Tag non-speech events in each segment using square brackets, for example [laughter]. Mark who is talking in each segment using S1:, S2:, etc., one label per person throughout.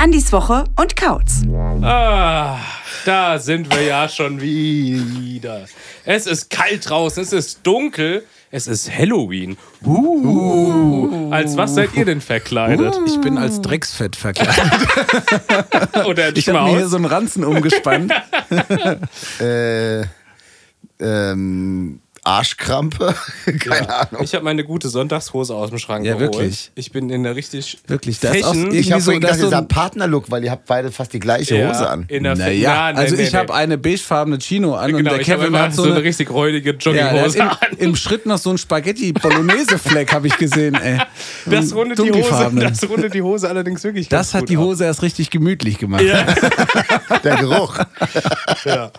S1: Andis Woche und Kauz.
S2: Ah, da sind wir ja schon wieder. Es ist kalt draußen, es ist dunkel, es ist Halloween. Uh, als was seid ihr denn verkleidet?
S3: Ich bin als Drecksfett verkleidet.
S2: Oder ein
S3: Uh. Ich habe mir hier
S2: Schmaus?
S3: so einen
S2: [laughs]
S3: Ranzen umgespannt.
S4: Äh, ähm, Arschkrampe? [laughs] Keine Ahnung.
S2: Ich habe meine gute Sonntagshose aus dem Schrank
S3: Ja,
S2: geholt.
S3: wirklich?
S2: Ich bin in der richtig
S3: Wirklich, da ist auch
S2: Fashion-
S3: irgendwie
S4: Ich habe
S3: so,
S4: so gedacht,
S3: dass
S4: ihr
S3: so
S4: sagt Partnerlook, weil ihr habt beide fast die gleiche
S2: Ja,
S4: Hose an.
S2: In der
S3: naja,
S2: Ja, nee,
S3: also
S2: nee,
S3: ich
S2: nee.
S3: habe eine beigefarbene Chino an
S2: genau,
S3: und der
S2: ich hab
S3: Kevin
S2: immer
S3: hat so eine,
S2: richtig räudige
S3: ja, der hat
S2: Jogginghose an.
S3: im, im Schritt noch so einen Spaghetti Bolognese Fleck habe ich gesehen, ey.
S2: Das rundet, die Hose,
S3: dunkelfarbenen.
S2: das rundet die Hose allerdings wirklich
S3: Das
S2: ganz
S3: hat
S2: gut
S3: die
S2: ab.
S3: Hose erst richtig gemütlich gemacht.
S4: Der Geruch.
S2: [laughs] Ja.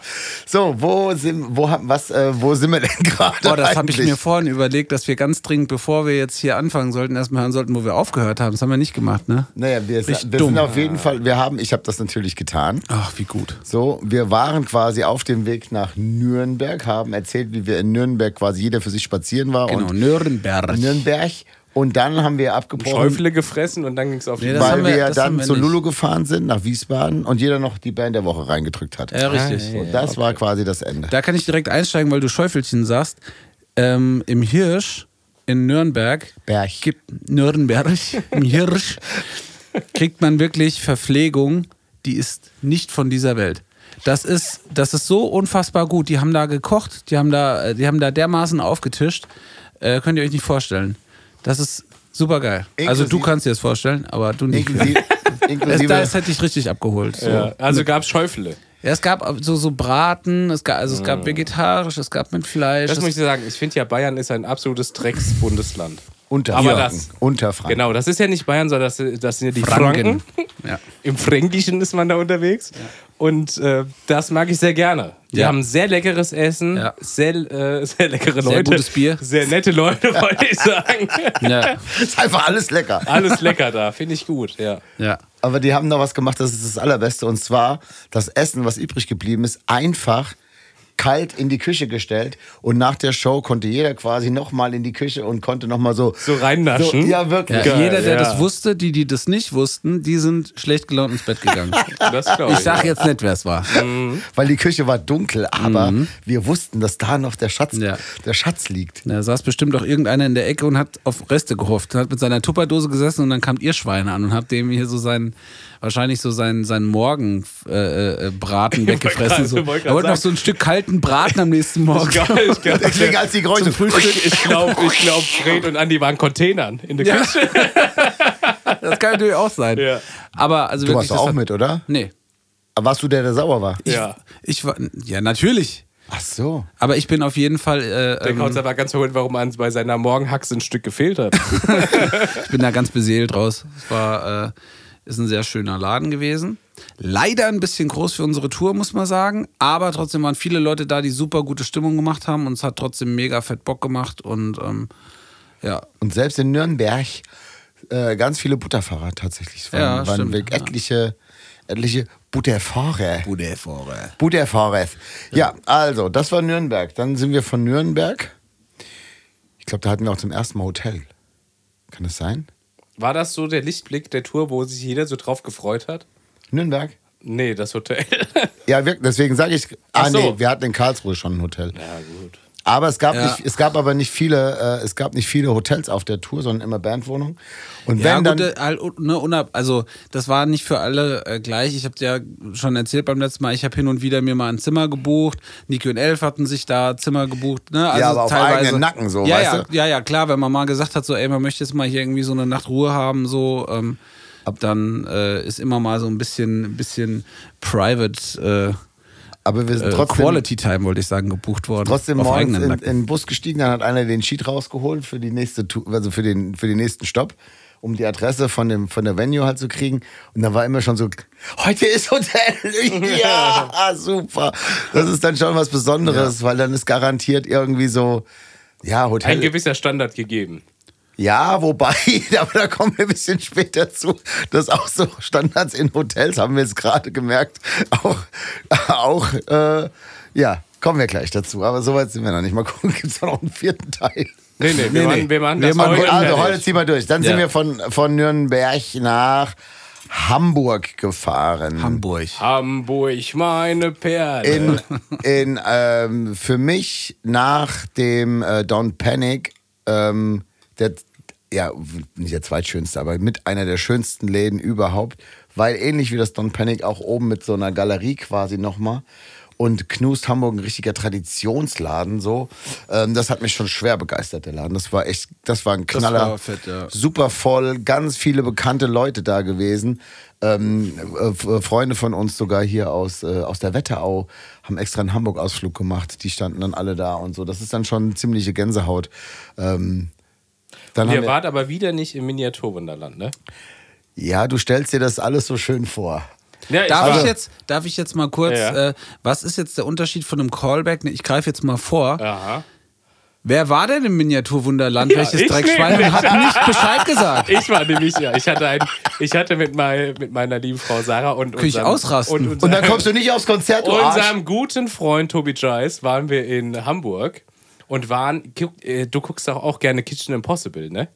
S4: So, wo sind, wo, haben- was, äh, wo sind wir denn [laughs] gerade?
S3: Boah, das habe ich
S4: eigentlich?
S3: mir vorhin überlegt, dass wir ganz dringend, bevor wir jetzt hier anfangen sollten, erstmal hören sollten, wo wir aufgehört haben. Das haben wir nicht gemacht, ne?
S4: Naja, wir, wir
S3: Richtig
S4: sind
S3: dumm.
S4: auf jeden Fall, wir haben, ich habe das natürlich getan.
S3: Ach, wie gut.
S4: So, wir waren quasi auf dem Weg nach Nürnberg, haben erzählt, wie wir in Nürnberg quasi jeder für sich spazieren war
S3: Genau,
S4: und
S3: Nürnberg.
S4: Nürnberg. Und dann haben wir abgebrochen,
S2: Schäufele gefressen und dann ging es auf die
S3: Nee, das
S2: Bahn.
S3: haben
S4: weil
S3: wir-
S4: wir, ja
S3: das haben
S4: dann
S3: wir
S4: zu
S3: nicht.
S4: Lulu gefahren sind, nach Wiesbaden und jeder noch die Band der Woche reingedrückt hat.
S3: Ja, richtig.
S4: Und das war quasi das Ende.
S3: Da kann ich direkt einsteigen, weil du Schäufelchen sagst. Ähm, Im Hirsch in Nürnberg
S4: Berg.
S3: gibt Nürnberg im Hirsch kriegt man wirklich Verpflegung, die ist nicht von dieser Welt. Das ist, das ist so unfassbar gut. Die haben da gekocht, die haben da, äh, die haben da dermaßen aufgetischt. Äh, könnt ihr euch nicht vorstellen. Das ist super geil. Also du
S4: Inklusive-
S3: kannst dir das vorstellen, aber du nicht.
S4: Inklusive,
S3: [laughs] Das,
S4: inklusive
S3: da ist hätte ich richtig abgeholt. So.
S2: Ja, also gab es Schäufele.
S3: Ja, es gab so, so Braten, es gab, also es
S2: Mm.
S3: gab vegetarisch, es gab mit Fleisch.
S2: Das
S3: es-
S2: muss ich dir sagen. Ich finde ja, Bayern ist ein absolutes Drecksbundesland.
S4: Unterfranken.
S2: Aber das-
S4: Unterfranken.
S2: Genau, das ist ja nicht Bayern, sondern das, das sind ja die Franken.
S3: Ja.
S2: Im Fränkischen ist man da unterwegs. Und äh, das mag ich sehr gerne. Die
S3: Ja.
S2: haben sehr leckeres Essen,
S3: Ja.
S2: sehr, äh, sehr leckere
S3: Sehr
S2: Leute.
S3: gutes Bier.
S2: Sehr nette Leute, [laughs] wollte ich sagen.
S3: Ja,
S4: [laughs] Ist einfach alles lecker.
S2: Alles lecker da, finde ich gut, ja.
S3: ja.
S4: Aber die haben noch was gemacht, das ist das Allerbeste. Und zwar das Essen, was übrig geblieben ist, einfach kalt in die Küche gestellt. Und nach der Show konnte jeder quasi nochmal in die Küche und konnte nochmal so.
S2: So reinnaschen.
S4: So, ja, wirklich.
S2: Geil,
S3: Jeder, der
S2: ja.
S3: das wusste, die, die das nicht wussten, die sind schlecht gelaunt ins Bett
S2: [laughs]
S3: gegangen.
S2: Das glaube
S3: Ich sag jetzt nicht, wer es war.
S4: Weil die Küche war dunkel, aber wir wussten, dass da noch der Schatz,
S3: Mhm. Ja.
S4: der Schatz liegt.
S3: Da saß bestimmt auch irgendeiner in der Ecke und hat auf Reste gehofft. Hat mit seiner Tupperdose gesessen und dann kamt ihr Schweine an und habt dem hier so seinen, wahrscheinlich so seinen, seinen Morgenbraten äh, äh, Braten weggefressen.
S2: grad- [laughs]
S3: So.
S2: ich wollt grad
S3: Er wollte noch
S2: sagen.
S3: so ein Stück kalten Braten
S2: [laughs]
S3: am nächsten Morgen.
S2: Geil, [laughs] ich
S3: [laughs]
S2: glaub,
S4: [laughs] Deswegen als die Geräusche.
S2: Ich glaube, ich glaub, Fred und Andi waren Containern in der
S3: Ja.
S2: Küche.
S3: Das kann natürlich auch sein.
S2: Ja.
S3: Aber also
S4: Du
S3: wirklich,
S4: warst doch
S3: das
S4: auch
S3: hat-
S4: mit, oder?
S3: Nee.
S4: Warst du der, der sauer war?
S2: Ja.
S3: Ich war, ja, natürlich.
S4: Ach so.
S3: Aber ich bin auf jeden Fall, äh,
S2: Der
S3: ähm,
S2: Kautzer war ganz verwirrt, warum man bei seiner Morgenhaxe ein Stück gefehlt hat.
S3: [laughs] ich bin da ganz beseelt raus. Es war, äh, ist ein sehr schöner Laden gewesen. Leider ein bisschen groß für unsere Tour, muss man sagen. Aber trotzdem waren viele Leute da, die super gute Stimmung gemacht haben. Und es hat trotzdem mega fett Bock gemacht. Und ähm, ja,
S4: Und selbst in Nürnberg äh, ganz viele Butterfahrer tatsächlich. Es Waren,
S3: Ja,
S4: waren
S3: stimmt,
S4: wirklich
S3: ja.
S4: etliche, etliche Butterfahrer.
S3: gute Fahrer.
S4: Butterfahrer. Ja, also, das war Nürnberg. Dann sind wir von Nürnberg. Ich glaube, da hatten wir auch zum ersten Mal Hotel. Kann das sein?
S2: [laughs] War das so der Lichtblick der Tour, wo sich jeder so drauf gefreut hat?
S4: Nürnberg?
S2: Nee, das Hotel.
S4: Ja, wirklich, deswegen sage ich. Ah,
S2: Ach so.
S4: nee, wir hatten in Karlsruhe schon ein Hotel.
S2: ja, gut.
S4: Aber es gab,
S3: Ja.
S4: nicht, es gab aber nicht viele, äh, es gab nicht viele Hotels auf der Tour, sondern immer Bandwohnungen. Und
S3: Ja,
S4: wenn dann.
S3: gut, äh, all- un- ne, unab, also das war nicht für alle äh, gleich. Ich habe dir ja schon erzählt beim letzten Mal, ich habe hin und wieder mir mal ein Zimmer gebucht. Niki und Elf hatten sich da Zimmer gebucht. Ne? Also
S4: aber auf
S3: teilweise,
S4: eigenen Nacken so,
S3: ja,
S4: weißt
S3: ja,
S4: du?
S3: Ja, ja, klar, wenn man mal gesagt hat, so ey, man möchte jetzt mal hier irgendwie so eine Nacht Ruhe haben, so... Ähm, dann äh, ist immer mal so ein bisschen, bisschen private
S4: aber wir
S3: äh,
S4: sind
S3: äh,
S4: trotzdem.
S3: Quality Time, wollte ich sagen, gebucht worden.
S4: Trotzdem
S3: auf
S4: morgens
S3: eigenen
S4: in, in
S3: Nacken.
S4: den Bus gestiegen, dann hat einer den Sheet rausgeholt für die nächste Tu- also für den, für den nächsten Stopp, um die Adresse von, dem, von der Venue halt zu kriegen. Und da war immer schon so, heute ist Hotel. [laughs] ja, super. Das ist dann schon was Besonderes, weil dann ist garantiert irgendwie so, ja,
S2: Ein
S4: Hotel.
S2: gewisser Standard gegeben.
S4: Ja, wobei, [laughs] aber da kommen wir ein bisschen später zu, dass auch so Standards in Hotels, haben wir jetzt gerade gemerkt, auch, auch äh, ja, kommen wir gleich dazu. Aber soweit sind wir noch nicht. Mal gucken, [laughs] gibt es noch einen vierten Teil.
S2: Nee, nee, wir,
S3: Nee,
S2: machen,
S3: nee.
S2: wir machen
S3: Wir
S2: das
S3: machen-
S2: heute.
S4: also,
S2: fertig.
S4: heute ziehen wir durch. Dann
S3: Ja.
S4: sind wir von, von Nürnberg nach Hamburg gefahren.
S3: Hamburg.
S2: Hamburg, meine Perle.
S4: in, in ähm, für mich nach dem äh, Don't Panic, ähm, der, ja, nicht der zweitschönste, aber mit einer der schönsten Läden überhaupt, weil ähnlich wie das Don't Panic auch oben mit so einer Galerie quasi nochmal. Und Knust Hamburg, ein richtiger Traditionsladen, so. Ähm, das hat mich schon schwer begeistert, der Laden. Das war echt, das war ein Knaller.
S3: war fett, ja.
S4: Super voll, ganz viele bekannte Leute da gewesen. Ähm, äh, F- äh, Freunde von uns sogar hier aus, äh, aus der Wetterau haben extra einen Hamburg-Ausflug gemacht. Die standen dann alle da und so. Das ist dann schon ziemliche Gänsehaut. Ähm, dann haben
S2: Ihr
S4: wir-
S2: wart aber wieder nicht im Miniaturwunderland, ne?
S4: ja, du stellst dir das alles so schön vor.
S2: Ja,
S3: Darf,
S2: war-
S3: ich jetzt, darf ich jetzt mal kurz,
S2: Ja.
S3: äh, was ist jetzt der Unterschied von einem Callback? Ne, Ich greife jetzt mal vor.
S2: Aha.
S3: Wer war denn im Miniaturwunderland?
S2: Ja,
S3: Welches
S2: ich
S3: Dreckschwein
S2: nämlich.
S3: hat nicht Bescheid gesagt?
S2: Ich war nämlich ja. Ich hatte, ein, ich hatte mit, mein, mit meiner lieben Frau Sarah und
S3: Könnte ich
S2: unserem,
S3: ausrasten.
S2: Und,
S4: Und dann
S2: unserem-
S4: kommst du nicht aufs Konzert, du Arsch.
S2: unserem guten Freund Tobi Giles waren wir in Hamburg und waren. guck, äh, Du guckst doch auch gerne Kitchen Impossible, ne?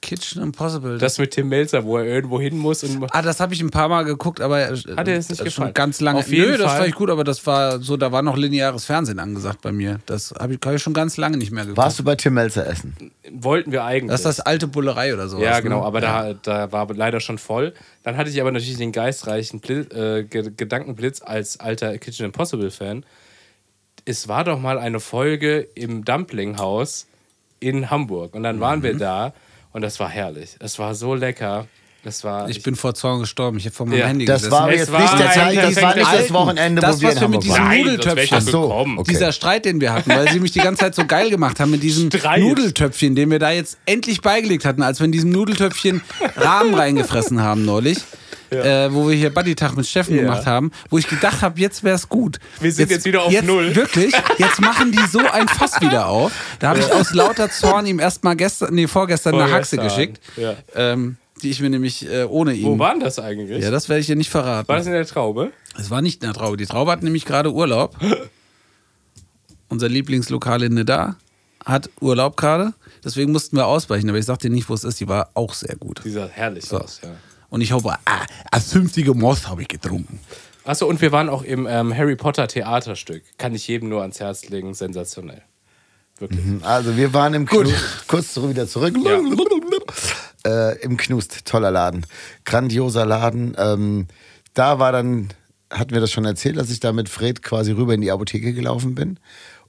S3: Kitchen Impossible.
S2: Das mit Tim Melzer, wo er irgendwo hin muss und.
S3: ah, das habe ich ein paar Mal geguckt, aber äh,
S2: Hat dir das nicht
S3: schon
S2: gefallen?
S3: ganz lange.
S2: Auf jeden
S3: Nö, das
S2: Fall.
S3: war ich gut, aber das war so, da war noch lineares Fernsehen angesagt bei mir. Das habe ich, hab ich schon ganz lange nicht mehr geguckt.
S4: Warst du bei Tim Melzer essen?
S2: wollten wir eigentlich.
S3: Das ist das alte Bullerei oder sowas.
S2: ja, genau,
S3: ne?
S2: aber Da, da war leider schon voll. Dann hatte ich aber natürlich den geistreichen Bli- äh, Ge- Gedankenblitz als alter Kitchen Impossible-Fan. Es war doch mal eine Folge im Dumplinghaus in Hamburg. Und dann waren
S3: Mhm.
S2: wir da und das war herrlich. Es war so lecker. Das war.
S3: Ich bin vor Zorn gestorben. Ich habe vor meinem
S2: Ja.
S3: Handy
S4: Das
S3: gesessen.
S4: war
S2: Es
S4: jetzt
S2: war
S4: nicht der
S2: ein
S4: Teil, das war
S2: perfekter
S4: nicht das
S2: Alten.
S4: Wochenende,
S3: Das,
S4: wo wir
S3: was
S4: in
S3: wir mit
S4: Hamburg
S3: diesem
S4: waren.
S2: Nein, das wär ich
S3: Nudeltöpfchen-
S2: ja
S4: Ach so,
S2: bekommen.
S4: okay.
S3: Hm. Dieser Streit, den wir hatten, weil sie mich die ganze Zeit so geil gemacht haben mit diesem
S2: Streit.
S3: Nudeltöpfchen, den wir da jetzt endlich beigelegt hatten, als wir in diesem Nudeltöpfchen Rahmen reingefressen haben neulich. Äh, wo wir hier Buddy-Tag mit Steffen
S2: Ja.
S3: gemacht haben, wo ich gedacht habe, jetzt wäre es gut.
S2: Wir sind jetzt wieder auf Null.
S3: Wirklich, jetzt machen die so ein Fass wieder auf. Da habe ich aus lauter Zorn ihm erstmal gestern, nee, vorgestern,
S2: Vorgestern,
S3: eine Haxe geschickt,
S2: ja.
S3: ähm, die ich mir nämlich äh, ohne ihn.
S4: Oh.
S2: wo waren das eigentlich?
S3: Ja, das werde ich dir nicht verraten.
S2: war das in der Traube?
S3: Es war nicht in der Traube. Die Traube hat nämlich gerade Urlaub.
S4: [laughs]
S3: Unser Lieblingslokal in Neda hat Urlaub gerade. Deswegen mussten wir ausweichen. Aber ich sag dir nicht, wo es ist. Die war auch sehr gut.
S2: Dieser herrlich
S3: So.
S2: aus, ja.
S3: Und ich habe ah, ein 50er Moss habe ich getrunken.
S2: Achso, und wir waren auch im ähm, Harry Potter Theaterstück. Kann ich jedem nur ans Herz legen. Sensationell. Wirklich.
S4: Also wir waren im Knust, kurz zurück- wieder zurück.
S2: Ja.
S4: Äh, Im Knust, toller Laden, grandioser Laden. Ähm, da war dann, hatten wir das schon erzählt, dass ich da mit Fred quasi rüber in die Apotheke gelaufen bin,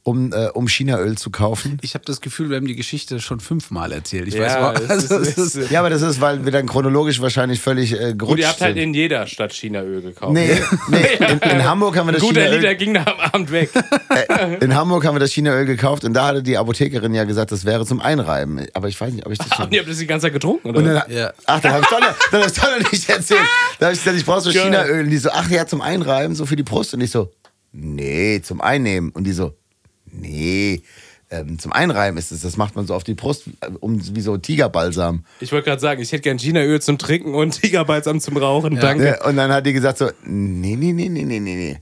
S4: um, äh, um Chinaöl zu kaufen.
S3: Ich habe das Gefühl, wir haben die Geschichte schon fünfmal erzählt. Ich
S2: Ja,
S3: weiß überhaupt-
S2: es
S3: also,
S2: ist-
S3: es ist,
S4: [laughs] Ja, aber das ist, weil wir dann chronologisch wahrscheinlich völlig äh, gerutscht
S2: Und ihr habt halt
S4: sind.
S2: in jeder Stadt Chinaöl gekauft. Ne?
S4: Nee, [laughs] nee in, in Hamburg haben wir das
S2: Guter
S4: Chinaöl
S2: Lieder ging nach am Abend
S4: [laughs]
S2: weg.
S4: Äh, in Hamburg haben wir das Chinaöl gekauft und da hatte die Apothekerin ja gesagt, das wäre zum Einreiben. Aber ich weiß nicht, ob ich
S2: [laughs]
S4: das.
S2: Und ihr habt das die ganze Zeit getrunken,
S4: Und
S2: oder?
S4: dann,
S3: Ja.
S4: Ach, dann hab ich doch noch, dann hab ich doch noch nicht erzählt. Da hab ich gesagt, ich brauch so
S2: Geil.
S4: Chinaöl. Und die so, ach ja, zum Einreiben, so für die Brust. Und ich so, nee, zum Einnehmen. Und die so, nee, ähm, zum Einreiben ist es. Das macht man so auf die Brust, äh, um, wie so Tigerbalsam.
S2: Ich wollte gerade sagen, ich hätte gern Chinaöl zum Trinken und [laughs] Tigerbalsam zum Rauchen. Danke.
S4: Ja, und dann hat die gesagt so, nee, nee, nee, nee, nee, nee, nee.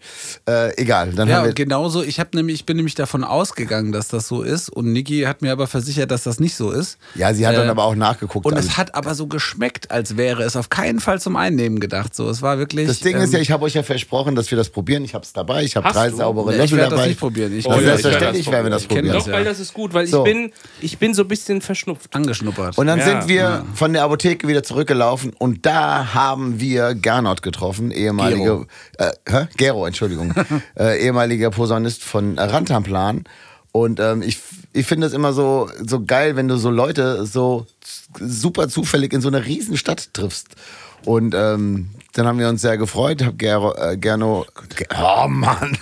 S4: Äh, egal, dann
S3: Ja,
S4: haben wir...
S3: und genauso, ich, hab nämlich, ich bin nämlich davon ausgegangen, dass das so ist. Und Niki hat mir aber versichert, dass das nicht so ist.
S4: Ja, sie hat dann
S3: Äh,
S4: aber auch nachgeguckt.
S3: Und
S4: Also,
S3: es hat aber so geschmeckt, als wäre es auf keinen Fall zum Einnehmen gedacht. So, es war wirklich.
S4: das Ding
S3: ähm,
S4: ist ja, ich habe euch ja versprochen, dass wir das probieren. Ich habe es dabei. Ich habe
S2: Hast
S4: drei
S2: du?
S4: saubere
S3: Nee, ich
S4: Löffel
S3: werd das
S4: dabei.
S3: nicht probieren. Ich-
S4: also
S3: Oh ja, ich werd
S4: selbstverständlich
S2: das
S4: werden wir das
S3: probieren. Ich
S4: probieren.
S3: kenn
S2: Doch,
S3: ja.
S2: weil das ist gut, weil ich,
S4: So.
S2: bin, ich bin so ein bisschen verschnupft.
S3: angeschnuppert.
S4: Und dann
S2: Ja.
S4: sind wir von der Apotheke wieder zurückgelaufen und da haben wir Gernot getroffen, ehemaliger Äh, hä?
S3: [laughs]
S4: Gero, Entschuldigung, äh, ehemaliger Posaunist von Rantanplan. Und ähm, ich, ich finde es immer so, so geil, wenn du so Leute so z- super zufällig in so einer Riesenstadt triffst. Und ähm, dann haben wir uns sehr gefreut, hab Gero, äh, Gerno, Ge- oh Mann,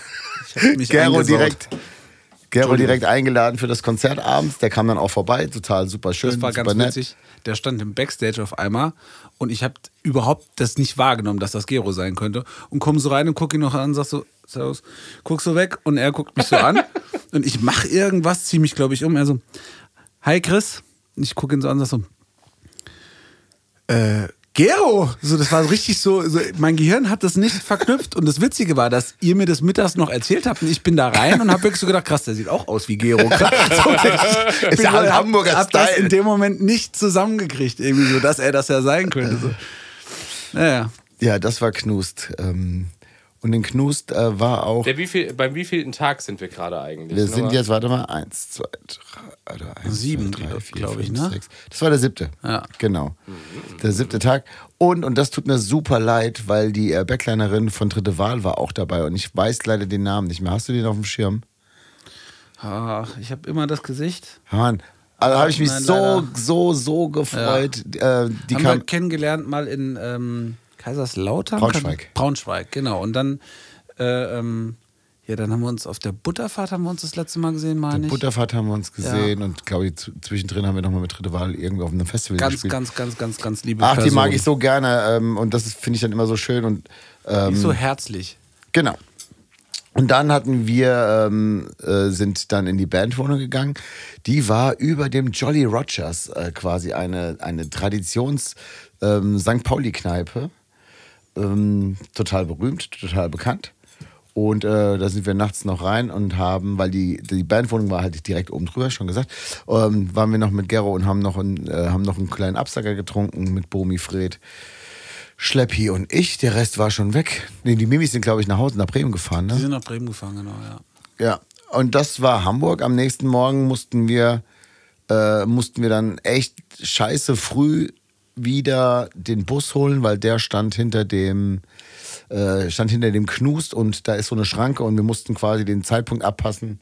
S3: mich
S4: Gero
S3: eingesaut.
S4: direkt, Gero direkt eingeladen für das Konzert abends. Der kam dann auch vorbei, total super schön,
S3: das war
S4: super
S3: ganz
S4: nett.
S3: witzig. Der stand im Backstage auf einmal und ich habe überhaupt das nicht wahrgenommen, dass das Gero sein könnte. Und komm so rein und guck ihn noch an, sag so, Servus, guck so weg und er guckt mich so an. und ich mache irgendwas, zieh mich, glaube ich, um. Er so, Hi Chris. ich gucke ihn so an, sag so, äh, Gero! So, das war richtig so, so, mein Gehirn hat das nicht verknüpft. Und das Witzige war, dass ihr mir das mittags noch erzählt habt und ich bin da rein und habe wirklich so gedacht, krass, der sieht auch aus wie Gero. [laughs] Krass, so, ich
S4: Ist
S3: bin
S4: ja
S3: wohl-
S4: ein
S3: hab-
S4: Hamburger
S3: hab das
S4: Style.
S3: in dem Moment nicht zusammengekriegt, irgendwie so, dass er das ja sein könnte. So. Naja.
S4: Ja, das war Knust. Ähm, und in Knust äh, war auch.
S2: Der wie viel, beim wievielten Tag sind wir gerade eigentlich?
S4: Wir
S2: Nur
S4: sind
S2: mal-
S4: jetzt, warte mal, eins, zwei, drei, oder eins,
S3: Sieben,
S4: zwei, drei,
S3: glaub-
S4: vier,
S3: glaub
S4: fünf,
S3: ich, ne?
S4: sechs. Das war der siebte.
S3: Ja.
S4: Genau. Der siebte Tag. Und, und das tut mir super leid, weil die äh, Backlinerin von Dritte Wahl war auch dabei und ich weiß leider den Namen nicht mehr. Hast du den auf dem Schirm?
S3: Ach, ich habe immer das Gesicht.
S4: Mann. Also habe ich mich
S3: Nein,
S4: so,
S3: leider.
S4: so, so gefreut. Äh, die
S3: Die haben wir
S4: kam.
S3: kennengelernt mal in ähm, Kaiserslautern.
S4: Braunschweig.
S3: Kann- Braunschweig, genau. Und dann, äh, ähm, ja, dann haben wir uns auf der Butterfahrt haben wir uns das letzte Mal gesehen, meine ich.
S4: Butterfahrt haben wir uns gesehen und glaube ich, zu- zwischendrin haben wir nochmal mit Dritte Wahl irgendwie auf einem Festival
S3: ganz,
S4: gespielt.
S3: ganz, ganz, ganz, ganz liebe
S4: Ach, die
S3: Person.
S4: mag ich so gerne ähm, und das ist- finde ich dann immer so schön und
S3: Die
S4: ähm,
S3: ist so herzlich.
S4: Genau. Und dann hatten wir, ähm, äh, sind dann in die Bandwohnung gegangen. Die war über dem Jolly Rogers äh, quasi eine, eine Traditions-St. Pauli-Kneipe. Ähm, total berühmt, total bekannt. Und äh, da sind wir nachts noch rein und haben, weil die, die Bandwohnung war halt direkt oben drüber, schon gesagt, ähm, waren wir noch mit Gero und haben noch, einen, äh, haben noch einen kleinen Absacker getrunken mit Bomi Fred. Schleppi und ich, der Rest war schon weg. Nee, die Mimis sind, glaube ich, nach Hause, nach Bremen gefahren,
S3: Die
S4: ne?
S3: sind nach Bremen gefahren, genau, ja.
S4: Ja. Und das war Hamburg. Am nächsten Morgen mussten wir, äh, mussten wir dann echt scheiße früh wieder den Bus holen, weil der stand hinter dem, äh, stand hinter dem Knust und da ist so eine Schranke und wir mussten quasi den Zeitpunkt abpassen.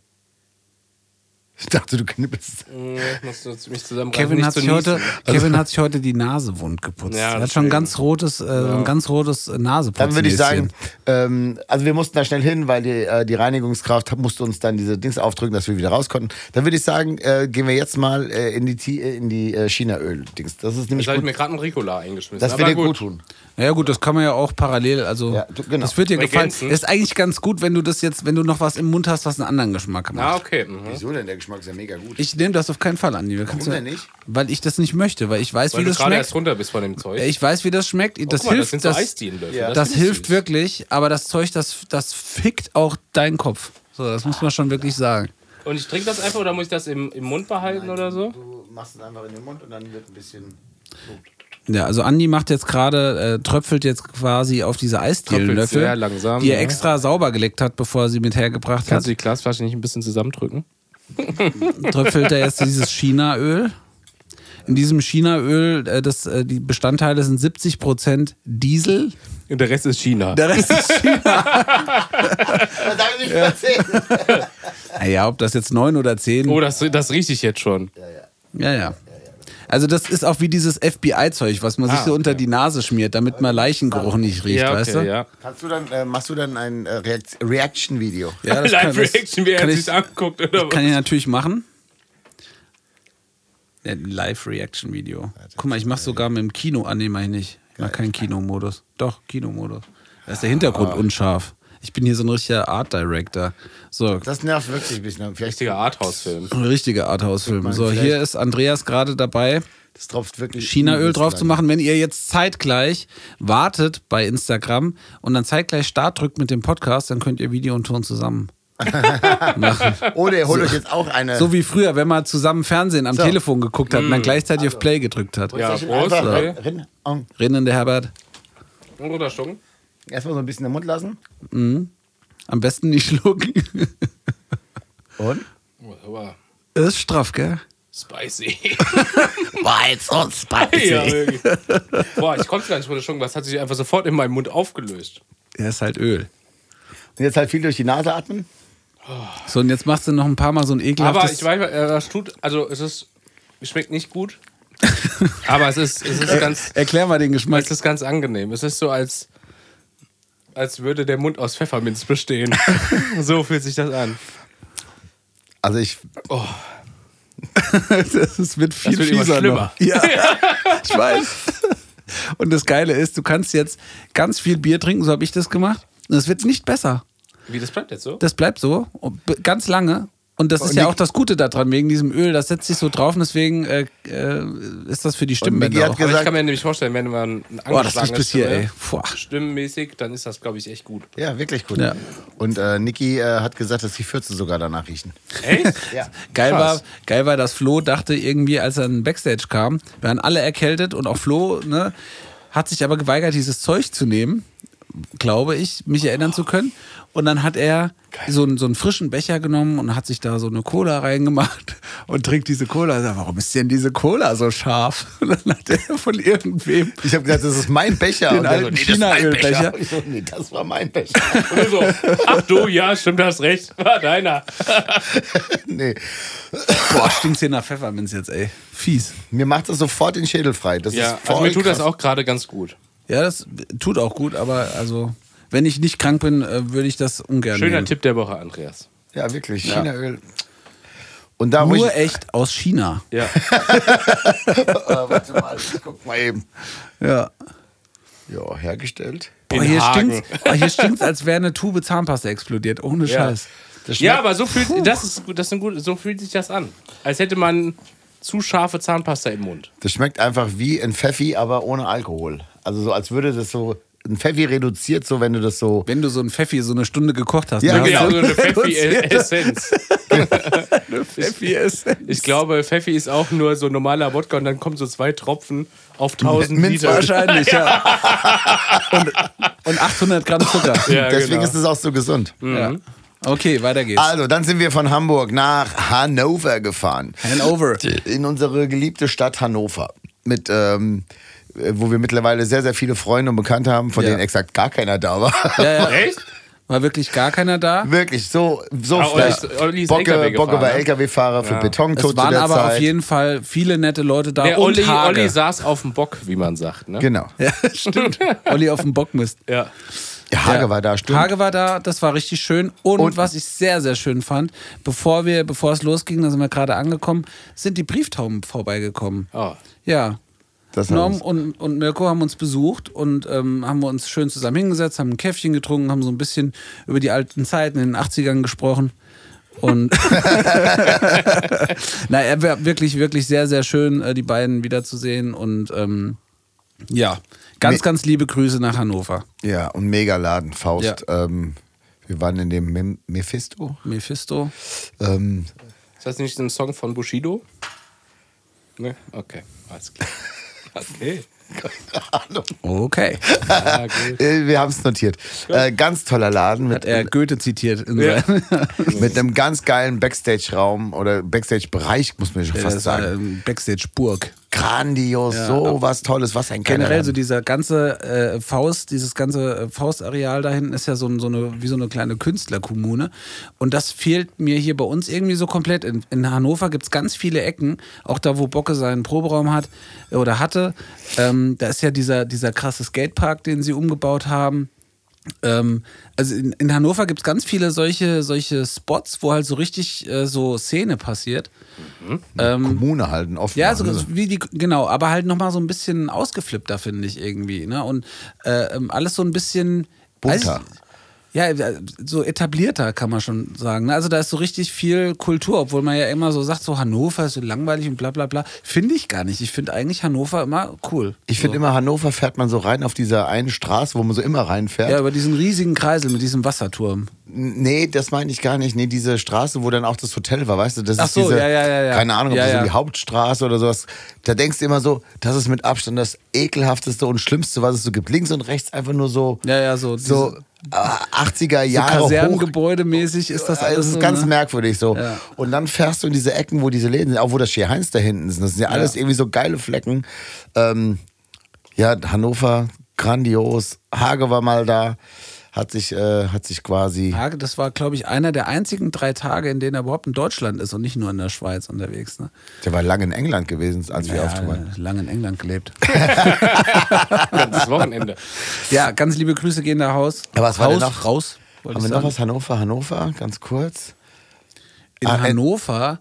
S4: Ich dachte, du knippelst.
S2: Hm, Ich muss jetzt mich zusammenreißen,
S3: Kevin
S2: nicht
S3: hat,
S2: zu
S3: sich heute,
S2: niesen.
S4: Also-
S3: Kevin hat sich heute die Nase wund geputzt.
S2: Ja,
S3: er hat
S2: deswegen.
S3: schon ganz rotes, äh, so ein ganz rotes Naseputzen.
S4: Dann würde ich sagen, ähm, also wir mussten da schnell hin, weil die, äh, die Reinigungskraft hab- musste uns dann diese Dings aufdrücken, dass wir wieder raus konnten. Dann würde ich sagen, äh, gehen wir jetzt mal äh, in die, Ti- äh, in die äh, Chinaöl-Dings. Das ist nämlich
S2: Jetzt habe ich mir
S4: gut.
S2: gerade einen Ricola eingeschmissen.
S4: Das wird
S2: aber
S4: dir gut tun.
S3: Naja gut, das kann man ja auch parallel, also
S4: Ja, du- genau.
S3: das wird dir gefallen.
S2: Ergänzen.
S3: Das ist eigentlich ganz gut, wenn du das jetzt, wenn du noch was im Mund hast, was einen anderen Geschmack macht.
S2: Ah, okay. Mhm.
S4: Wieso denn? Der Geschmack ist ja mega gut.
S3: Ich nehme das auf keinen Fall an. Warum
S4: denn nicht?
S3: Weil ich das nicht möchte, weil ich weiß,
S2: Weil
S3: wie
S2: du
S3: das
S2: gerade
S3: schmeckt.
S2: erst runter bist von dem Zeug.
S3: Ich weiß, wie das schmeckt.
S2: Oh,
S3: Das
S2: guck mal, das
S3: hilft,
S2: sind so Eisdienlöffel.
S4: Ja.
S2: Das
S3: das
S2: finde ich
S3: hilft
S2: süß.
S3: wirklich, aber das Zeug, das, das fickt auch deinen Kopf. So, das muss man schon wirklich sagen.
S2: Und ich trinke das einfach oder muss ich das im, im Mund behalten oder so?
S4: Du machst es einfach in den Mund und dann wird ein bisschen. [laughs]
S3: Ja, also Andi macht jetzt gerade, äh, tröpfelt jetzt quasi auf diese
S2: Tröpfelt
S3: Eisdielenlöffel,
S2: sehr langsam,
S3: die er
S2: ja.
S3: extra sauber geleckt hat, bevor er sie mit hergebracht hat.
S2: Kannst du [laughs] die Glasflasche nicht ein bisschen zusammendrücken?
S3: tröpfelt er jetzt dieses Chinaöl. In diesem Chinaöl, äh, das, äh, die Bestandteile sind 70% Diesel.
S2: Und der Rest ist China.
S3: Der Rest ist
S4: Da darf ich nicht erzählen.
S3: [laughs] Naja, ob das jetzt neun oder zehn.
S2: Oh, das, das rieche ich jetzt schon.
S3: Ja, ja. Also das ist auch wie dieses FBI-Zeug, was man sich so unter die Nase schmiert, damit man Leichengeruch nicht riecht, weißt du?
S2: Ah, ja.
S4: Kannst du dann, äh, machst du dann ein äh, Reakt- Reaction-Video?
S2: [laughs]
S3: Ja, das kann, das
S2: Live-Reaction, wie er
S3: kann
S2: sich
S3: ich,
S2: anguckt, oder
S3: kann
S2: was?
S3: ich natürlich machen. Ja, Ein Live-Reaction-Video. Guck mal, ich mach's sogar mit dem Kino. Ah, nee, mach ich nicht. Ich mach keinen Kinomodus. Doch, Kinomodus. Da ist der Hintergrund unscharf. Ich bin hier so ein richtiger Art-Director. So,
S4: Das nervt wirklich ein bisschen. Vielleicht,
S2: Richtiger Arthouse-Film.
S3: ein richtiger Arthouse-Film. So,
S4: vielleicht-
S3: hier ist Andreas gerade dabei.
S4: das tropft wirklich.
S3: Chinaöl
S4: übelst
S3: drauf
S4: lang.
S3: zu machen, wenn ihr jetzt zeitgleich wartet bei Instagram und dann zeitgleich Start drückt mit dem Podcast, dann könnt ihr Video und Ton zusammen machen.
S4: Oder ihr holt euch jetzt auch eine.
S3: So wie früher, wenn man zusammen Fernsehen am
S4: Äh. So.
S3: Telefon geguckt hat und dann gleichzeitig auf Play gedrückt hat.
S2: Ja,
S4: Soll ich
S2: Prost.
S3: ne?
S4: einfach
S2: ey.
S4: rein- rein-
S3: Rinnen der Herbert.
S2: Ein roter Schung.
S3: Oh,
S4: Erstmal so ein bisschen im Mund lassen.
S3: Am besten nicht schlucken.
S4: Und?
S2: Wow.
S3: Das ist straff, [laughs] gell? [laughs]
S2: Spicy. [laughs]
S3: Weiz und Spicy.
S2: ja,
S3: [laughs] Ja,
S2: wirklich.
S3: [laughs]
S2: Boah, ich konnte gar nicht roter Schung. Das hat sich einfach sofort in meinem Mund aufgelöst.
S3: ist halt Öl.
S4: Und jetzt halt viel durch die Nase atmen.
S3: So, und jetzt machst du noch ein paar Mal so ein
S2: Aber
S3: ekelhaftes...
S2: ich weiß, äh, das tut, also es ist, es schmeckt nicht gut. aber es ist, es ist ganz,
S3: Erklär mal den Geschmack.
S2: es ist ganz angenehm. Es ist so, als, als würde der Mund aus Pfefferminz
S3: [laughs]
S2: bestehen. [laughs] so fühlt sich das an.
S4: Also ich,
S3: [laughs] Das ist, wird viel
S2: wird immer
S3: fieser
S2: schlimmer.
S3: noch. [laughs] Ja, ich weiß. Und das Geile ist, du kannst jetzt ganz viel Bier trinken, so habe ich das gemacht. Und es wird nicht besser.
S2: Wie, das bleibt jetzt so?
S3: Das bleibt so und b- ganz lange. Und das ist ja
S4: Nick-
S3: auch das Gute daran, wegen diesem Öl, das setzt sich so drauf und deswegen äh, äh, ist das für die
S4: Niki
S3: Stimmbänder
S4: hat
S3: auch.
S2: Aber ich
S4: gesagt-
S2: kann mir nämlich vorstellen, wenn man ein
S3: Boah, das riecht
S2: angeschlagenes
S3: bis hier,
S2: Stimme-
S3: ey. Boah.
S2: stimmmäßig, dann ist das, glaube ich, echt
S3: [laughs]
S2: gut.
S4: Ja, wirklich gut.
S3: Ja.
S4: Und äh, Niki äh, hat gesagt, dass die Fürze sogar danach riechen.
S2: Echt?
S4: Ja.
S3: Geil war,
S2: Krass.
S3: geil war, dass Flo dachte irgendwie, als er in den Backstage kam, waren alle erkältet und auch Flo ne, hat sich aber geweigert, dieses Zeug zu nehmen, glaube ich, mich erinnern zu können. Und dann hat er so einen, so einen frischen Becher genommen und hat sich da so eine Cola reingemacht [laughs] und trinkt diese Cola. Ich Sag, warum ist denn diese Cola so scharf? [laughs] Und dann hat er von irgendwem
S4: Ich habe gesagt, das ist mein Becher.
S3: Den
S4: Und er so,
S3: alten
S4: nee, das ist mein
S3: China-Ölbecher.
S4: [laughs] Becher. Ich so, nee, das war mein Becher.
S2: Oder so. Ach du, ja, stimmt, hast recht. [laughs] War deiner.
S4: [laughs] nee.
S3: Boah, stinkt's hier nach Pfefferminz jetzt, ey. Fies.
S4: Mir macht das sofort den Schädel frei. Das
S2: Ja,
S4: ist voll
S2: also mir tut
S4: krass.
S2: das auch gerade ganz gut.
S3: Ja, das tut auch gut, aber also, wenn ich nicht krank bin, äh, würde ich das ungern
S2: Schöner
S3: nehmen.
S2: Tipp der Woche, Andreas.
S4: Ja, wirklich. Chinaöl. Und da ruhig.
S3: Nur echt aus China.
S2: Ja.
S4: [laughs] Äh, warte mal, guck mal eben.
S3: Ja.
S4: Ja, hergestellt.
S3: [laughs] Boah,
S2: In
S3: hier
S2: Hagen.
S3: stinkt's, oh, hier stinkt's, als wäre eine Tube Zahnpasta explodiert. Ohne
S2: Ja.
S3: Scheiß.
S4: Das
S2: Ja,
S4: schmeckt-
S2: aber so fühlt, das ist, gut- das sind gut, so fühlt sich das an. Als hätte man zu scharfe Zahnpasta im Mund.
S4: Das schmeckt einfach wie ein Pfeffi, aber ohne Alkohol. Also so, als würde das so. Ein Pfeffi reduziert so, wenn du das so.
S3: Wenn du so ein Pfeffi so eine Stunde gekocht hast.
S4: Ja,
S3: ne?
S2: Genau,
S4: genau. [laughs]
S2: so eine E- Pfeffi-Essenz.
S3: Pfeffi ist.
S2: Ich glaube, Pfeffi ist auch nur so normaler Wodka und dann kommen so zwei Tropfen auf 1000
S4: Minz
S2: Liter.
S3: [laughs] Wahrscheinlich, ja.
S2: [laughs]
S3: Und, und 800 Gramm Zucker.
S2: Ja, Mhm.
S4: Deswegen
S2: genau.
S4: ist es auch so gesund.
S3: Ja. Okay, weiter geht's.
S4: Also, dann sind wir von Hamburg nach Hannover gefahren.
S3: Hannover.
S4: In unsere geliebte Stadt Hannover. Mit, ähm, äh, wo wir mittlerweile sehr, sehr viele Freunde und Bekannte haben, von
S3: Ja.
S4: denen exakt gar keiner da war.
S3: Ja, ja.
S2: Echt?
S3: War wirklich gar keiner da.
S4: [laughs] Wirklich, so, so
S2: Ah, Olli ist-
S4: frech.
S2: Olli ist LKW
S4: Bocke,
S2: gefahren,
S4: Bocke war
S2: ne?
S4: LKW-Fahrer für Beton
S3: Es
S4: zu
S3: waren
S4: der
S3: aber
S4: Zeit.
S3: auf jeden Fall viele nette Leute da.
S2: Der
S3: und
S2: Olli,
S3: Hage.
S2: Olli saß auf dem Bock, wie man sagt. Ne?
S4: Genau.
S3: Ja, [laughs] stimmt. Olli auf dem Bockmist.
S2: Ja.
S4: Ja, Hage
S3: Ja.
S4: war da, stimmt.
S3: Hage war da, das war richtig schön. Und, was ich sehr, sehr schön fand, bevor wir, bevor es losging, da sind wir gerade angekommen, sind die Brieftauben vorbeigekommen.
S2: Oh.
S3: Ja.
S4: Das war
S3: Norm
S4: was.
S3: und, und Mirko haben uns besucht und ähm, haben wir uns schön zusammen hingesetzt, haben ein Käffchen getrunken, haben so ein bisschen über die alten Zeiten in den 80ern gesprochen. Und na, er war wirklich, wirklich sehr, sehr schön, äh, die beiden wiederzusehen. Und ähm, ja, ganz,
S4: Nee.
S3: ganz liebe Grüße nach Hannover.
S4: Ja, und mega Laden, Faust. Ähm, wir waren in dem Mem Mephisto.
S3: Mephisto. [laughs]
S4: Ähm,
S2: Ist das nicht ein Song von Bushido? Ne? Okay, alles
S3: [laughs]
S2: klar. Okay.
S3: Okay.
S2: Ja, gut.
S4: äh, wir haben es notiert. Äh, ganz toller Laden
S3: Hat
S4: mit,
S3: er Goethe zitiert. In
S2: Ja.
S3: seinem-
S4: mit einem ganz geilen Backstage-Raum oder Backstage-Bereich, muss man schon fast
S3: das war
S4: sagen.
S3: ähm, Backstage Burg.
S4: Grandios, so was Tolles, was ein geiler
S3: Generell
S4: Laden.
S3: so dieser ganze äh, Faust, dieses ganze äh, Faustareal da hinten ist ja so, ein- so eine, wie so eine kleine Künstlerkommune. Und das fehlt mir hier bei uns irgendwie so komplett. In, in Hannover gibt es ganz viele Ecken, auch da, wo Bocke seinen Proberaum hat äh, oder hatte. Ähm, da ist ja dieser, dieser krasse Skatepark, den sie umgebaut haben. Ähm, also in, in Hannover gibt es ganz viele solche, solche Spots, wo halt so richtig äh, so Szene passiert.
S4: Kommune halten offen.
S3: Ja, so,
S4: ne?
S3: so wie die, genau, aber halt nochmal so ein bisschen ausgeflippter, finde ich irgendwie. Ne? Und äh, ähm, alles so ein bisschen. weiß
S4: Bunter.
S3: ich- ja, äh, so etablierter kann man schon sagen. ne? Also da ist so richtig viel Kultur, obwohl man ja immer so sagt, so Hannover ist so langweilig und bla bla bla. Finde ich gar nicht. Ich finde eigentlich Hannover immer cool.
S4: Ich finde immer, Hannover fährt man so rein auf dieser einen Straße, wo man so immer reinfährt.
S3: Ja, über diesen riesigen Kreisel mit diesem Wasserturm.
S4: Nee, das meine ich gar nicht. Nee, diese Straße, wo dann auch das Hotel war, weißt du, das
S3: Ach
S4: ist
S3: so,
S4: diese,
S3: ja, ja, ja, ja.
S4: keine Ahnung, ob
S3: Ja,
S4: das
S3: ja.
S4: so die Hauptstraße oder sowas. Da denkst du immer so, das ist mit Abstand das ekelhafteste und schlimmste, was es so gibt. Links und rechts einfach nur so,
S3: Ja, ja, so.
S4: so
S3: diese-
S4: äh, 80er
S3: so
S4: Jahre hoch. Äh,
S3: Kasernengebäudemäßig ist das alles.
S4: Das ist
S3: so,
S4: ganz
S3: ne?
S4: merkwürdig so.
S3: Ja.
S4: Und dann fährst du in diese Ecken, wo diese Läden sind, auch wo das Scher Heinz da hinten ist. Das sind ja alles
S3: Ja.
S4: irgendwie so geile Flecken. Ähm, ja, Hannover, grandios. Hage war mal da, hat sich, äh, hat sich quasi.
S3: Tage, das war, glaube ich, einer der einzigen drei Tage, in denen er überhaupt in Deutschland ist und nicht nur in der Schweiz unterwegs. Ne?
S4: Der war lange in England gewesen, als wir
S3: Ja, äh,
S4: aufgenommen haben.
S3: lange in England gelebt. [laughs]
S2: Ganzes Wochenende.
S3: ja, ganz liebe Grüße gehen da Haus.
S4: Aber was war
S3: Haus,
S4: denn noch?
S3: raus. wollte
S4: Haben wir
S3: ich
S4: noch
S3: sagen.
S4: was Hannover, Hannover, ganz kurz?
S3: In
S4: Ah, äh,
S3: Hannover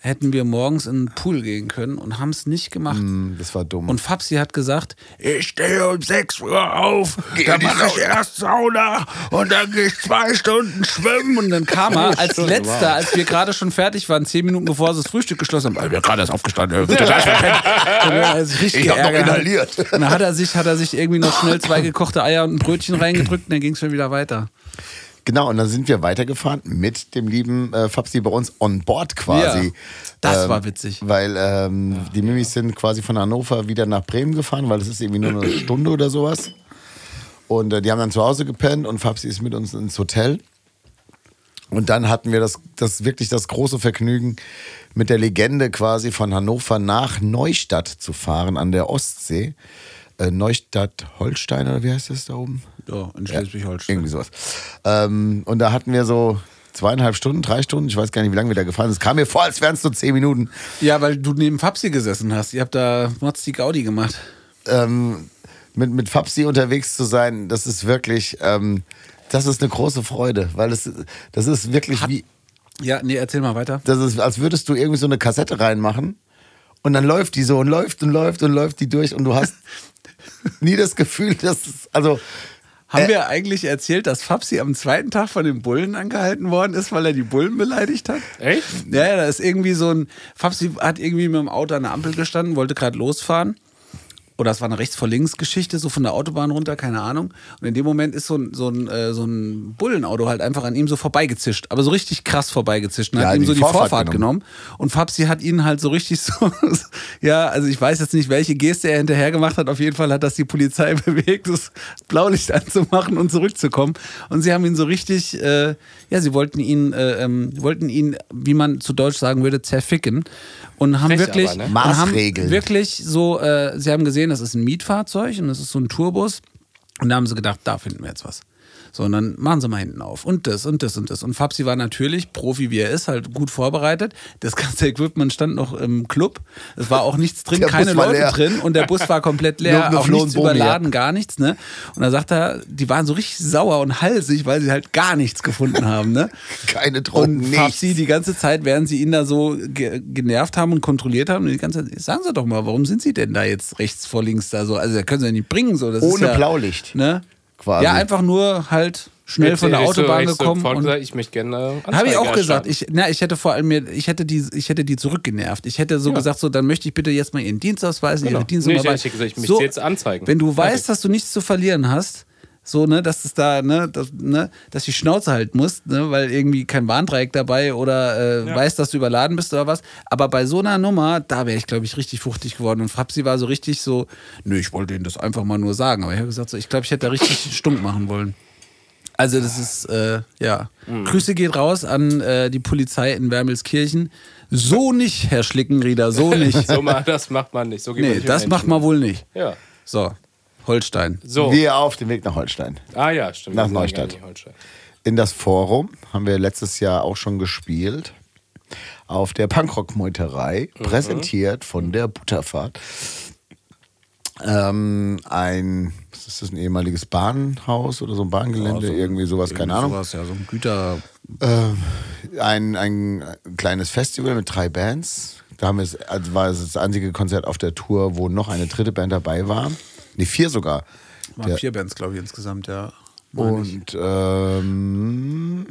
S3: hätten wir morgens in den Pool gehen können und haben es nicht gemacht.
S4: Das war dumm.
S3: Und Fabsi hat gesagt, ich stehe um 6 Uhr auf, dann mache ich erst Sauna und dann gehe ich zwei Stunden schwimmen. Und dann kam [laughs] er als
S4: Stunde,
S3: letzter, als wir gerade schon fertig waren, zehn Minuten bevor sie das Frühstück geschlossen haben, "Ey, ich bin gerade erst aufgestanden, ey, wird der Scheiß [laughs] verpennt." Und dann hat er sich richtig
S4: Ich hab noch
S3: geärgert.
S4: inhaliert.
S3: Und dann hat er, sich, hat er sich irgendwie noch schnell zwei gekochte Eier und ein Brötchen reingedrückt und dann ging es schon wieder weiter.
S4: Genau, und dann sind wir weitergefahren mit dem lieben äh, Fabsi bei uns on board quasi.
S3: Ja, das war witzig.
S4: Weil ähm, die Mimis sind quasi von Hannover wieder nach Bremen gefahren, weil es ist irgendwie nur eine Stunde oder sowas. Und äh, die haben dann zu Hause gepennt und Fabsi ist mit uns ins Hotel. Und dann hatten wir das, das wirklich das große Vergnügen, mit der Legende quasi von Hannover nach Neustadt zu fahren an der Ostsee. Äh, Neustadt-Holstein oder wie heißt das da oben?
S3: Ja, in
S4: Ja,
S3: Schleswig-Holstein.
S4: Irgendwie sowas. Ähm, und da hatten wir so zweieinhalb Stunden, drei Stunden, ich weiß gar nicht, wie lange wir da gefahren sind. Es kam mir vor, als wären es nur zehn Minuten.
S3: Ja, weil du neben Fabsi gesessen hast. Ihr habt da Motzi Gaudi gemacht.
S4: Ähm, mit, mit Fabsi unterwegs zu sein, das ist wirklich, ähm, das ist eine große Freude, weil es, das ist wirklich wie,
S3: Ja, nee, erzähl mal weiter.
S4: das ist, als würdest du irgendwie so eine Kassette reinmachen und dann läuft die so und läuft und läuft und läuft die durch und du hast nie das Gefühl, dass es, also,
S3: Haben
S4: Äh.
S3: wir eigentlich erzählt, dass Fabsi am zweiten Tag von den Bullen angehalten worden ist, weil er die Bullen beleidigt hat?
S2: Echt?
S3: Ja, ja, da ist irgendwie so ein. Fabsi hat irgendwie mit dem Auto an der Ampel gestanden, wollte gerade losfahren. Oder es war eine Rechts-vor-Links-Geschichte, so von der Autobahn runter, keine Ahnung. Und in dem Moment ist so ein, so ein, äh, so ein Bullenauto halt einfach an ihm so vorbeigezischt. Aber so richtig krass vorbeigezischt. Und
S4: Ja,
S3: hat ihm
S4: die
S3: so die
S4: Vorfahrt
S3: Vorfahrt,
S4: genommen.
S3: genommen. Und Fabsi hat ihn halt so richtig so. [laughs] ja, also ich weiß jetzt nicht, welche Geste er hinterher gemacht hat. Auf jeden Fall hat das die Polizei [laughs] bewegt, das Blaulicht anzumachen und zurückzukommen. Und sie haben ihn so richtig. Äh, ja, sie wollten ihn, äh, ähm, wollten ihn, wie man zu Deutsch sagen würde, zerficken. Und haben
S2: Frech
S3: wirklich.
S2: aber, ne?
S3: und haben
S4: Maßregeln.
S3: wirklich wirklich so, äh, sie haben gesehen, das ist ein Mietfahrzeug und das ist so ein Tourbus. Und da haben sie gedacht, da finden wir jetzt was. So, und dann machen sie mal hinten auf. Und das und das und das. Und Fabsi war natürlich, Profi wie er ist, halt gut vorbereitet. Das ganze Equipment stand noch im Club. Es war auch nichts drin,
S4: Der
S3: keine
S4: Bus war
S3: Leute
S4: leer.
S3: drin. Und der Bus war komplett
S4: Nur-
S3: leer,
S4: nur
S3: auch nichts
S4: Flohn-Bomi, ja.
S3: überladen, gar nichts. Ne? Und da sagt er, die waren so richtig sauer und halsig, weil sie halt gar nichts gefunden haben.
S4: [laughs]
S3: Ne?
S4: keine Drogen,
S3: Und
S4: nichts.
S3: Fabsi die ganze Zeit, während sie ihn da so ge genervt haben und kontrolliert haben, die ganze Zeit, sagen Sie doch mal, warum sind Sie denn da jetzt rechts vor links da so? Also, da können Sie ja nicht bringen. So. Das ist
S4: Ohne
S3: ja,
S4: Blaulicht.
S3: Ne?
S4: Quasi.
S3: Ja, einfach nur halt schnell von der
S2: Ich
S3: Autobahn
S2: ich so,
S3: gekommen.
S2: von,
S3: und
S2: gesagt, ich möchte gerne.
S3: habe ich
S2: Anzeige
S3: auch gesagt.
S2: erstatten.
S3: Ich, na, ich hätte vor allem mir, ich hätte die, ich hätte die zurückgenervt. Ich hätte so gesagt, so dann möchte ich bitte jetzt mal ihren Dienstausweis,
S2: Genau.
S3: ihre Dienstnummer.
S2: Nee, ich hätte
S3: bei-
S2: gesagt, ich möchte
S3: so,
S2: sie jetzt anzeigen.
S3: Wenn du weißt, dass du nichts zu verlieren hast, so ne, dass es da ne, dass, ne, dass die Schnauze halten musst, ne, weil irgendwie kein Warndreieck dabei oder äh, weißt, dass du überladen bist oder was. Aber bei so einer Nummer, da wäre ich glaube ich richtig fruchtig geworden und Frapsi war so richtig so, nö, ich wollte ihnen das einfach mal nur sagen, aber ich habe gesagt, so, ich glaube, ich hätte da richtig stunk machen wollen. Also das ist, äh, ja.
S4: Mhm.
S3: Grüße geht raus an äh, die Polizei in Wermelskirchen. So nicht, Herr Schlickenrieder,
S4: [laughs]
S3: so nicht.
S2: So mal, das macht man nicht. So geht man
S3: nee,
S2: nicht
S3: das
S2: mit
S3: macht man wohl nicht.
S2: Menschen. Ja.
S3: So, Holstein.
S2: So.
S4: Wir auf dem Weg nach Holstein.
S2: ah ja, stimmt.
S4: Nach
S2: Wir sind ja
S4: Neustadt.
S2: gar nicht in Holstein.
S4: in das Forum. Haben wir letztes Jahr auch schon gespielt. Auf der Punkrock-Meuterei, präsentiert von der Butterfahrt. Ähm, ein, was ist das, ein ehemaliges Bahnhaus oder so ein Bahngelände, irgendwie sowas, keine Ahnung.
S3: Also, Sowas, ja, so ein Güter.
S4: Ähm, ein, ein kleines Festival mit drei Bands. Da haben wir es, also war es das einzige Konzert auf der Tour, wo noch eine dritte Band dabei war. Ne, vier sogar.
S3: Waren vier Bands, glaube ich, insgesamt, ja.
S4: Und ähm,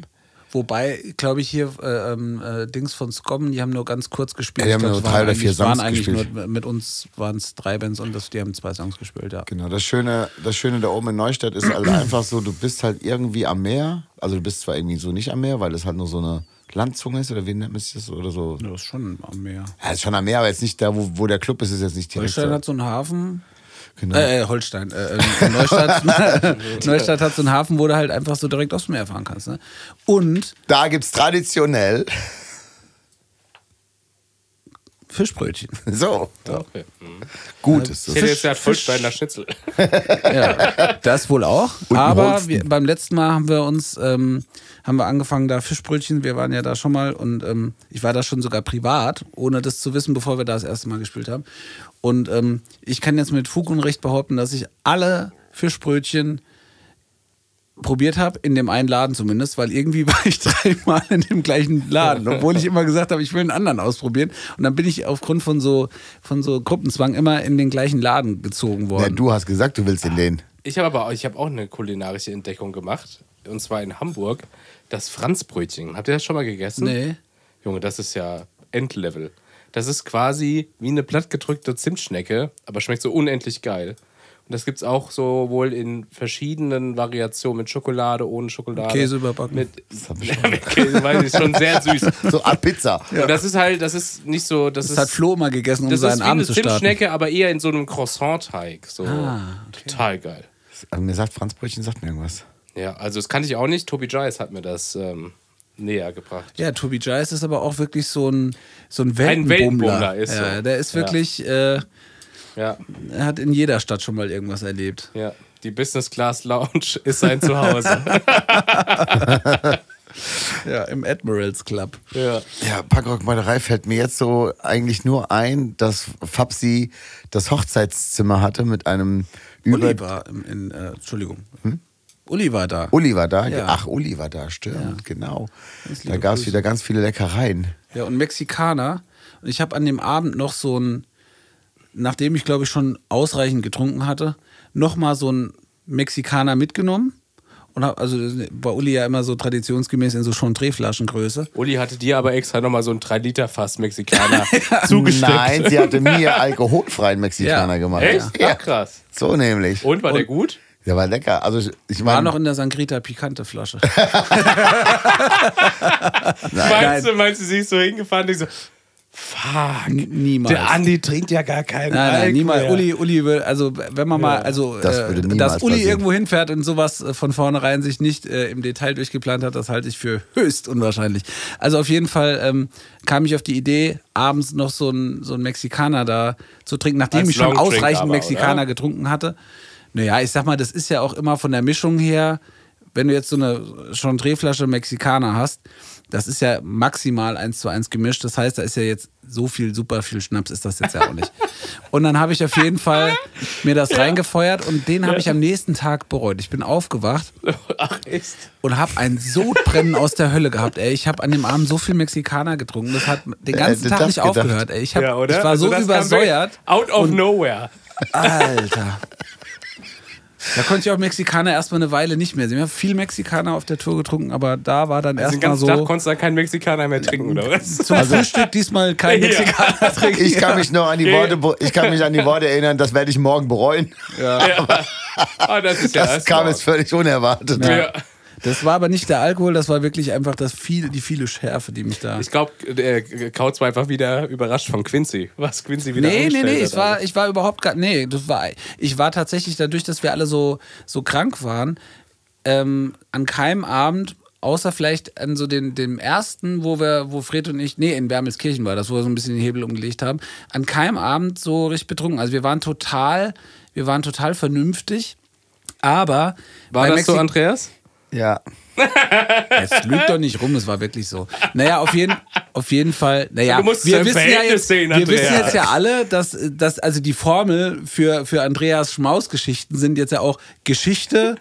S3: Wobei, glaube ich, hier äh, ähm, äh, Dings von Skommen, die haben nur ganz kurz gespielt.
S4: Ja, die haben
S3: Ich glaub,
S4: nur
S3: es waren
S4: drei oder vier
S3: eigentlich- waren
S4: Songs
S3: eigentlich
S4: gespielt.
S3: Nur, mit uns waren es drei Bands und das, die haben zwei Songs gespielt, ja.
S4: Genau, das Schöne, das Schöne da oben in Neustadt ist halt einfach so, du bist halt irgendwie am Meer. Also du bist zwar irgendwie so nicht am Meer, weil das halt nur so eine Landzunge ist oder wie nennt man es das oder so.
S3: Das ist schon am Meer.
S4: Ja, ist schon am Meer, aber jetzt nicht da, wo, wo der Club ist, ist jetzt nicht direkt.
S3: Holstein
S4: da.
S3: hat so einen Hafen.
S4: Genau.
S3: Äh, äh, Holstein. Äh,
S4: [laughs]
S3: äh, Neustadt, Neustadt hat so einen Hafen, wo du halt einfach so direkt aufs Meer fahren kannst. Ne? Und
S4: Da gibt's traditionell. [laughs]
S3: Fischbrötchen.
S4: So,
S2: Ah, Okay.
S4: gut ist
S2: Ich hätte
S4: das.
S2: jetzt gesagt, Holsteiner Schnitzel.
S3: Ja, [laughs] das wohl auch.
S4: einen
S3: Aber
S4: Holsten.
S3: wir, beim letzten Mal haben wir uns, ähm, haben wir angefangen, da Fischbrötchen, wir waren ja da schon mal und ähm, ich war da schon sogar privat, ohne das zu wissen, bevor wir da das erste Mal gespielt haben. Und ähm, ich kann jetzt mit Fug und Recht behaupten, dass ich alle Fischbrötchen probiert habe, in dem einen Laden zumindest, weil irgendwie [laughs] war ich dreimal in dem gleichen Laden, obwohl ich immer gesagt habe, ich will einen anderen ausprobieren. Und dann bin ich aufgrund von so, von so Gruppenzwang immer in den gleichen Laden gezogen
S4: Ja,
S3: worden.
S4: du hast gesagt, du willst in den.
S2: Ich habe aber auch- ich habe auch eine kulinarische Entdeckung gemacht. Und zwar in Hamburg. Das Franzbrötchen. Habt ihr das schon mal gegessen?
S3: Nee.
S2: Junge, das ist ja Endlevel. Das ist quasi wie eine plattgedrückte Zimtschnecke, aber schmeckt so unendlich geil. Und das gibt es auch sowohl in verschiedenen Variationen mit Schokolade, ohne Schokolade.
S3: Käse überbacken.
S2: Mit, [laughs] mit Käse, weil es ist schon sehr
S3: [laughs]
S2: süß.
S4: So, ah, Pizza.
S2: Und das ist halt, das ist nicht so, das,
S3: das
S2: ist
S3: hat Flo immer gegessen, um
S2: das ist
S3: seinen
S2: wie eine
S3: Abend zu starten. Ah,
S2: Zimtschnecke, aber eher in so einem Croissant-Teig. So. Total geil.
S4: Aber mir sagt Franzbrötchen, sagt mir irgendwas.
S2: Ja, also das kannte ich auch nicht. Tobi Giles hat mir das ähm, näher gebracht.
S3: Ja, Tobi Giles ist aber auch wirklich so ein, so ein
S2: Ein
S3: Weltenbummler.
S2: Weltenbummler ist
S3: ja,
S2: so.
S3: Der ist
S2: Ja.
S3: wirklich, äh,
S2: Ja,
S3: er hat in jeder Stadt schon mal irgendwas erlebt.
S2: ja. Die Business Class Lounge [laughs] ist sein
S3: [laughs]
S2: Zuhause.
S3: Ja, im Admirals Club.
S2: ja.
S4: Ja, Packrockmalerei fällt mir jetzt so eigentlich nur ein, dass Fabsi das Hochzeitszimmer hatte mit einem über.
S3: Uli war im, in, äh, Entschuldigung. Uli war da.
S4: Uli war da.
S3: Ja.
S4: Ach, Uli war da, stimmt, genau. Da
S3: liebe
S4: gab es
S3: Grüße.
S4: wieder ganz viele Leckereien.
S3: Ja, und Mexikaner. Und ich habe an dem Abend noch so ein, nachdem ich glaube ich schon ausreichend getrunken hatte, nochmal so ein Mexikaner mitgenommen. Und hab, also bei Uli ja immer so traditionsgemäß in so Chantre-Flaschengröße.
S2: Uli hatte dir aber extra nochmal so ein 3-Liter-Fass
S3: [laughs]
S2: Mexikaner zugesteckt.
S4: Nein, sie hatte mir alkoholfreien Mexikaner
S3: Ja.
S4: gemacht.
S2: Echt? Ja.
S4: Ja,
S2: krass.
S4: so nämlich.
S2: Und war der gut?
S4: Der war lecker. Also ich
S3: War
S4: meine,
S3: noch in der Sangrita Pikante
S4: [laughs]
S3: Flasche.
S2: Meinst du, meinst du, sie ist so hingefahren? Die so, fuck.
S3: niemals.
S2: Der Andi trinkt ja gar keinen
S3: Nein, nein,
S2: Alk
S3: niemals.
S2: mehr.
S3: Uli, Uli will, also wenn man mal, also
S4: Das
S3: äh,
S4: würde niemals
S3: dass Uli
S4: passieren.
S3: irgendwo hinfährt und sowas äh, von vornherein sich nicht äh, im Detail durchgeplant hat, das halte ich für höchst unwahrscheinlich. Also auf jeden Fall ähm, kam ich auf die Idee, abends noch so einen so einen Mexikaner da zu trinken, nachdem
S2: Als
S3: ich schon
S2: Longdrink
S3: ausreichend
S2: aber,
S3: Mexikaner
S2: oder?
S3: getrunken hatte. Naja, ich sag mal, das ist ja auch immer von der Mischung her, wenn du jetzt so eine schon Drehflasche Mexikaner hast, das ist ja maximal eins zu eins gemischt. Das heißt, da ist ja jetzt so viel, super viel Schnaps ist das jetzt ja auch nicht. Und dann habe ich auf jeden Fall mir das reingefeuert und den habe ich am nächsten Tag bereut. Ich bin aufgewacht
S2: [laughs] Ach, echt?
S3: und habe ein Sodbrennen aus der Hölle gehabt. Ey, ich habe an dem Abend so viel Mexikaner getrunken, das hat
S2: Äh,
S3: den ganzen
S4: hätte
S3: Tag
S4: das
S3: nicht
S4: gedacht?
S3: aufgehört. Ey, ich, hab,
S2: Ja, oder? Also
S3: ich war so
S2: das kam
S3: übersäuert.
S2: wirklich Out of nowhere.
S3: Alter. Da konnte ich auch Mexikaner erstmal eine Weile nicht mehr sehen. Wir haben viel Mexikaner auf der Tour getrunken, aber da war dann
S2: Also Den
S3: erstmal
S2: ganzen Tag
S3: so.
S2: konntest du da keinen Mexikaner mehr trinken, oder was?
S3: [laughs] Zum Frühstück diesmal
S2: [laughs]
S3: kein
S2: Ja.
S3: Mexikaner trinken. [laughs]
S4: Also ich kann mich noch an die
S2: Ja.
S4: Worte, be- ich kann mich an die Worte erinnern, das werde ich morgen bereuen.
S2: Ja. Ah, das ist ja
S4: Das
S2: erst
S4: kam
S2: mal.
S4: jetzt völlig unerwartet.
S2: Ja.
S3: Das war aber nicht der Alkohol, das war wirklich einfach das viele, die viele Schärfe, die mich da.
S2: Ich glaube, äh, Kautz war einfach wieder überrascht von Quincy. Was Quincy wieder
S3: Nee, nee,
S2: angestellt
S3: nee,
S2: hat.
S3: ich war, ich war überhaupt gar. Nee, das war, ich war tatsächlich dadurch, dass wir alle so, so krank waren, ähm, an keinem Abend, außer vielleicht an so den, dem ersten, wo wir, wo Fred und ich, nee, in Wermelskirchen war das, wo wir so ein bisschen den Hebel umgelegt haben, an keinem Abend so richtig betrunken. Also wir waren total, wir waren total vernünftig. Aber
S2: War
S3: bei
S2: das so,
S3: Mexi-
S2: Andreas?
S4: Ja.
S3: Jetzt lügt doch nicht rum, es war wirklich so. Naja, auf jeden, auf jeden Fall. Naja,
S2: Du musst es im Verhältnis
S3: jetzt,
S2: sehen,
S3: wir
S2: Andreas.
S3: wissen jetzt ja alle, dass, dass also die Formel für, für Andreas Schmaus-Geschichten sind jetzt ja auch Geschichte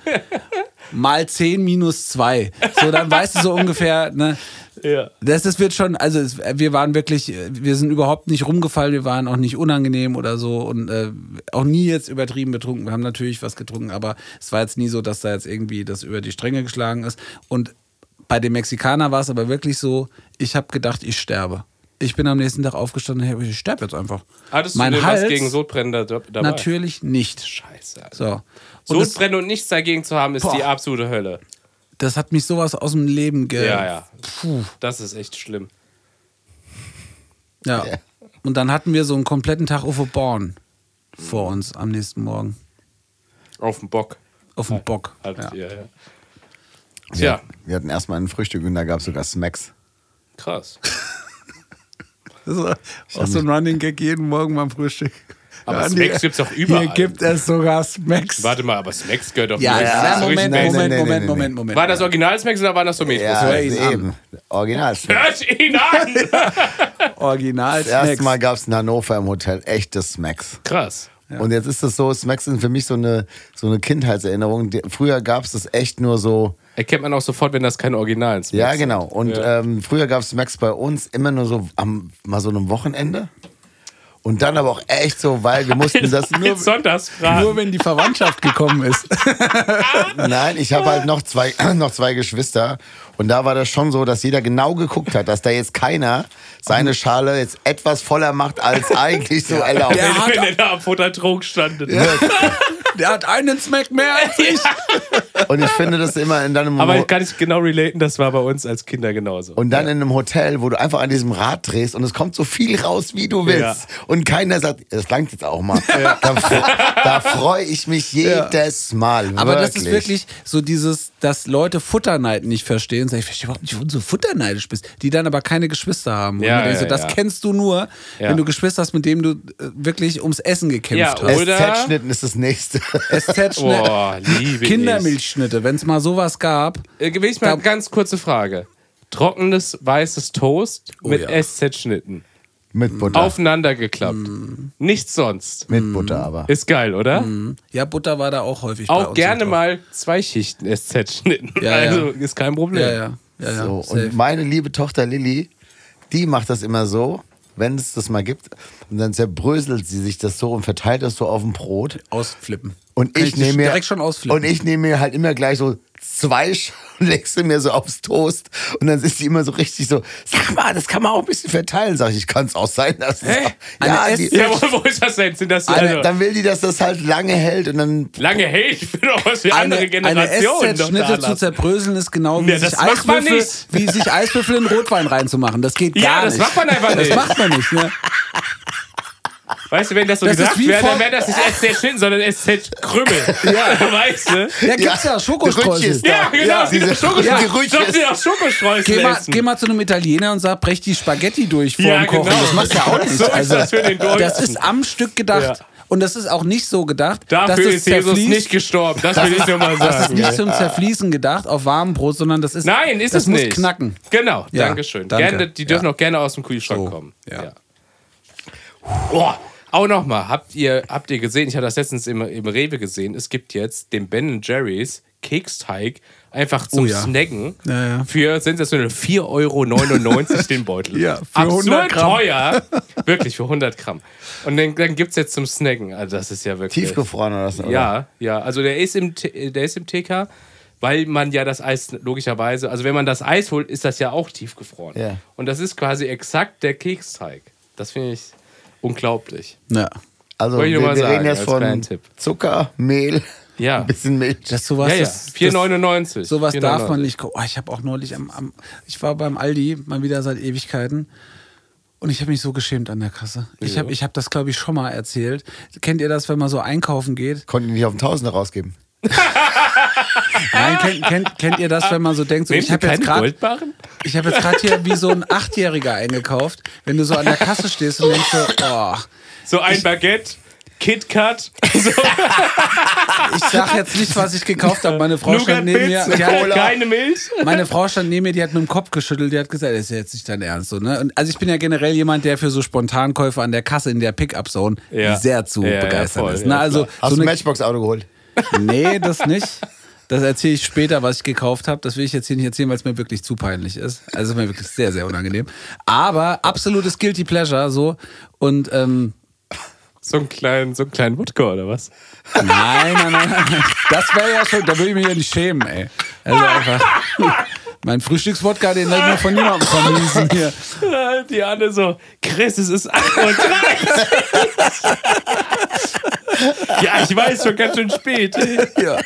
S3: mal 10 minus 2. So, dann weißt du so ungefähr, ne?
S2: Ja.
S3: Das, das wird schon, also es, wir waren wirklich, äh, wir sind überhaupt nicht rumgefallen, wir waren auch nicht unangenehm oder so und äh, auch nie jetzt übertrieben betrunken. Wir haben natürlich was getrunken, aber es war jetzt nie so, dass da jetzt irgendwie das über die Stränge geschlagen ist. Und bei dem Mexikaner war es aber wirklich so, ich habe gedacht, ich sterbe. Ich bin am nächsten Tag aufgestanden, hey, ich sterbe jetzt einfach.
S2: Hattest du denn was gegen Sodbrennen da, dabei?
S3: natürlich nicht.
S2: Scheiße. Alter.
S3: So. Und das,
S2: Sodbrennen und nichts dagegen zu haben, ist
S3: Boah.
S2: die absolute Hölle.
S3: das hat mich sowas aus dem Leben ge
S2: Ja, ja.
S3: Puh.
S2: Das ist echt schlimm.
S3: Ja.
S4: Ja.
S3: Und dann hatten wir so einen kompletten Tag Ufo Born vor uns am nächsten Morgen.
S2: Auf den Bock.
S3: Auf dem Bock.
S2: Hat,
S3: Ja.
S2: ja. halt Ja, Tja,
S4: Wir hatten erstmal ein Frühstück und da gab es sogar Smacks.
S2: krass.
S3: Das war auch so ein Running Gag jeden Morgen beim Frühstück.
S2: Aber
S3: Ja,
S2: Smacks
S3: die-
S2: gibt's doch überall.
S3: Hier gibt es sogar Smacks.
S2: Warte mal, aber Smacks gehört doch
S3: ja,
S2: nicht.
S3: ja,
S2: Das ist so
S3: Moment,
S2: richtig
S4: Nee,
S3: Moment,
S2: basic.
S4: nee,
S3: Moment,
S4: nee, nee,
S3: Moment,
S4: nee.
S3: Moment,
S2: War das Original Smacks oder waren das so Mikros?
S4: Ja,
S3: hör ihn an.
S4: eben. Original.
S2: Hört ihn an!
S3: [laughs] Original
S4: Das erste
S3: Smacks?
S4: Mal gab es in Hannover im Hotel echte Smacks.
S2: Krass.
S4: Und jetzt ist das so, Smacks sind für mich so eine, so eine Kindheitserinnerung. Die, früher gab es das echt nur so,
S2: Erkennt man auch sofort, wenn das keine Originalen sind.
S4: ja genau. Und
S2: Ja.
S4: ähm, früher gab es Smacks bei uns immer nur so am, mal so einem Wochenende. Und dann aber auch echt so, weil
S2: [laughs]
S4: wir mussten genau. das nur,
S2: Sonntagsfragen.
S3: Nur
S2: [laughs]
S3: wenn die Verwandtschaft gekommen [laughs] ist.
S4: Nein, ich habe halt noch zwei, [clears throat] noch zwei Geschwister. Und da war das schon so, dass jeder genau geguckt hat, dass da jetzt keiner seine Schale jetzt etwas voller macht als eigentlich so erlaubt.
S3: Der
S2: wenn,
S3: hat-
S2: wenn er da am Futtertrog stand.
S3: Der hat einen Smack mehr [laughs] als ich.
S4: Und ich finde das immer in deinem
S2: Aber kann ich genau relaten, das war bei uns als Kinder genauso.
S4: und dann in einem Hotel, wo du einfach an diesem Rad drehst und es kommt so viel raus, wie du willst.
S2: Ja.
S4: Und keiner sagt, das langt jetzt auch mal. Da, fre- da freue ich mich jedes Mal.
S3: Aber das ist wirklich so dieses, dass Leute Futterneid nicht verstehen. Sag ich, ich verstehe überhaupt nicht, warum du so futterneidisch bist. Die dann aber keine Geschwister haben. Und
S2: Ja,
S3: man denkt so,
S2: ja,
S3: das
S2: ja.
S3: kennst du nur,
S2: Ja.
S3: wenn du Geschwister hast, mit denen du äh, wirklich ums Essen gekämpft
S2: Ja,
S3: hast.
S2: oder-
S4: SZ-Schnitten ist das nächste.
S2: [laughs]
S3: SZ-Schnitte,
S2: Boah, liebe ich.
S3: Kindermilchschnitte, wenn es mal sowas gab.
S2: Äh, will ich mal
S3: Da-
S2: eine ganz kurze Frage. Trockenes weißes Toast
S3: Oh
S2: mit
S3: ja.
S2: SZ-Schnitten.
S4: [laughs] Mit Butter.
S2: Aufeinander geklappt. Nichts sonst.
S4: Mit Butter aber.
S2: Ist geil, oder?
S3: Ja, Butter war da auch häufig bei
S2: Auch
S3: uns
S2: gerne
S3: drauf.
S2: mal zwei Schichten SZ-Schnitten.
S3: Ja, ja.
S2: also ist kein Problem.
S3: Ja, ja. ja, ja
S4: So,
S3: safe.
S4: und meine liebe Tochter Lilly, die macht das immer so, wenn es das mal gibt. Und dann zerbröselt sie sich das so und verteilt das so auf dem Brot.
S3: ausflippen.
S4: Und
S3: Kann
S4: ich, nehme mir
S3: direkt schon ausflippen.
S4: Und ich nehme mir halt immer gleich so zwei [laughs] Sch- und leg sie mir so aufs Toast. Und dann ist sie immer so richtig so, sag mal, das kann man auch ein bisschen verteilen. Sag ich, ich kann es auch sein lassen.
S2: Hä?
S4: Ja,
S3: Eine
S4: die,
S2: Ja, wo, wo ist das denn? Sind das
S4: Alter,
S2: also,
S4: dann will die, dass das halt lange hält und dann
S2: lange Hey, ich bin doch was für andere
S3: eine
S2: Generationen. doch da
S3: SZ-Schnitte zu
S2: lassen.
S3: zerbröseln ist genau wie,
S2: Ja, das
S3: sich
S2: macht man
S3: Eiswürfel,
S2: nicht.
S3: wie sich Eiswürfel in Rotwein reinzumachen. Das geht
S2: Ja,
S3: gar
S2: das
S3: nicht.
S2: macht man einfach nicht.
S3: Das macht man nicht. Ne?
S2: Weißt du, wenn das so
S3: Das ist
S2: gesagt
S3: wie
S2: wäre, dann
S3: vor-
S2: wäre das nicht SZ-Schnitten, sondern SZ-Krümmel. Ja. [laughs] Weißt du?
S3: [laughs] Ja, gibt's ja,
S4: Gerüche
S3: Schokostreusel.
S4: ist
S2: Ja, genau,
S4: Ja,
S2: diese,
S4: diese-
S2: Schokostreusel.
S4: die Gerüche
S2: Doch, die
S4: ist-
S2: auch Schokostreusel
S3: Geh mal,
S2: essen.
S3: geh mal zu einem Italiener und sag, brech die Spaghetti durch vor
S2: Ja,
S3: dem Kochen.
S2: genau.
S3: Das machst du ja auch nicht.
S2: [laughs] So ist
S3: also,
S2: das für den Deutschen.
S3: das ist am Stück gedacht.
S2: Ja.
S3: Und das ist auch nicht so gedacht, dass
S2: Dafür
S3: es
S2: ist Jesus
S3: zerfließt.
S2: nicht gestorben. Das will ich nur mal
S3: das ist
S2: sagen.
S3: nicht zum Zerfließen gedacht auf warmem Brot, sondern das ist
S2: Nein, ist
S3: das
S2: es
S3: muss
S2: nicht.
S3: knacken.
S2: Genau,
S3: Ja,
S2: Dankeschön.
S3: danke.
S2: Gerne, die dürfen
S3: Ja.
S2: auch gerne aus dem Kühlschrank
S3: So,
S2: kommen.
S3: ja.
S2: Boah, auch nochmal, habt ihr, habt ihr gesehen, ich habe das letztens im, im Rewe gesehen, es gibt jetzt den Ben Jerry's Keksteig einfach zum
S3: Oh ja.
S2: Snacken
S3: Ja, ja.
S2: für sensationelle 4,99
S3: [laughs]
S2: Euro den Beutel.
S3: Ja, für
S2: Absurd
S3: 100 Gramm.
S2: teuer. Wirklich, für 100 Gramm. Und dann, dann gibt es jetzt zum Snacken. Also das ist ja wirklich...
S4: tiefgefroren oder so. oder?
S2: Ja, ja. Also der ist im, T- der ist im TK, weil man ja das Eis logischerweise, also wenn man das Eis holt, ist das ja auch tiefgefroren.
S4: Ja.
S2: Und das ist quasi exakt der Keksteig. Das finde ich unglaublich.
S3: Ja.
S4: Also
S2: Wollte ich
S4: wir,
S2: nur
S4: wir
S2: mal sagen,
S4: reden jetzt
S2: als
S4: von
S2: kleinen Tipp.
S4: Zucker, Mehl,
S2: Ja.
S4: ein bisschen Milch.
S3: Das sowas
S2: ja, ja.
S3: ist-
S2: 4,99.
S3: Sowas darf man
S2: 4,99.
S3: nicht. ko- Oh, ich habe auch neulich am, am. Ich war beim Aldi mal wieder seit Ewigkeiten. Und ich habe mich so geschämt an der Kasse. Ich habe ich hab das, glaube ich, schon mal erzählt. Kennt ihr das, wenn man so einkaufen geht?
S4: Konnte ich nicht auf den Tausender rausgeben.
S3: Nein, kennt, kennt, kennt ihr das, wenn man so denkt, so,
S2: Nehmt
S3: ich
S2: ihr
S3: habe jetzt
S2: keine
S3: gerade
S2: Goldbarren?
S3: Ich habe jetzt gerade hier wie so ein Achtjähriger eingekauft, wenn du so an der Kasse stehst und denkst so, oh,
S2: So ein Baguette, KitKat,
S3: [laughs]
S2: so
S3: ich sag jetzt nicht, was ich gekauft habe. Meine Frau stand neben mir,
S2: Nougat-Bits,
S3: die
S2: [laughs]
S3: hat,
S2: keine Milch.
S3: meine Frau stand neben mir, die hat mit dem Kopf geschüttelt, die hat gesagt, das ist jetzt nicht dein Ernst. So, ne? und also ich bin ja generell jemand, der für so Spontankäufe an der Kasse in der Pickup-Zone
S2: Ja.
S3: sehr zu
S2: Ja, ja,
S3: begeistern
S2: voll,
S3: ist.
S2: ja,
S3: Ne? Also
S4: Hast
S3: so
S4: du ein
S3: eine,
S4: Matchbox-Auto geholt?
S3: [laughs] nee, das nicht. Das erzähle ich später, was ich gekauft habe. Das will ich jetzt hier nicht erzählen, weil es mir wirklich zu peinlich ist. Also es ist mir wirklich sehr, sehr unangenehm. Aber absolutes Guilty Pleasure so. Und ähm,
S2: So einen kleinen, so einen kleinen Wodka oder was?
S3: Nein, nein, nein. nein. Das wäre ja schon, da würde ich mich ja nicht schämen, ey. Also einfach. [laughs] Mein Frühstückswodka, den lasse ich mir von niemandem vermiesen hier.
S2: Äh, Die Anne so, Chris, es ist 8.30 Uhr. [laughs] ja, ich weiß, schon ganz schön spät.
S3: Ja.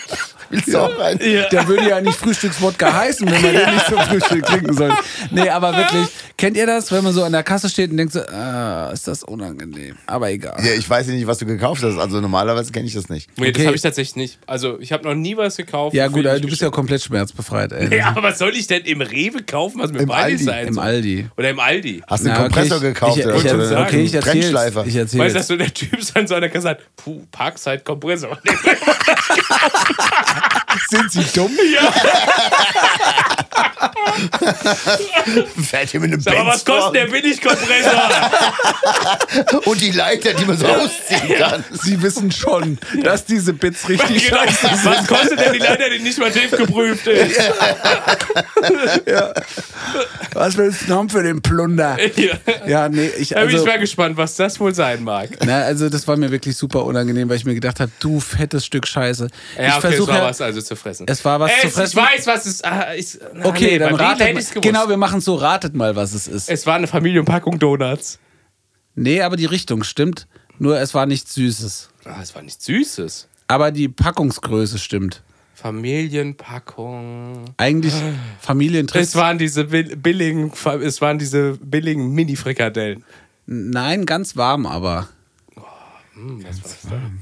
S4: Willst du auch rein?
S2: Ja.
S3: Der würde ja nicht Frühstückswodka heißen, wenn man den nicht zum Frühstück trinken soll. Nee, aber wirklich, kennt ihr das, wenn man so an der Kasse steht und denkt so, ah, ist das unangenehm, aber egal.
S4: Ja, ich weiß ja nicht, was du gekauft hast. Also normalerweise kenne ich das nicht.
S2: Nee, das
S3: Okay.
S2: habe ich tatsächlich nicht. Also, ich habe noch nie was gekauft.
S3: Ja
S2: wofür
S3: gut,
S2: ich
S3: aber
S2: mich
S3: du bist ja
S2: geschämt
S3: komplett schmerzbefreit,
S2: habe.
S3: ey.
S2: Ja, aber was soll ich denn im Rewe kaufen, was mit
S4: Im
S2: Aldi
S4: Aldi.
S2: sein
S3: Im
S2: soll?
S3: Aldi.
S2: Oder im Aldi.
S4: Hast du einen
S3: Na, okay,
S4: Kompressor
S3: ich-
S4: gekauft
S3: ich,
S4: oder
S3: ich,
S4: so?
S2: sagen,
S4: Oder
S3: okay, ich
S4: einen
S3: erzähle
S4: Bremsschleifer?
S3: Ich erzähle
S2: Weißt du, dass so der Typ an seiner Kasse hat, puh, Parkside Kompressor. [laughs]
S3: sind
S2: [laughs]
S3: sie dumm?
S4: [laughs] Fährt hier mit einem
S2: Sag mal, was kostet der
S3: [laughs]
S2: Billigkompressor?
S4: Und die Leiter, die man so ausziehen kann.
S3: Sie wissen schon, dass diese Bits richtig
S2: genau.
S3: scheiße sind.
S2: Was kostet denn die Leiter, die nicht mal TÜV geprüft
S3: [laughs]
S2: ist?
S3: Was willst du haben für den Plunder?
S2: Ja.
S3: Ja, nee, ich,
S2: Da bin
S3: also,
S2: ich mal gespannt, was das wohl sein mag.
S3: na, also das war mir wirklich super unangenehm, weil ich mir gedacht habe, du fettes Stück Scheiße.
S2: Ja,
S3: ich halt
S2: okay, es
S3: versuche
S2: war
S3: ja,
S2: was also zu fressen.
S3: Es war was
S2: Ey,
S3: zu
S2: Ich
S3: fressen.
S2: weiß, was es ah, ist. na,
S3: Okay,
S2: nee,
S3: dann
S2: bei denen
S3: ratet
S2: hätte
S3: mal.
S2: ich's gewusst.
S3: Genau, wir machen so, ratet mal, was es ist.
S2: Es war eine Familienpackung Donuts.
S3: nee, aber die Richtung stimmt, nur es war nichts Süßes.
S2: Ah, es war nichts Süßes.
S3: Aber die Packungsgröße stimmt.
S2: Familienpackung.
S3: Eigentlich
S2: Ah. Es
S3: Familientriss.
S2: waren diese bill- billigen, Fa- es waren diese billigen Mini-Frikadellen.
S3: Nein, ganz warm aber.
S2: Hm, was war das denn?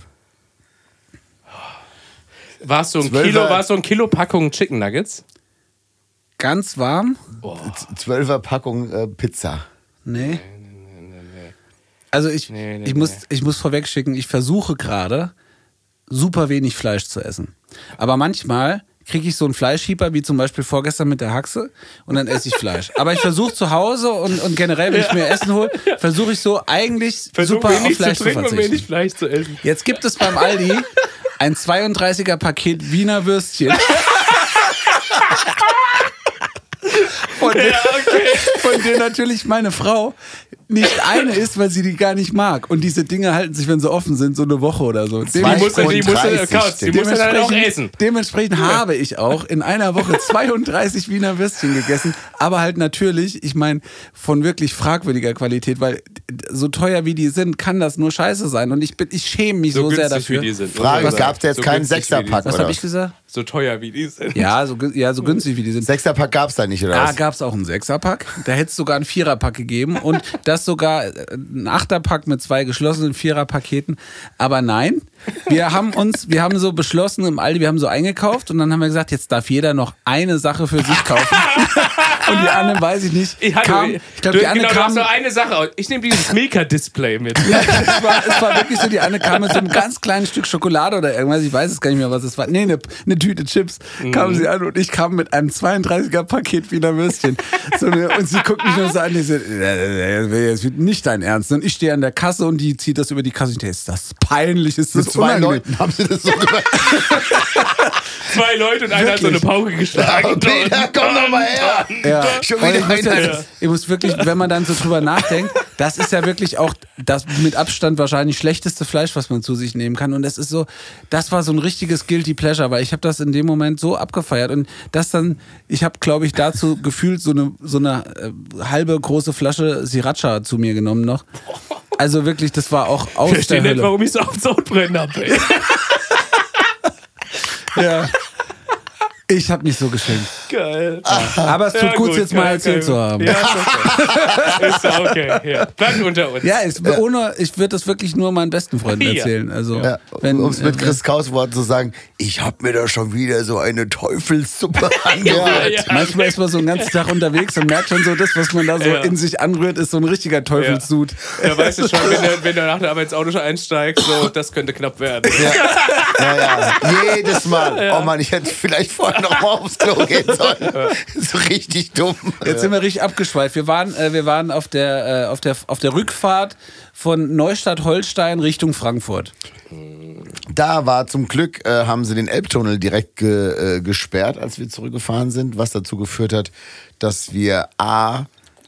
S2: War es so ein
S4: Zwölfer-
S2: Kilo, war es so ein Kilo Packung Chicken Nuggets?
S3: Ganz warm?
S4: Zwölfer Packung äh, Pizza.
S3: Nee. Also ich,
S2: Nee, nee,
S3: ich, muss, ich muss vorweg schicken, ich versuche gerade super wenig Fleisch zu essen. Aber manchmal kriege ich so einen Fleischhieber, wie zum Beispiel vorgestern mit der Haxe, und dann esse ich
S2: [laughs]
S3: Fleisch. Aber ich versuche zu Hause und, und generell, wenn ich mir Essen hole, versuche ich so eigentlich
S2: Versuch
S3: super auf
S2: wenig zu
S3: Fleisch zu,
S2: trinken und
S3: verzichten.
S2: wenig Fleisch zu essen.
S3: Jetzt gibt es beim Aldi ein 32er Paket Wiener
S2: [laughs]
S3: Würstchen. Von denen, von denen natürlich meine Frau nicht eine ist, weil sie die gar nicht mag. Und diese Dinge halten sich, wenn sie offen sind, so eine Woche oder so.
S2: Die
S4: Fleisch
S2: musst du, die
S4: und
S2: musst du,
S4: 30
S2: Kauz, die
S4: Stück.
S2: musst du dann auch essen.
S3: dementsprechend habe ich auch in
S2: [laughs]
S3: einer Woche 32 Wiener Würstchen gegessen, aber halt natürlich, ich meine, von wirklich fragwürdiger Qualität, weil so teuer wie die sind, kann das nur scheiße sein. Und ich, bin, ich schäme mich so, sehr
S2: günstig
S3: dafür.
S2: wie die sind.
S4: Frage,
S2: Was-
S4: gab's da jetzt keinen
S2: günstig wie die
S4: Sechserpack,
S2: sind.
S3: Was
S4: Oder
S3: habe
S4: was?
S3: ich gesagt?
S2: So teuer wie die sind.
S3: Ja so, gü- ja, so günstig wie die sind.
S4: Sechserpack gab es da nicht, oder
S3: Da
S4: was?
S3: gab es auch einen Sechserpack. Da hätte es sogar einen Viererpack gegeben und das sogar äh, ein Achterpack mit zwei geschlossenen Viererpaketen. Aber nein, wir haben uns, wir haben so beschlossen im Aldi, wir haben so eingekauft und dann haben wir gesagt, jetzt darf jeder noch eine Sache für sich kaufen. [laughs] und die anderen weiß ich nicht.
S2: [laughs] Ich hatte,
S3: kam, ich glaube, die
S2: genau,
S3: andere
S2: du hast
S3: kam.
S2: nur eine Sache. Ich nehme dieses Milka-Display mit.
S3: es, war, es war wirklich so, die eine kam mit so einem ganz kleinen Stück Schokolade oder irgendwas, ich weiß es gar nicht mehr, was es war. Nee, eine, eine Tüte Chips kam
S4: Mhm.
S3: sie an und ich kam mit einem 32er-Paket Wiener Würstchen. So, eine- und sie guckt mich nur so an, ich so, äh, äh, das wird nicht dein Ernst. Und ich stehe an der Kasse und die zieht das über die Kasse. Ich denke, ist das peinlich, ist das
S4: Mit zwei
S3: unangenehm.
S4: Leuten haben sie das
S3: [laughs]
S4: so gemacht.
S2: Zwei Leute und einer hat so eine
S3: Wirklich?
S2: Pauke geschlagen.
S4: Peter, komm doch mal her.
S3: genau. Ja.
S4: Schon
S3: Und
S4: wieder
S3: ich, muss halt
S4: einer.
S3: jetzt, ich muss wirklich, wenn man dann so drüber nachdenkt, das ist ja wirklich auch das mit Abstand wahrscheinlich schlechteste Fleisch, was man zu sich nehmen kann. Und das ist so, das war so ein richtiges Guilty Pleasure, weil ich habe das in dem Moment so abgefeiert. Und das dann, ich habe, glaube ich, dazu gefühlt so eine, so eine äh, halbe große Flasche Sriracha zu mir genommen noch. Also wirklich, das war auch aus
S2: Ich verstehe
S3: der
S2: nicht,
S3: Hölle.
S2: warum ich so auf Sodbrennen habe. ey. [laughs]
S3: Ja. Ich habe mich so geschenkt.
S2: Geil.
S3: Aber es tut
S2: Ja,
S3: gut, jetzt mal
S2: ja,
S3: erzählt
S2: okay.
S3: zu haben.
S2: Ja, ist
S3: [laughs]
S2: okay. Ist ja okay. Ja. Bleibt unter uns.
S3: Ja, ich, ohne, ich würde das wirklich nur meinen besten Freunden
S2: Ja.
S3: erzählen. Also,
S4: Ja,
S3: wenn,
S4: um es mit
S3: äh,
S4: Chris Kraus Worten zu sagen, ich hab mir da schon wieder so
S3: [laughs]
S4: eine Teufelssuppe
S2: Ja,
S4: angehört.
S2: ja.
S3: Manchmal ist man so einen ganzen Tag unterwegs und merkt schon so, das, was man da so
S2: Ja.
S3: in sich anrührt, ist so ein richtiger Teufelssud.
S2: Ja, weißt du schon, wenn du, wenn du nach der Arbeit ins Auto schon einsteigst, so, das könnte knapp
S3: [laughs]
S2: werden.
S4: Ja, ja. Jedes Mal. Oh Mann, ich hätte vielleicht vorher noch mal aufs Klo gehen sollen. [laughs] So richtig dumm.
S3: Jetzt sind wir richtig abgeschweift. Wir waren, äh, wir waren auf, der, äh, auf, der, auf der Rückfahrt von Neustadt-Holstein Richtung Frankfurt.
S4: Da war zum Glück, äh, haben sie den Elbtunnel direkt ge, äh, gesperrt, als wir zurückgefahren sind, was dazu geführt hat, dass wir A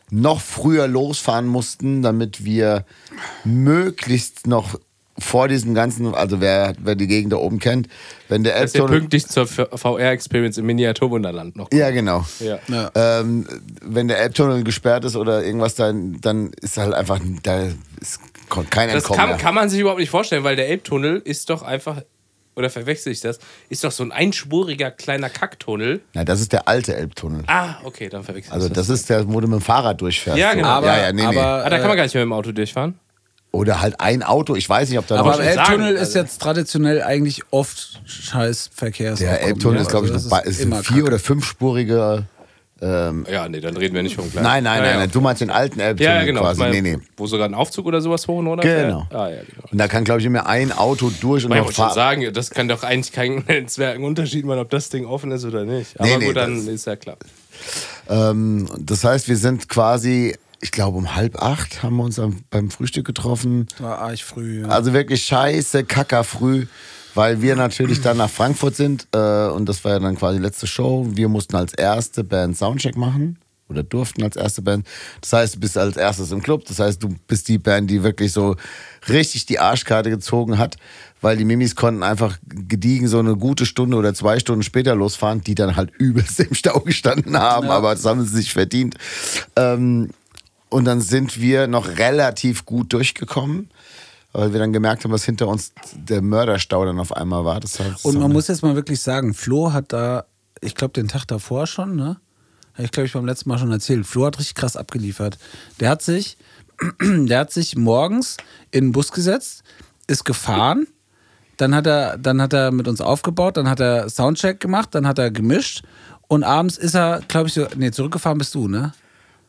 S4: noch früher losfahren mussten, damit wir möglichst noch vor diesem ganzen, also wer, wer die Gegend da oben kennt, wenn der
S2: Dass ihr
S4: Elbtunnel.
S2: pünktlich zur VR-Experience im Miniaturwunderland noch kommt.
S4: Ja, genau.
S2: Ja.
S4: Ähm, wenn der Elbtunnel gesperrt ist oder irgendwas, dann, dann ist halt einfach, da ist kein
S2: Das
S4: Entkommen
S2: kann,
S4: mehr.
S2: kann man sich überhaupt nicht vorstellen, weil der Elbtunnel ist doch einfach, oder verwechsel ich das, ist doch so ein einspuriger kleiner Kacktunnel.
S4: Na, das ist der alte Elbtunnel.
S2: Ah, okay, dann verwechsel ich
S4: Also das ist der, wo du mit dem Fahrrad durchfährst.
S2: Ja,
S4: So.
S2: genau.
S3: Aber,
S4: ja, ja, nee, nee.
S3: aber,
S2: Ah, da kann man gar nicht mehr mit dem Auto durchfahren.
S4: Oder halt ein Auto. Ich weiß nicht, ob da
S3: aber
S4: noch.
S3: am
S2: schon sagen,
S3: Elbtunnel ist
S2: also.
S3: jetzt traditionell eigentlich oft scheiß Verkehrs.
S4: der Elbtunnel ist, glaube ich,
S3: also
S4: eine,
S3: das
S4: ist
S3: immer
S4: ein vier- oder fünfspurige.
S2: Ja, nee, dann reden wir nicht vom kleinen.
S4: Nein, nein,
S2: Ja,
S4: nein,
S2: ja.
S4: nein. Du meinst den alten
S2: Ja,
S4: Elbtunnel
S2: ja, genau. Ich
S4: quasi.
S2: meine,
S4: Nee, nee.
S2: Wo sogar ein Aufzug oder sowas hoch und runter
S4: Genau.
S2: fährt. Ah, ja, genau.
S4: Und da kann, glaube ich, immer ein Auto durch und
S2: Ich
S4: noch
S2: wollte schon
S4: fahren.
S2: sagen, [laughs] das kann doch eigentlich keinen nennenswerten Unterschied machen, ob das Ding offen ist oder nicht. Aber
S4: Nee, nee,
S2: gut, dann
S4: das-
S2: ist ja klar.
S4: Ähm, das heißt, wir sind quasi, ich glaube, um halb acht haben wir uns am, beim Frühstück getroffen.
S3: War arg früh. Ja.
S4: Also wirklich scheiße, kacker früh, weil wir natürlich dann nach Frankfurt sind äh, und das war ja dann quasi letzte Show. Wir mussten als erste Band Soundcheck machen oder durften als erste Band. Das heißt, du bist als erstes im Club. Das heißt, du bist die Band, die wirklich so richtig die Arschkarte gezogen hat, weil die Mimis konnten einfach gediegen so eine gute Stunde oder zwei Stunden später losfahren, die dann halt [laughs] übelst im Stau gestanden haben, aber das haben sie sich verdient. Ähm, und dann sind wir noch relativ gut durchgekommen, weil wir dann gemerkt haben, dass hinter uns der Mörderstau dann auf einmal war. Das heißt,
S3: Und
S4: so
S3: man
S4: eine-
S3: muss jetzt mal wirklich sagen, Flo hat da, ich glaube, den Tag davor schon, ne? Hab Ich glaube, ich beim letzten Mal schon erzählt. Flo hat richtig krass abgeliefert. Der hat sich, [clears throat] der hat sich morgens in den Bus gesetzt, ist gefahren, dann hat er, dann hat er mit uns aufgebaut, dann hat er Soundcheck gemacht, dann hat er gemischt und abends ist er, glaube ich, so, nee, zurückgefahren bist du, ne?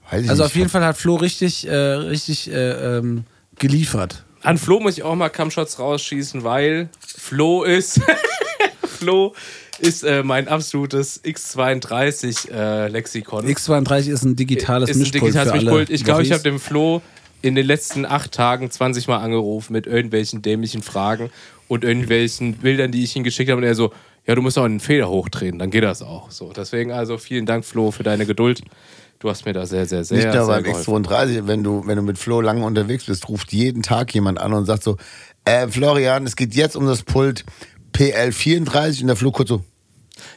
S4: Weiß ich
S3: Also
S4: nicht.
S3: auf jeden Fall hat Flo richtig, äh, richtig äh, ähm, geliefert.
S2: An Flo muss ich auch mal Kampfshots rausschießen, weil Flo ist. [laughs] Flo ist äh, mein absolutes X32-Lexikon.
S3: X32 ist ein digitales
S2: ist ein
S3: Mischpult.
S2: digitales
S3: für alle
S2: Mischpult. Ich glaube, ich habe
S3: Wochis.
S2: dem Flo in den letzten acht Tagen 20 Mal angerufen mit irgendwelchen dämlichen Fragen und irgendwelchen Bildern, die ich ihm geschickt habe. Und er so, ja, du musst auch einen Feder hochdrehen, dann geht das auch. So, deswegen also vielen Dank, Flo, für deine Geduld. Du hast mir da sehr, sehr, sehr,
S4: Nicht
S2: sehr
S4: nur beim
S2: geholfen.
S4: X32, wenn du, wenn du mit Flo lange unterwegs bist, ruft jeden Tag jemand an und sagt so, äh, Florian, es geht jetzt um das Pult PL34 und der Flo kurz so,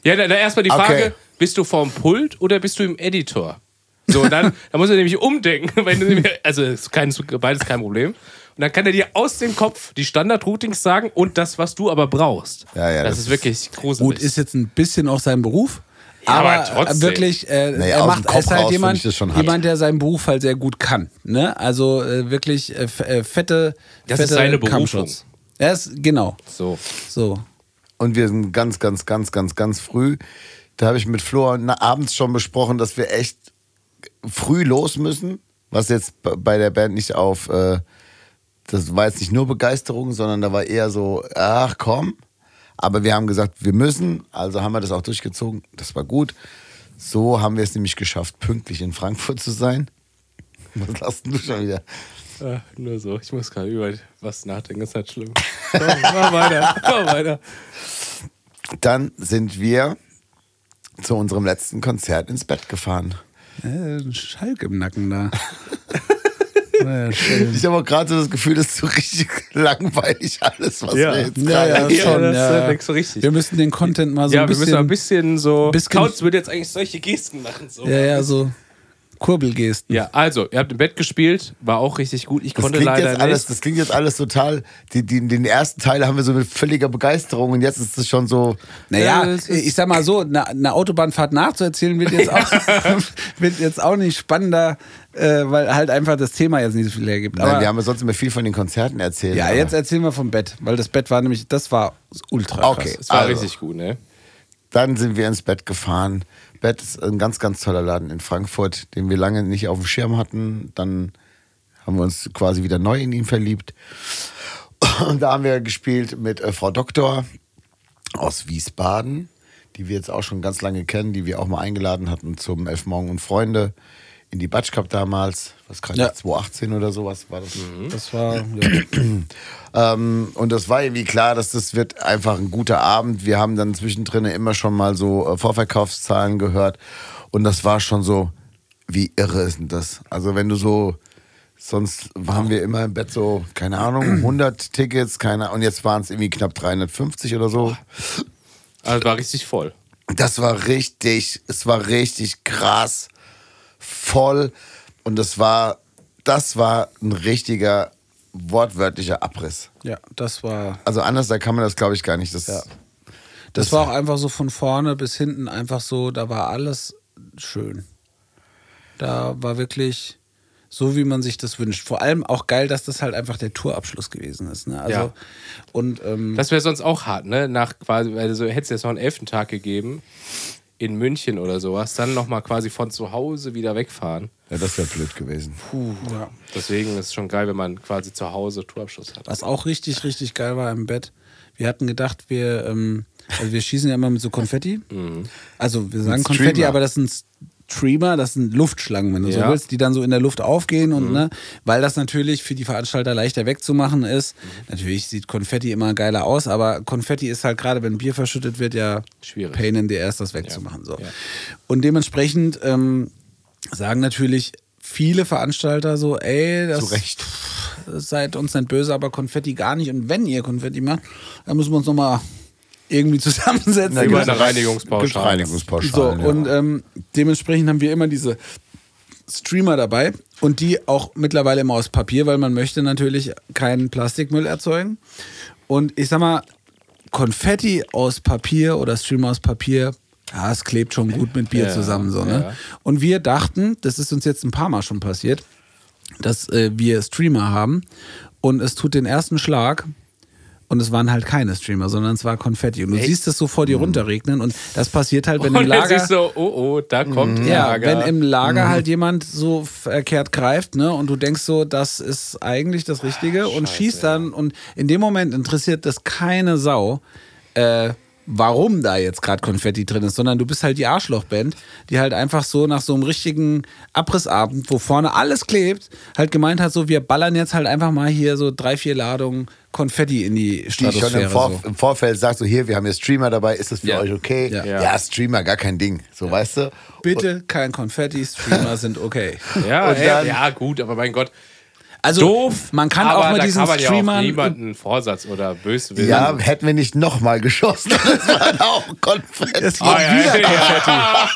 S2: Ja, da, da erstmal die
S4: Okay.
S2: Frage, bist du vorm Pult oder bist du im Editor? So, und dann, dann muss er nämlich umdenken. [laughs] Wenn du, nämlich- also ist kein, beides kein Problem. Und dann kann er dir aus dem Kopf die Standard-Routings sagen und das, was du aber brauchst.
S4: Ja, ja,
S2: das,
S4: das
S2: ist wirklich gruselig.
S3: Gut, ist jetzt ein bisschen auch sein Beruf.
S2: Ja,
S3: aber,
S2: aber trotzdem.
S3: wirklich, äh,
S4: Naja,
S3: er
S4: aus
S3: macht
S4: dem Kopf
S3: ist halt
S4: raus
S3: jemand,
S4: finde ich das schon hart.
S3: jemand, der seinen Beruf halt sehr gut kann. Ne? Also äh, wirklich äh, f- äh, fette,
S2: Das ist
S3: fette
S2: seine Berufung.
S3: Kampfschutz. Er ist, genau.
S2: so.
S3: So.
S4: und wir sind ganz, ganz, ganz, ganz, ganz früh. Da habe ich mit Flo na, abends schon besprochen, dass wir echt früh los müssen, was jetzt b- bei der Band nicht auf, äh, das war jetzt nicht nur Begeisterung, sondern da war eher so, ach komm. Aber wir haben gesagt, wir müssen, also haben wir das auch durchgezogen. Das war gut. So haben wir es nämlich geschafft, pünktlich in Frankfurt zu sein. [laughs] Was lachst denn du schon wieder?
S2: Äh, nur so. Ich muss gerade über was nachdenken. Ist halt schlimm. Komm, mach weiter. Mach weiter.
S4: Dann sind wir zu unserem letzten Konzert ins Bett gefahren.
S3: Äh, ein Schalk im Nacken
S4: [laughs]
S3: da. ja, schön.
S4: Ich habe auch gerade so das Gefühl, das ist so richtig [laughs] langweilig alles, was
S2: Ja.
S4: wir jetzt
S3: Ja,
S4: gerade
S3: ja,
S2: Ja,
S3: schon,
S2: das,
S3: ja.
S2: äh, denkst du richtig.
S3: Wir müssen den Content mal so
S2: ja,
S3: ein
S2: wir
S3: bisschen.
S2: müssen ein bisschen so.
S3: bisschen-
S2: Kautz würde jetzt eigentlich solche Gesten machen. So.
S3: ja, ja, so Kurbelgesten.
S2: Ja, also, ihr habt im Bett gespielt, war auch richtig gut. Ich
S4: Das
S2: konnte
S4: klingt,
S2: leider
S4: jetzt alles,
S2: nicht.
S4: das klingt jetzt alles total. Die, die, den ersten Teil haben wir so mit völliger Begeisterung und jetzt ist es schon so.
S3: Naja,
S2: Ja, das ist-
S3: ich sag mal so, eine eine Autobahnfahrt nachzuerzählen wird jetzt
S2: [laughs]
S3: auch, [laughs] wird jetzt auch nicht spannender, äh, weil halt einfach das Thema jetzt nicht so viel hergibt. Aber,
S4: Nein, wir haben ja sonst immer viel von den Konzerten erzählt.
S3: ja,
S4: aber-
S3: jetzt erzählen wir vom Bett, weil das Bett war nämlich, das war ultra krass.
S4: Okay.
S2: Es war
S4: Also.
S2: richtig gut, ne?
S4: Dann sind wir ins Bett gefahren. Bett ist ein ganz, ganz toller Laden in Frankfurt, den wir lange nicht auf dem Schirm hatten. Dann haben wir uns quasi wieder neu in ihn verliebt. Und da haben wir gespielt mit äh, Frau Doktor aus Wiesbaden, die wir jetzt auch schon ganz lange kennen, die wir auch mal eingeladen hatten zum Elf Morgen und Freunde in die Batsch Cup damals. Was gerade
S3: Ja.
S4: 2018 oder sowas war das.
S3: Das war, ja.
S4: Ähm, und das war irgendwie klar, dass das wird einfach ein guter Abend. Wir haben dann zwischendrin immer schon mal so äh, Vorverkaufszahlen gehört. Und das war schon so, wie irre ist denn das? Also wenn du so, sonst waren wir immer im Bett so, keine Ahnung, 100 Tickets, keine Und jetzt waren es irgendwie knapp 350 oder so.
S2: Also war richtig voll.
S4: Das war richtig, es war richtig krass voll und das war, das war ein richtiger wortwörtlicher Abriss.
S3: ja, das war,
S4: Also anders, da kann man das, glaube ich, gar nicht. Das,
S3: Ja. das war auch einfach so von vorne bis hinten einfach so, da war alles schön. Da war wirklich so, wie man sich das wünscht. Vor allem auch geil, dass das halt einfach der Tourabschluss gewesen ist. Ne? Also,
S2: Ja.
S3: und, ähm,
S2: Das wäre sonst auch hart, ne? Nach quasi, also hätte es jetzt noch einen elften Tag gegeben in München oder sowas, dann nochmal quasi von zu Hause wieder wegfahren.
S4: Ja, das wäre blöd gewesen.
S3: ja.
S2: Deswegen ist es schon geil, wenn man quasi zu Hause Tourabschluss hat.
S3: Was auch richtig, richtig geil war im Bett. Wir hatten gedacht, wir, ähm, also wir schießen ja immer mit so Konfetti.
S2: Mhm.
S3: Also wir sagen
S4: Ein
S3: Konfetti,
S4: Streamer.
S3: aber das sind Streamer, das sind Luftschlangen, wenn du so
S2: Ja. Mhm.
S3: willst, die dann so in der Luft aufgehen und ne, weil das natürlich für die Veranstalter leichter wegzumachen ist. Natürlich sieht Konfetti immer geiler aus, aber Konfetti ist halt gerade, wenn Bier verschüttet wird, ja
S2: Schwierig.
S3: Pain in the ass, das wegzumachen. So.
S2: Ja.
S3: Und dementsprechend ähm, sagen natürlich viele Veranstalter so, ey, das
S4: Zu Recht.
S3: seid uns nicht böse, aber Konfetti gar nicht. Und wenn ihr Konfetti macht, dann müssen wir uns nochmal irgendwie [laughs] zusammensetzen.
S4: Na, genau.
S2: Über
S4: gibt's-
S2: eine Reinigungspauschale.
S4: gibt's Reinigungspauschale.
S3: So, und ähm, dementsprechend haben wir immer diese Streamer dabei und die auch mittlerweile immer aus Papier, weil man möchte natürlich keinen Plastikmüll erzeugen. Und ich sag mal, Konfetti aus Papier oder Streamer aus Papier, ja, es klebt schon gut mit Bier
S2: Ja,
S3: zusammen. So,
S2: ja.
S3: ne? Und wir dachten, das ist uns jetzt ein paar Mal schon passiert, dass äh, wir Streamer haben und es tut den ersten Schlag und es waren halt keine Streamer, sondern es war Konfetti. Und du siehst es so vor dir runterregnen und das passiert halt, wenn
S2: Hm. Und
S3: im
S2: dann
S3: Lager. Mhm.
S2: siehst du, oh, oh, da kommt
S3: Ja,
S2: Lager. Mhm.
S3: wenn im Lager halt jemand so verkehrt greift, ne, und du denkst so, das ist eigentlich das
S2: Ah,
S3: Richtige und schießt dann und in dem Moment interessiert das keine Sau, äh, warum da jetzt gerade Konfetti drin ist, sondern du bist halt die Arschlochband, die halt einfach so nach so einem richtigen Abrissabend, wo vorne alles klebt, halt gemeint hat, so wir ballern jetzt halt einfach mal hier so drei, vier Ladungen Konfetti in die
S4: die schon
S3: Stratosphäre.
S4: im, Vor
S3: so.
S4: im Vorfeld sagt, so hier, wir haben hier Streamer dabei, ist das für
S3: Ja.
S4: euch okay?
S3: Ja.
S4: Ja.
S2: Ja.
S4: Streamer, gar kein Ding. So, weißt du?
S3: Bitte kein Konfetti, Streamer sind
S2: [laughs]
S3: okay.
S2: ja,
S4: und
S2: ey,
S4: dann-
S2: ja, gut, aber mein Gott.
S3: Also
S2: Doof.
S3: man kann
S2: aber
S3: auch mal
S2: da
S3: diesen
S2: kann man ja auch
S3: Streamern
S2: niemanden Vorsatz oder Böswillen.
S4: Ja, hätten wir nicht nochmal geschossen, [laughs] das war dann auch Konfetti.
S3: Es
S2: Ah, ja,
S3: wieder
S2: ja,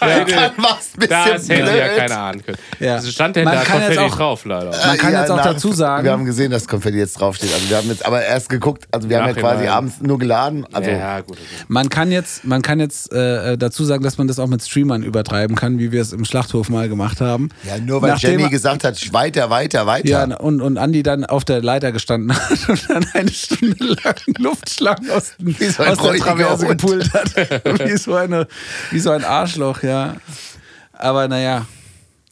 S4: Dann
S2: ja.
S4: war's ein bisschen
S2: Das hätte ja
S4: blöd.
S2: keiner ahnen können.
S3: Ja.
S2: Also stand denn
S3: Man
S2: da
S3: kann jetzt
S2: Konfetti
S3: auch-
S2: drauf, leider.
S3: Man kann jetzt auch dazu sagen-
S4: Wir haben gesehen, dass Konfetti jetzt draufsteht. Also wir haben jetzt aber erst geguckt, also wir haben ja
S2: Nachhinein.
S4: quasi abends nur geladen. Also
S2: ja, gut. okay.
S3: Man kann jetzt, man kann jetzt äh, dazu sagen, dass man das auch mit Streamern übertreiben kann, wie wir es im Schlachthof mal gemacht haben.
S4: Ja, nur weil
S3: Nachdem-
S4: Jenny gesagt hat, weiter, weiter, weiter.
S3: ja, und, und Andi dann auf der Leiter gestanden [laughs] hat und dann eine Stunde lang Luftschlangen aus,
S4: Wie so ein
S3: aus der
S4: räudiger
S3: Traverse
S4: Hund.
S3: gepult
S4: [laughs]
S3: hat. wie, so eine, wie so ein Arschloch, ja. Aber naja,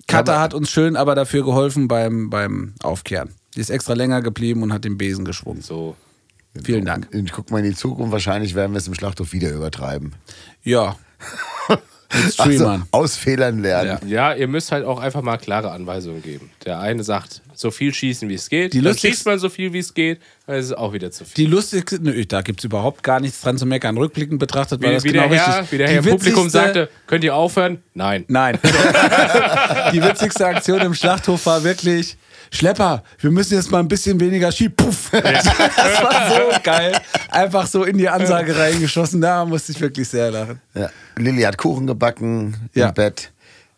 S3: Katha hat uns schön aber dafür geholfen beim, beim Aufkehren. Die ist extra länger geblieben und hat den Besen geschwungen.
S2: So.
S3: Vielen Dank.
S4: Ich guck mal in die Zukunft, wahrscheinlich werden wir es im Schlachthof wieder übertreiben. [laughs]
S3: Ja. Mit
S4: Also
S3: Streamern.
S4: aus Fehlern lernen.
S2: Ja, ihr müsst halt auch einfach mal klare Anweisungen geben. Der eine sagt, so viel schießen, wie es geht.
S3: Die
S2: dann
S3: lustigste-
S2: schießt man so viel, wie es geht. Dann ist es auch wieder zu viel.
S3: Die lustigste, nö, da gibt es überhaupt gar nichts dran zu meckern. Rückblickend betrachtet war
S2: Wie,
S3: das
S2: wie,
S3: genau
S2: der Herr,
S3: richtig.
S2: wie der
S3: Die
S2: Herr im Publikum
S3: witzigste-
S2: sagte, könnt ihr aufhören? Nein.
S3: Nein. [laughs] die witzigste Aktion im Schlachthof war wirklich. Schlepper, wir müssen jetzt mal ein bisschen weniger schieben. Puff. [laughs] Das war so geil. Einfach so in die Ansage reingeschossen. Da musste ich wirklich sehr lachen.
S4: Ja. Lilly hat Kuchen gebacken
S3: Ja.
S4: im Bett.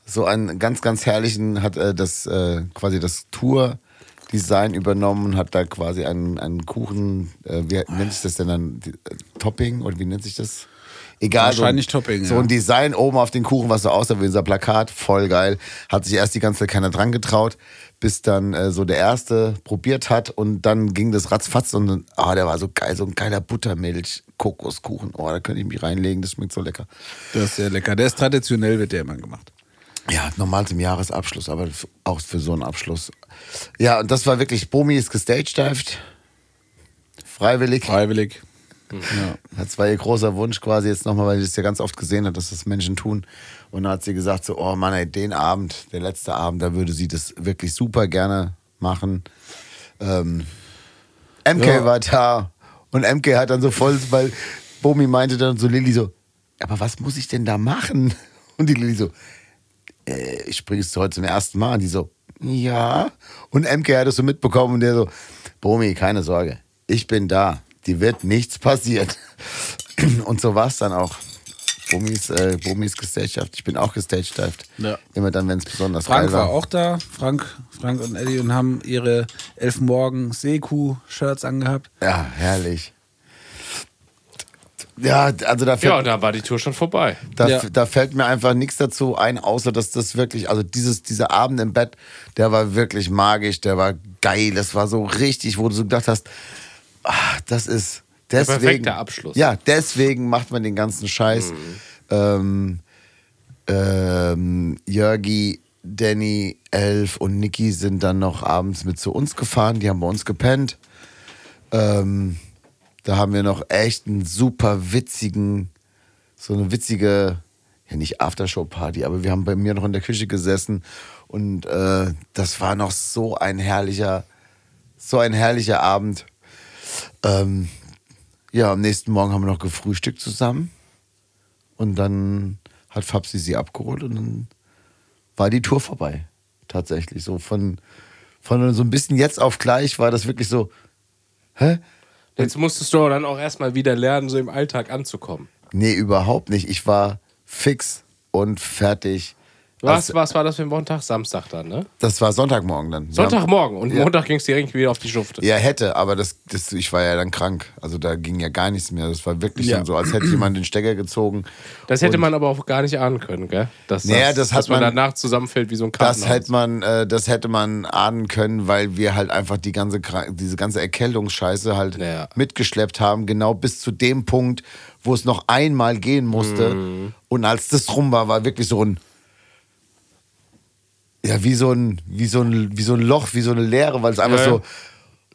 S4: So einen ganz, ganz herrlichen hat äh, das äh, quasi das Tour-Design übernommen und hat da quasi einen, einen Kuchen, äh, wie nennt sich das denn dann? Die, äh, Topping oder wie nennt sich das? Egal. so ein-
S3: Wahrscheinlich Topping,
S4: So
S3: ja.
S4: ein Design oben auf den Kuchen, was so aussah wie unser Plakat, voll geil. Hat sich erst die ganze Zeit keiner dran getraut, bis dann äh, so der Erste probiert hat und dann ging das ratzfatz und dann, ah, der war so geil, so ein geiler Buttermilch-Kokoskuchen. Oh, da könnte ich mich reinlegen, das schmeckt so lecker.
S3: Das ist sehr lecker. Der ist traditionell, wird der immer gemacht.
S4: Ja, normal zum Jahresabschluss, aber f- auch für so einen Abschluss. Ja, und das war wirklich, Bomi ist gestagedived. Freiwillig.
S3: Freiwillig. Ja.
S4: Das war ihr großer Wunsch quasi jetzt nochmal, weil sie es ja ganz oft gesehen hat, dass das Menschen tun. Und dann hat sie gesagt so, oh Mann, ey, den Abend, der letzte Abend, da würde sie das wirklich super gerne machen. Ähm, MK
S3: Ja.
S4: war da und MK hat dann so voll, weil Bomi meinte dann so Lilly so, aber was muss ich denn da machen? Und die Lilly so, äh, ich springe es heute zum ersten Mal. Und die so, ja. Und MK hat es so mitbekommen und der so, Bomi, keine Sorge, ich bin da. Die wird nichts passiert. [clears throat] Und so war es dann auch. Bomi ist, äh, Bomi ist gestagedived. Ich bin auch gestagedived.
S3: Ja.
S4: Immer dann, wenn es besonders
S3: Frank
S4: geil war.
S3: war auch da. Frank, Frank und Eddie und haben ihre Elfenmorgen Seekuh-Shirts angehabt.
S4: Ja, herrlich. Ja, also da fällt,
S2: Ja, und da war die Tour schon vorbei.
S4: da,
S3: Ja.
S4: da fällt mir einfach nichts dazu ein, außer dass das wirklich, also dieses, dieser Abend im Bett, der war wirklich magisch, der war geil, das war so richtig, wo du so gedacht hast, ah, das ist deswegen.
S2: perfekte Abschluss. Mhm.
S4: Ja, deswegen macht man den ganzen Scheiß. Ähm, ähm, Jörgi, Danny, Elf und Niki sind dann noch abends mit zu uns gefahren, die haben bei uns gepennt. Ähm, Da haben wir noch echt einen super witzigen, so eine witzige, ja nicht Aftershow-Party, aber wir haben bei mir noch in der Küche gesessen und äh, das war noch so ein herrlicher, so ein herrlicher Abend. Ähm, ja, am nächsten Morgen haben wir noch gefrühstückt zusammen und dann hat Fabsi sie abgeholt und dann war die Tour vorbei. Tatsächlich. So von, von so ein bisschen jetzt auf gleich war das wirklich so, hä?
S2: Jetzt musstest du aber dann auch erstmal wieder lernen, so im Alltag anzukommen.
S4: Nee, überhaupt nicht. Ich war fix und fertig.
S2: Was,
S4: Das,
S2: was war das für ein Wochentag? Samstag dann, ne?
S4: das war Sonntagmorgen dann. Wir haben-
S2: Sonntagmorgen und
S4: Ja.
S2: Montag ging es direkt wieder auf die Schufte.
S4: Ja, hätte, aber das, das, ich war ja dann krank. Also da ging ja gar nichts mehr. Das war wirklich
S3: Ja.
S4: dann so, als hätte jemand den Stecker gezogen.
S2: Das hätte
S4: Und
S2: man aber auch gar nicht ahnen können, gell? Dass,
S4: Naja, das hat
S2: dass man,
S4: man-
S2: danach zusammenfällt wie so ein
S4: Das hätte
S2: Kartenhaus.
S4: man, äh, das hätte man ahnen können, weil wir halt einfach die ganze, Kra- diese ganze Erkältungsscheiße halt
S2: Ja.
S4: mitgeschleppt haben, genau bis zu dem Punkt, wo es noch einmal gehen musste.
S2: Mhm.
S4: Und als das rum war, war wirklich so ein, ja, wie so ein, wie so ein, wie so ein Loch, wie so eine Leere, weil es einfach
S2: Ja.
S4: so,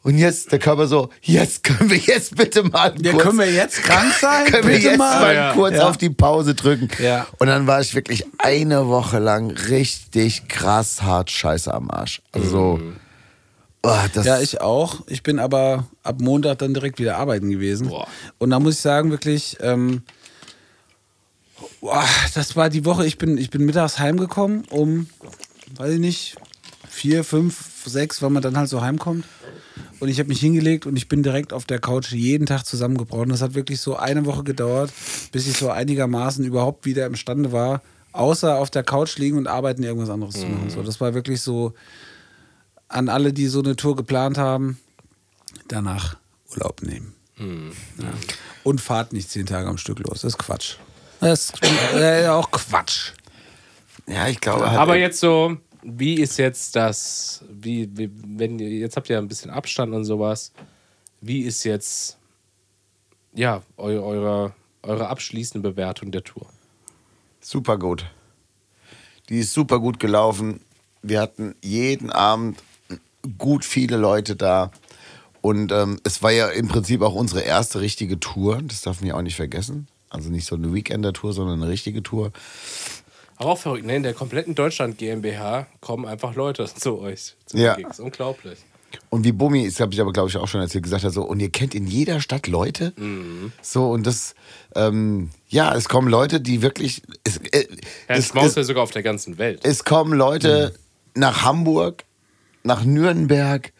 S4: und jetzt der Körper so, jetzt können wir jetzt bitte mal
S3: Ja,
S4: kurz-
S3: können wir jetzt krank sein?
S4: [laughs] können wir
S3: Bitte
S4: jetzt mal,
S2: Ja.
S4: kurz
S3: Ja.
S4: auf die Pause drücken.
S3: Ja.
S4: Und dann war ich wirklich eine Woche lang richtig krass hart scheiße am Arsch. Also, oh, das,
S3: Mhm. Ja, ich auch. Ich bin aber ab Montag dann direkt wieder arbeiten gewesen.
S2: Boah.
S3: Und da muss ich sagen, wirklich, ähm, boah, das war die Woche. Ich bin, ich bin mittags heimgekommen um, weiß ich nicht, vier, fünf, sechs, wann man dann halt so heimkommt. Und ich habe mich hingelegt und ich bin direkt auf der Couch jeden Tag zusammengebrochen. Das hat wirklich so eine Woche gedauert, bis ich so einigermaßen überhaupt wieder imstande war, außer auf der Couch liegen und arbeiten irgendwas anderes zu machen. So, das war wirklich so, an alle, die so eine Tour geplant haben, danach Urlaub nehmen. Ja. Und fahrt nicht zehn Tage am Stück los. Das ist Quatsch. Das ist äh, auch Quatsch.
S4: ja, ich glaube halt,
S2: Aber jetzt so, wie ist jetzt das, wie, wie, wenn ihr, jetzt habt ihr ja ein bisschen Abstand und sowas, wie ist jetzt, ja, eu, eure, eure abschließende Bewertung der Tour?
S4: super gut. Die ist super gut gelaufen. Wir hatten jeden Abend gut viele Leute da. Und ähm, es war ja im Prinzip auch unsere erste richtige Tour. Das darf man ja auch nicht vergessen. Also nicht so eine Weekender-Tour, sondern eine richtige Tour.
S2: Aber auch verrückt, ne? In der kompletten Deutschland GmbH kommen einfach Leute [laughs] zu euch. Zu den
S4: Ja.
S2: Gigs. Unglaublich.
S4: Und wie Bumi, das habe ich aber, glaube ich, auch schon erzählt, gesagt hat, so, und ihr kennt in jeder Stadt Leute?
S3: Mhm.
S4: So, und das, ähm, ja, es kommen Leute, die wirklich, es, äh,
S2: Herr
S4: es,
S2: Schmaus
S4: es,
S2: ist sogar auf der ganzen Welt.
S4: es kommen Leute
S3: Mhm.
S4: nach Hamburg, nach Nürnberg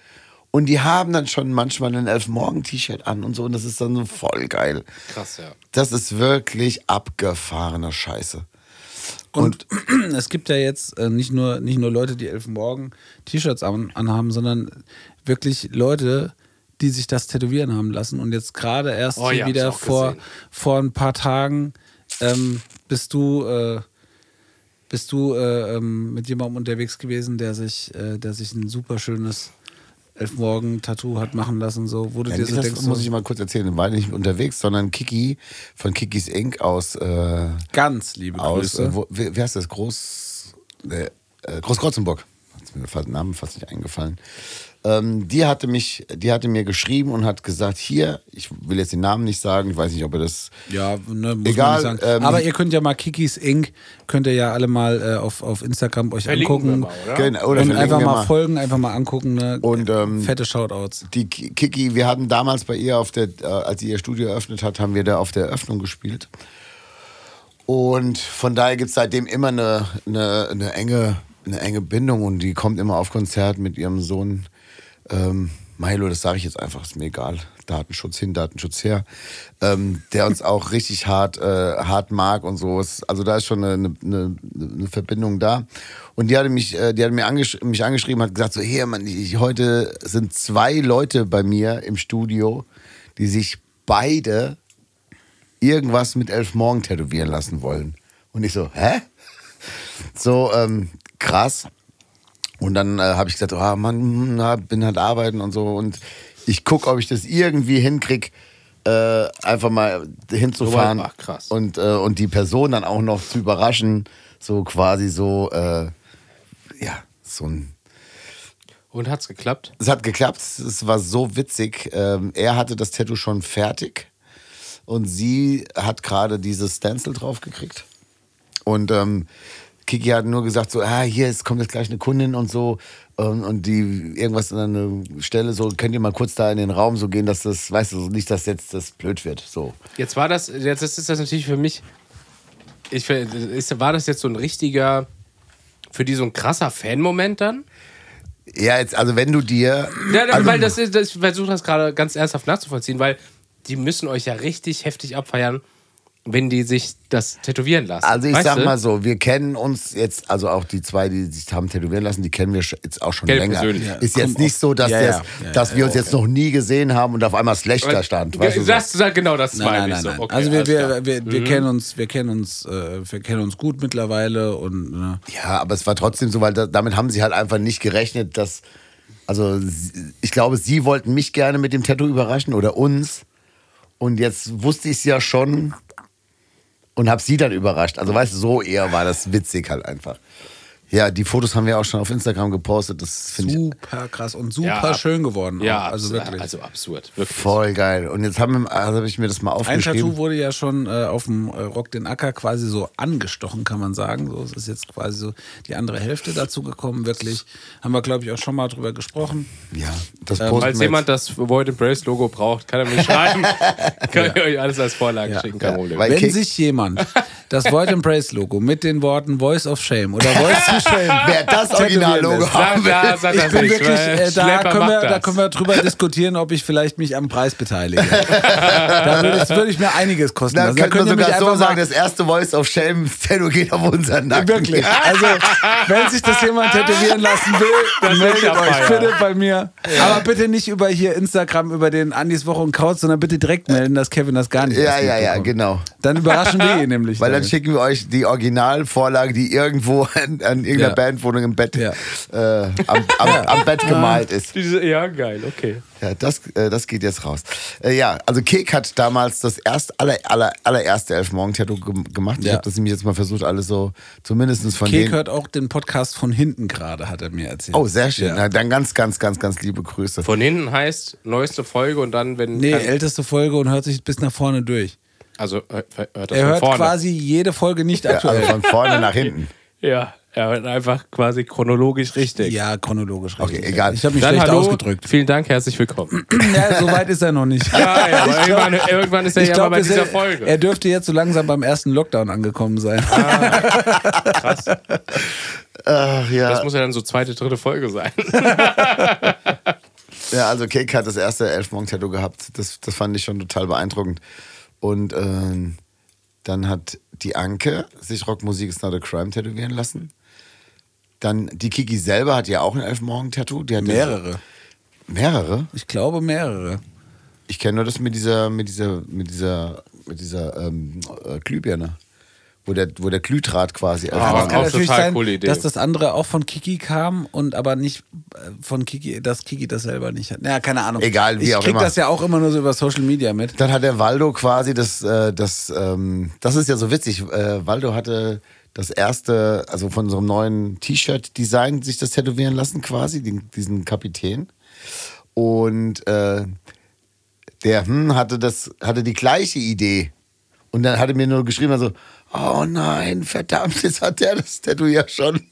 S4: und die haben dann schon manchmal ein Elfmorgen-T-Shirt an und so, und das ist dann so voll geil.
S2: Krass, ja.
S4: Das ist wirklich abgefahrene Scheiße.
S3: Und, [clears throat] es gibt ja jetzt äh, nicht, nur, nicht nur Leute, die Elfenmorgen T-Shirts an, anhaben, sondern wirklich Leute, die sich das tätowieren haben lassen. Und jetzt gerade erst
S2: Oh ja,
S3: hier
S2: hab ich
S3: wieder
S2: auch
S3: vor,
S2: gesehen.
S3: vor ein paar Tagen ähm, bist du. Äh, bist du äh, ähm, mit jemandem unterwegs gewesen, der sich, äh, der sich ein super schönes Elfmorgen-Tattoo hat machen lassen, so, wo du
S4: Ja,
S3: dir
S4: nee,
S3: so
S4: das
S3: denkst,
S4: muss
S3: so,
S4: ich mal kurz erzählen. Ich war nicht unterwegs, sondern Kiki von Kikis Inc. aus äh,
S3: ganz liebe
S4: aus,
S3: Grüße.
S4: äh, wo, wie, wie heißt das? Groß, äh, äh, Großkreutzenburg. Hat mir den Namen fast nicht eingefallen. Ähm, die, hatte mich, die hatte mir geschrieben und hat gesagt: Hier, ich will jetzt den Namen nicht sagen, ich weiß nicht, ob er das.
S3: Ja, ne, muss
S4: Egal,
S3: man nicht sagen.
S4: ähm,
S3: Aber ihr könnt ja mal Kikis Inc. könnt ihr ja alle mal äh, auf, auf Instagram euch
S2: Verlinken wir
S3: angucken.
S2: mal, oder?
S4: Genau, oder
S3: und
S4: verlinken
S3: einfach
S4: wir
S3: mal folgen, einfach mal angucken. Ne?
S4: Und, ähm,
S3: Fette Shoutouts.
S4: Die Ki- Kiki, wir hatten damals bei ihr, auf der, äh, als sie ihr Studio eröffnet hat, haben wir da auf der Eröffnung gespielt. Und von daher gibt es seitdem immer eine, eine, eine, enge, eine enge Bindung und die kommt immer auf Konzert mit ihrem Sohn. Ähm, Milo, das sage ich jetzt einfach, ist mir egal. Datenschutz hin, Datenschutz her. Ähm, der uns auch richtig hart, äh, hart mag und so. Es- Also da ist schon eine, eine- eine, eine Verbindung da. Und die hatte mich, äh, die hatte mir angesch mich angeschrieben, hat gesagt so, hier, Mann, ich, heute sind zwei Leute bei mir im Studio, die sich beide irgendwas mit elf Morgen tätowieren lassen wollen. Und ich so, hä? So, ähm, krass. Und dann äh, habe ich gesagt, oh Mann, hm, na, bin halt arbeiten und so. Und ich gucke, ob ich das irgendwie hinkrieg, äh, einfach mal hinzufahren.
S2: Ach, krass.
S4: Und, äh, und die Person dann auch noch zu überraschen. So quasi so, äh, ja, so ein
S2: Und hat's geklappt?
S4: Es hat geklappt. Es war so witzig. Ähm, er hatte das Tattoo schon fertig und sie hat gerade dieses Stencil drauf gekriegt. Und ähm, Kiki hat nur gesagt so, ah, hier es kommt jetzt gleich eine Kundin und so ähm, und die irgendwas an eine Stelle so, könnt ihr mal kurz da in den Raum so gehen, dass das, weißt du, so nicht, dass jetzt das blöd wird. So.
S2: Jetzt war das, jetzt ist das natürlich für mich, ich, ver- ist, war das jetzt so ein richtiger, für die so ein krasser Fan-Moment dann?
S4: Ja, jetzt also wenn du dir,
S2: Ja, da-
S4: also,
S2: weil das, ist- das, ich versuche das gerade ganz ernsthaft nachzuvollziehen, weil die müssen euch ja richtig heftig abfeiern, wenn die sich das tätowieren lassen.
S4: also ich
S2: Weißt
S4: sag
S2: du?
S4: mal so, wir kennen uns jetzt, also auch die zwei, die sich haben tätowieren lassen, die kennen wir sch- jetzt auch schon
S2: Kennen
S4: länger.
S2: persönlich. Ja,
S4: Ist
S3: kommen
S4: jetzt nicht
S3: oft-
S4: so, dass,
S3: Ja,
S4: der's-
S3: ja. Ja,
S4: dass
S3: ja,
S4: wir uns jetzt noch nie gesehen haben und auf einmal Schlechter stand. Weißt du, so.
S2: das, das, genau, das meine
S3: Nein,
S2: ich
S3: nein,
S2: so.
S3: nein.
S2: Okay,
S3: also wir,
S2: alles klar. Mhm.
S3: wir, wir, wir kennen uns, wir kennen uns, äh, wir kennen uns gut mittlerweile und äh,
S4: Ja, aber es war trotzdem so, weil da, damit haben sie halt einfach nicht gerechnet, dass. Also, sie- ich glaube, sie wollten mich gerne mit dem Tattoo überraschen oder uns. Und jetzt wusste ich es ja schon und habe sie dann überrascht. Also, weißt du, so eher war das witzig halt einfach. Ja, die Fotos haben wir auch schon auf Instagram gepostet. Das finde ich
S3: super krass und super
S2: Ja, ab-
S3: schön geworden.
S2: ja,
S3: auch. also wirklich.
S2: also absurd. Wirklich.
S4: voll geil. Und jetzt haben wir- also habe ich mir das mal
S3: ein
S4: aufgeschrieben.
S3: Tattoo wurde ja schon äh, auf dem äh, Rock den Acker quasi so angestochen, kann man sagen. So, es ist jetzt quasi so die andere Hälfte dazu gekommen, wirklich. Haben wir, glaube ich, auch schon mal drüber gesprochen.
S4: ja, das
S3: Ähm,
S4: posten
S2: Falls
S4: wir
S2: jemand
S4: jetzt.
S2: das Void Embrace Logo braucht, kann er mir
S3: [laughs]
S2: schreiben. kann ich euch alles als Vorlage
S3: Ja.
S2: schicken, kein
S4: Ja,
S2: Problem.
S4: weil- Bei
S3: Wenn
S4: Kick-
S3: sich jemand das Void Embrace Logo mit den Worten Voice of Shame oder Voice to Shame
S4: [laughs] Wer das
S3: tätowieren
S4: Originallogo
S3: lässt.
S4: haben
S2: Sag-
S4: will,
S2: da- sag
S3: Ah, Ich
S2: das
S3: bin
S2: nicht,
S3: wirklich,
S2: weil
S3: äh, da,
S2: ne? Schlepper
S3: können wir,
S2: macht
S3: da
S2: das.
S3: können wir drüber diskutieren, ob ich vielleicht mich am Preis
S4: [laughs]
S3: beteilige. da würde, das würde ich mir einiges kosten
S4: dann
S3: lassen.
S4: könnte man
S3: könnt ihr mich
S4: sogar so
S3: einfach
S4: sagen,
S3: mal-
S4: das erste Voice of Shame [laughs] Tattoo geht auf unseren Nacken. [laughs]
S3: Wirklich. Also, wenn sich das jemand tätowieren lassen will,
S2: Das
S3: meldet
S2: wird ja
S3: euch
S2: feiern.
S3: bitte bei mir. Aber bitte nicht über hier Instagram, über den Andis Woche und Kraut, sondern bitte direkt melden, dass Kevin das gar nicht
S4: Ja,
S3: erst
S4: ja, ja,
S3: mitbekommt.
S4: genau.
S3: Dann überraschen
S4: [laughs]
S3: wir ihn nämlich.
S4: Weil dann
S3: damit.
S4: schicken wir euch die Originalvorlage, die irgendwo [laughs] an, an irgendeiner
S3: Ja.
S4: Bandwohnung im Bett,
S3: Ja.
S4: äh, am, am, am Bett gemalt ist.
S2: Diese, ja, geil, okay.
S4: Ja, das, äh, das geht jetzt raus. Äh, ja, also Kek hat damals das erst, aller, aller, allererste Elfmorgen-Tattoo gem- gemacht. Ich
S3: Ja.
S4: habe das nämlich jetzt mal versucht, alles so, zumindestens von
S3: Kek
S4: denen.
S3: hört auch den Podcast von hinten gerade, hat er mir erzählt.
S4: Oh, sehr schön.
S3: Ja.
S4: Na, dann ganz, ganz, ganz, ganz liebe Grüße.
S2: Von hinten heißt neueste Folge und dann, wenn.
S3: Nee,
S2: kann-
S3: älteste Folge und hört sich bis nach vorne durch.
S2: also hört hört das
S3: er
S2: von
S3: hört
S2: vorne.
S3: quasi jede Folge nicht
S4: Ja, also
S3: aktuell.
S4: von vorne nach hinten.
S2: ja, er hört einfach quasi chronologisch richtig.
S3: Ja, chronologisch. richtig.
S4: also- egal.
S3: Ich habe mich
S2: Dann
S3: schlecht
S2: hallo,
S3: ausgedrückt.
S2: vielen Dank, herzlich willkommen.
S3: ja, so weit ist er noch nicht.
S2: ja, ja, aber irgendwann, irgendwann ist er ja mal bei
S3: es ist-
S2: dieser Folge. Ah,
S3: Er dürfte jetzt so langsam beim ersten Lockdown angekommen sein.
S4: Ach
S2: [laughs] das
S4: ja.
S2: muss ja dann so zweite, dritte Folge
S3: [laughs]
S2: sein.
S4: ja, also Kek hat das erste Elfmorgen-Tattoo gehabt. Das, das fand ich schon total beeindruckend. Und ähm, dann hat die Anke sich Rockmusik ist not a crime tätowieren lassen. Dann die Kiki selber hat ja auch ein Elfmorgen-Tattoo. Die hat ja- Mehrere?
S3: Ich glaube mehrere.
S4: Ich kenne nur das mit dieser, mit dieser, mit dieser, mit dieser ähm, äh, Glühbirne. Wo der, wo der Glühdraht quasi
S2: Ah, das
S4: elfmorgen-
S2: kann- auch total coole Idee.
S3: dass das andere auch von Kiki kam und aber nicht äh, von Kiki, dass Kiki das selber nicht hat. Naja, keine Ahnung.
S4: Egal, wie
S3: ich
S4: auch
S3: krieg
S4: immer.
S3: das ja auch immer nur so über Social Media mit.
S4: Dann hat der Waldo quasi das, äh, das, ähm, das ist ja so witzig. Äh, Waldo hatte das erste, also von unserem neuen T-Shirt-Design sich das tätowieren lassen, quasi, den, diesen Kapitän. Und äh, der hm, hatte, das, hatte die gleiche Idee. Und dann hatte mir nur geschrieben, also, oh nein, verdammt, [laughs] jetzt hat der das Tattoo ja schon. [laughs]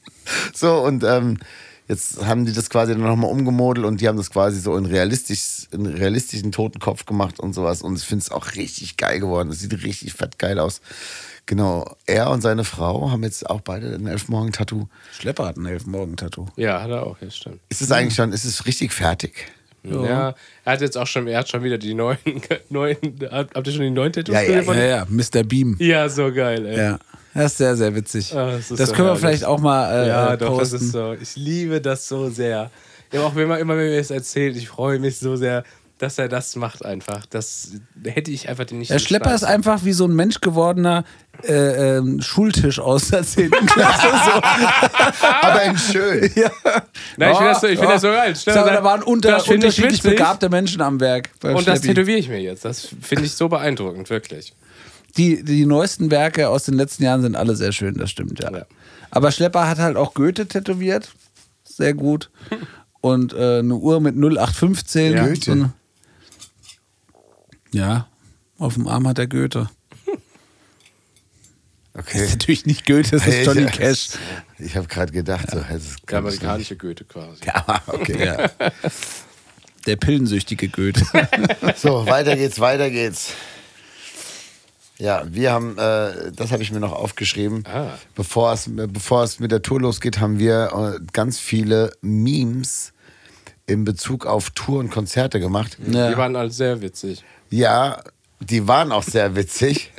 S4: So, und ähm, jetzt haben die das quasi dann nochmal umgemodelt und die haben das quasi so in, realistisch, in realistischen Totenkopf gemacht und sowas. Und ich finde es auch richtig geil geworden. Es sieht richtig fett geil aus. Genau, er und seine Frau haben jetzt auch beide ein Elfmorgen-Tattoo.
S3: Schlepper hat ein Elfenmorgen-Tattoo.
S2: ja, hat er auch, ja, stimmt.
S4: Ist es eigentlich schon, ist es richtig fertig?
S2: Ja. er hat jetzt auch schon, er hat schon wieder die neuen, [laughs] neuen habt habt ihr schon die neuen Tattoos
S4: Ja, ja,
S2: gesehen
S3: Ja,
S2: von ihm?
S3: ja, Mr. Beam.
S2: ja, so geil, ey.
S3: Ja. Das ist sehr, sehr witzig.
S2: Ah,
S3: das
S2: das ist so
S3: können wir
S2: herrlich.
S3: vielleicht auch mal äh,
S2: Ja, doch, das
S3: posten.
S2: ist so. Ich liebe das so sehr. Ja, auch wenn man immer wenn mir das erzählt, ich freue mich so sehr, dass er das macht einfach. Das hätte ich einfach den nicht.
S3: Der Schlepper ist
S2: geschnallt.
S3: einfach wie so ein menschgewordener äh, ähm, Schultisch aus der 10. Klasse.
S2: [laughs]
S4: Aber
S3: [laughs]
S4: in schön.
S3: Ja.
S2: Nein, ich finde das so- ich finde das so geil.
S3: Sag mal, da waren unter,
S2: Das finde ich
S3: unterschiedlich
S2: witzig.
S3: begabte Menschen am Werk. bei
S2: Und das
S3: Schleppi.
S2: tätowiere ich mir jetzt. Das finde ich so beeindruckend, wirklich.
S3: die, die neuesten Werke aus den letzten Jahren sind alle sehr schön, das stimmt, ja.
S2: Ja.
S3: Aber Schlepper hat halt auch Goethe tätowiert. Sehr gut. und äh, eine Uhr mit 0815.
S4: Ja.
S3: Und so eine- ja, auf dem Arm hat er Goethe.
S4: Okay.
S3: Ist natürlich nicht Goethe, das ist Johnny
S4: Ja.
S3: Cash.
S4: Ich habe gerade gedacht, so, das ist
S2: Der amerikanische Goethe [laughs] quasi.
S4: Ja, okay.
S3: Ja. Der pillensüchtige Goethe.
S4: So, weiter geht's, weiter geht's. Ja, wir haben, äh, das habe ich mir noch aufgeschrieben.
S2: Ah.
S4: Bevor es, bevor es mit der Tour losgeht, haben wir äh, ganz viele Memes in Bezug auf Tour und Konzerte gemacht.
S2: Die waren alle sehr witzig.
S4: Ja, die waren auch sehr witzig.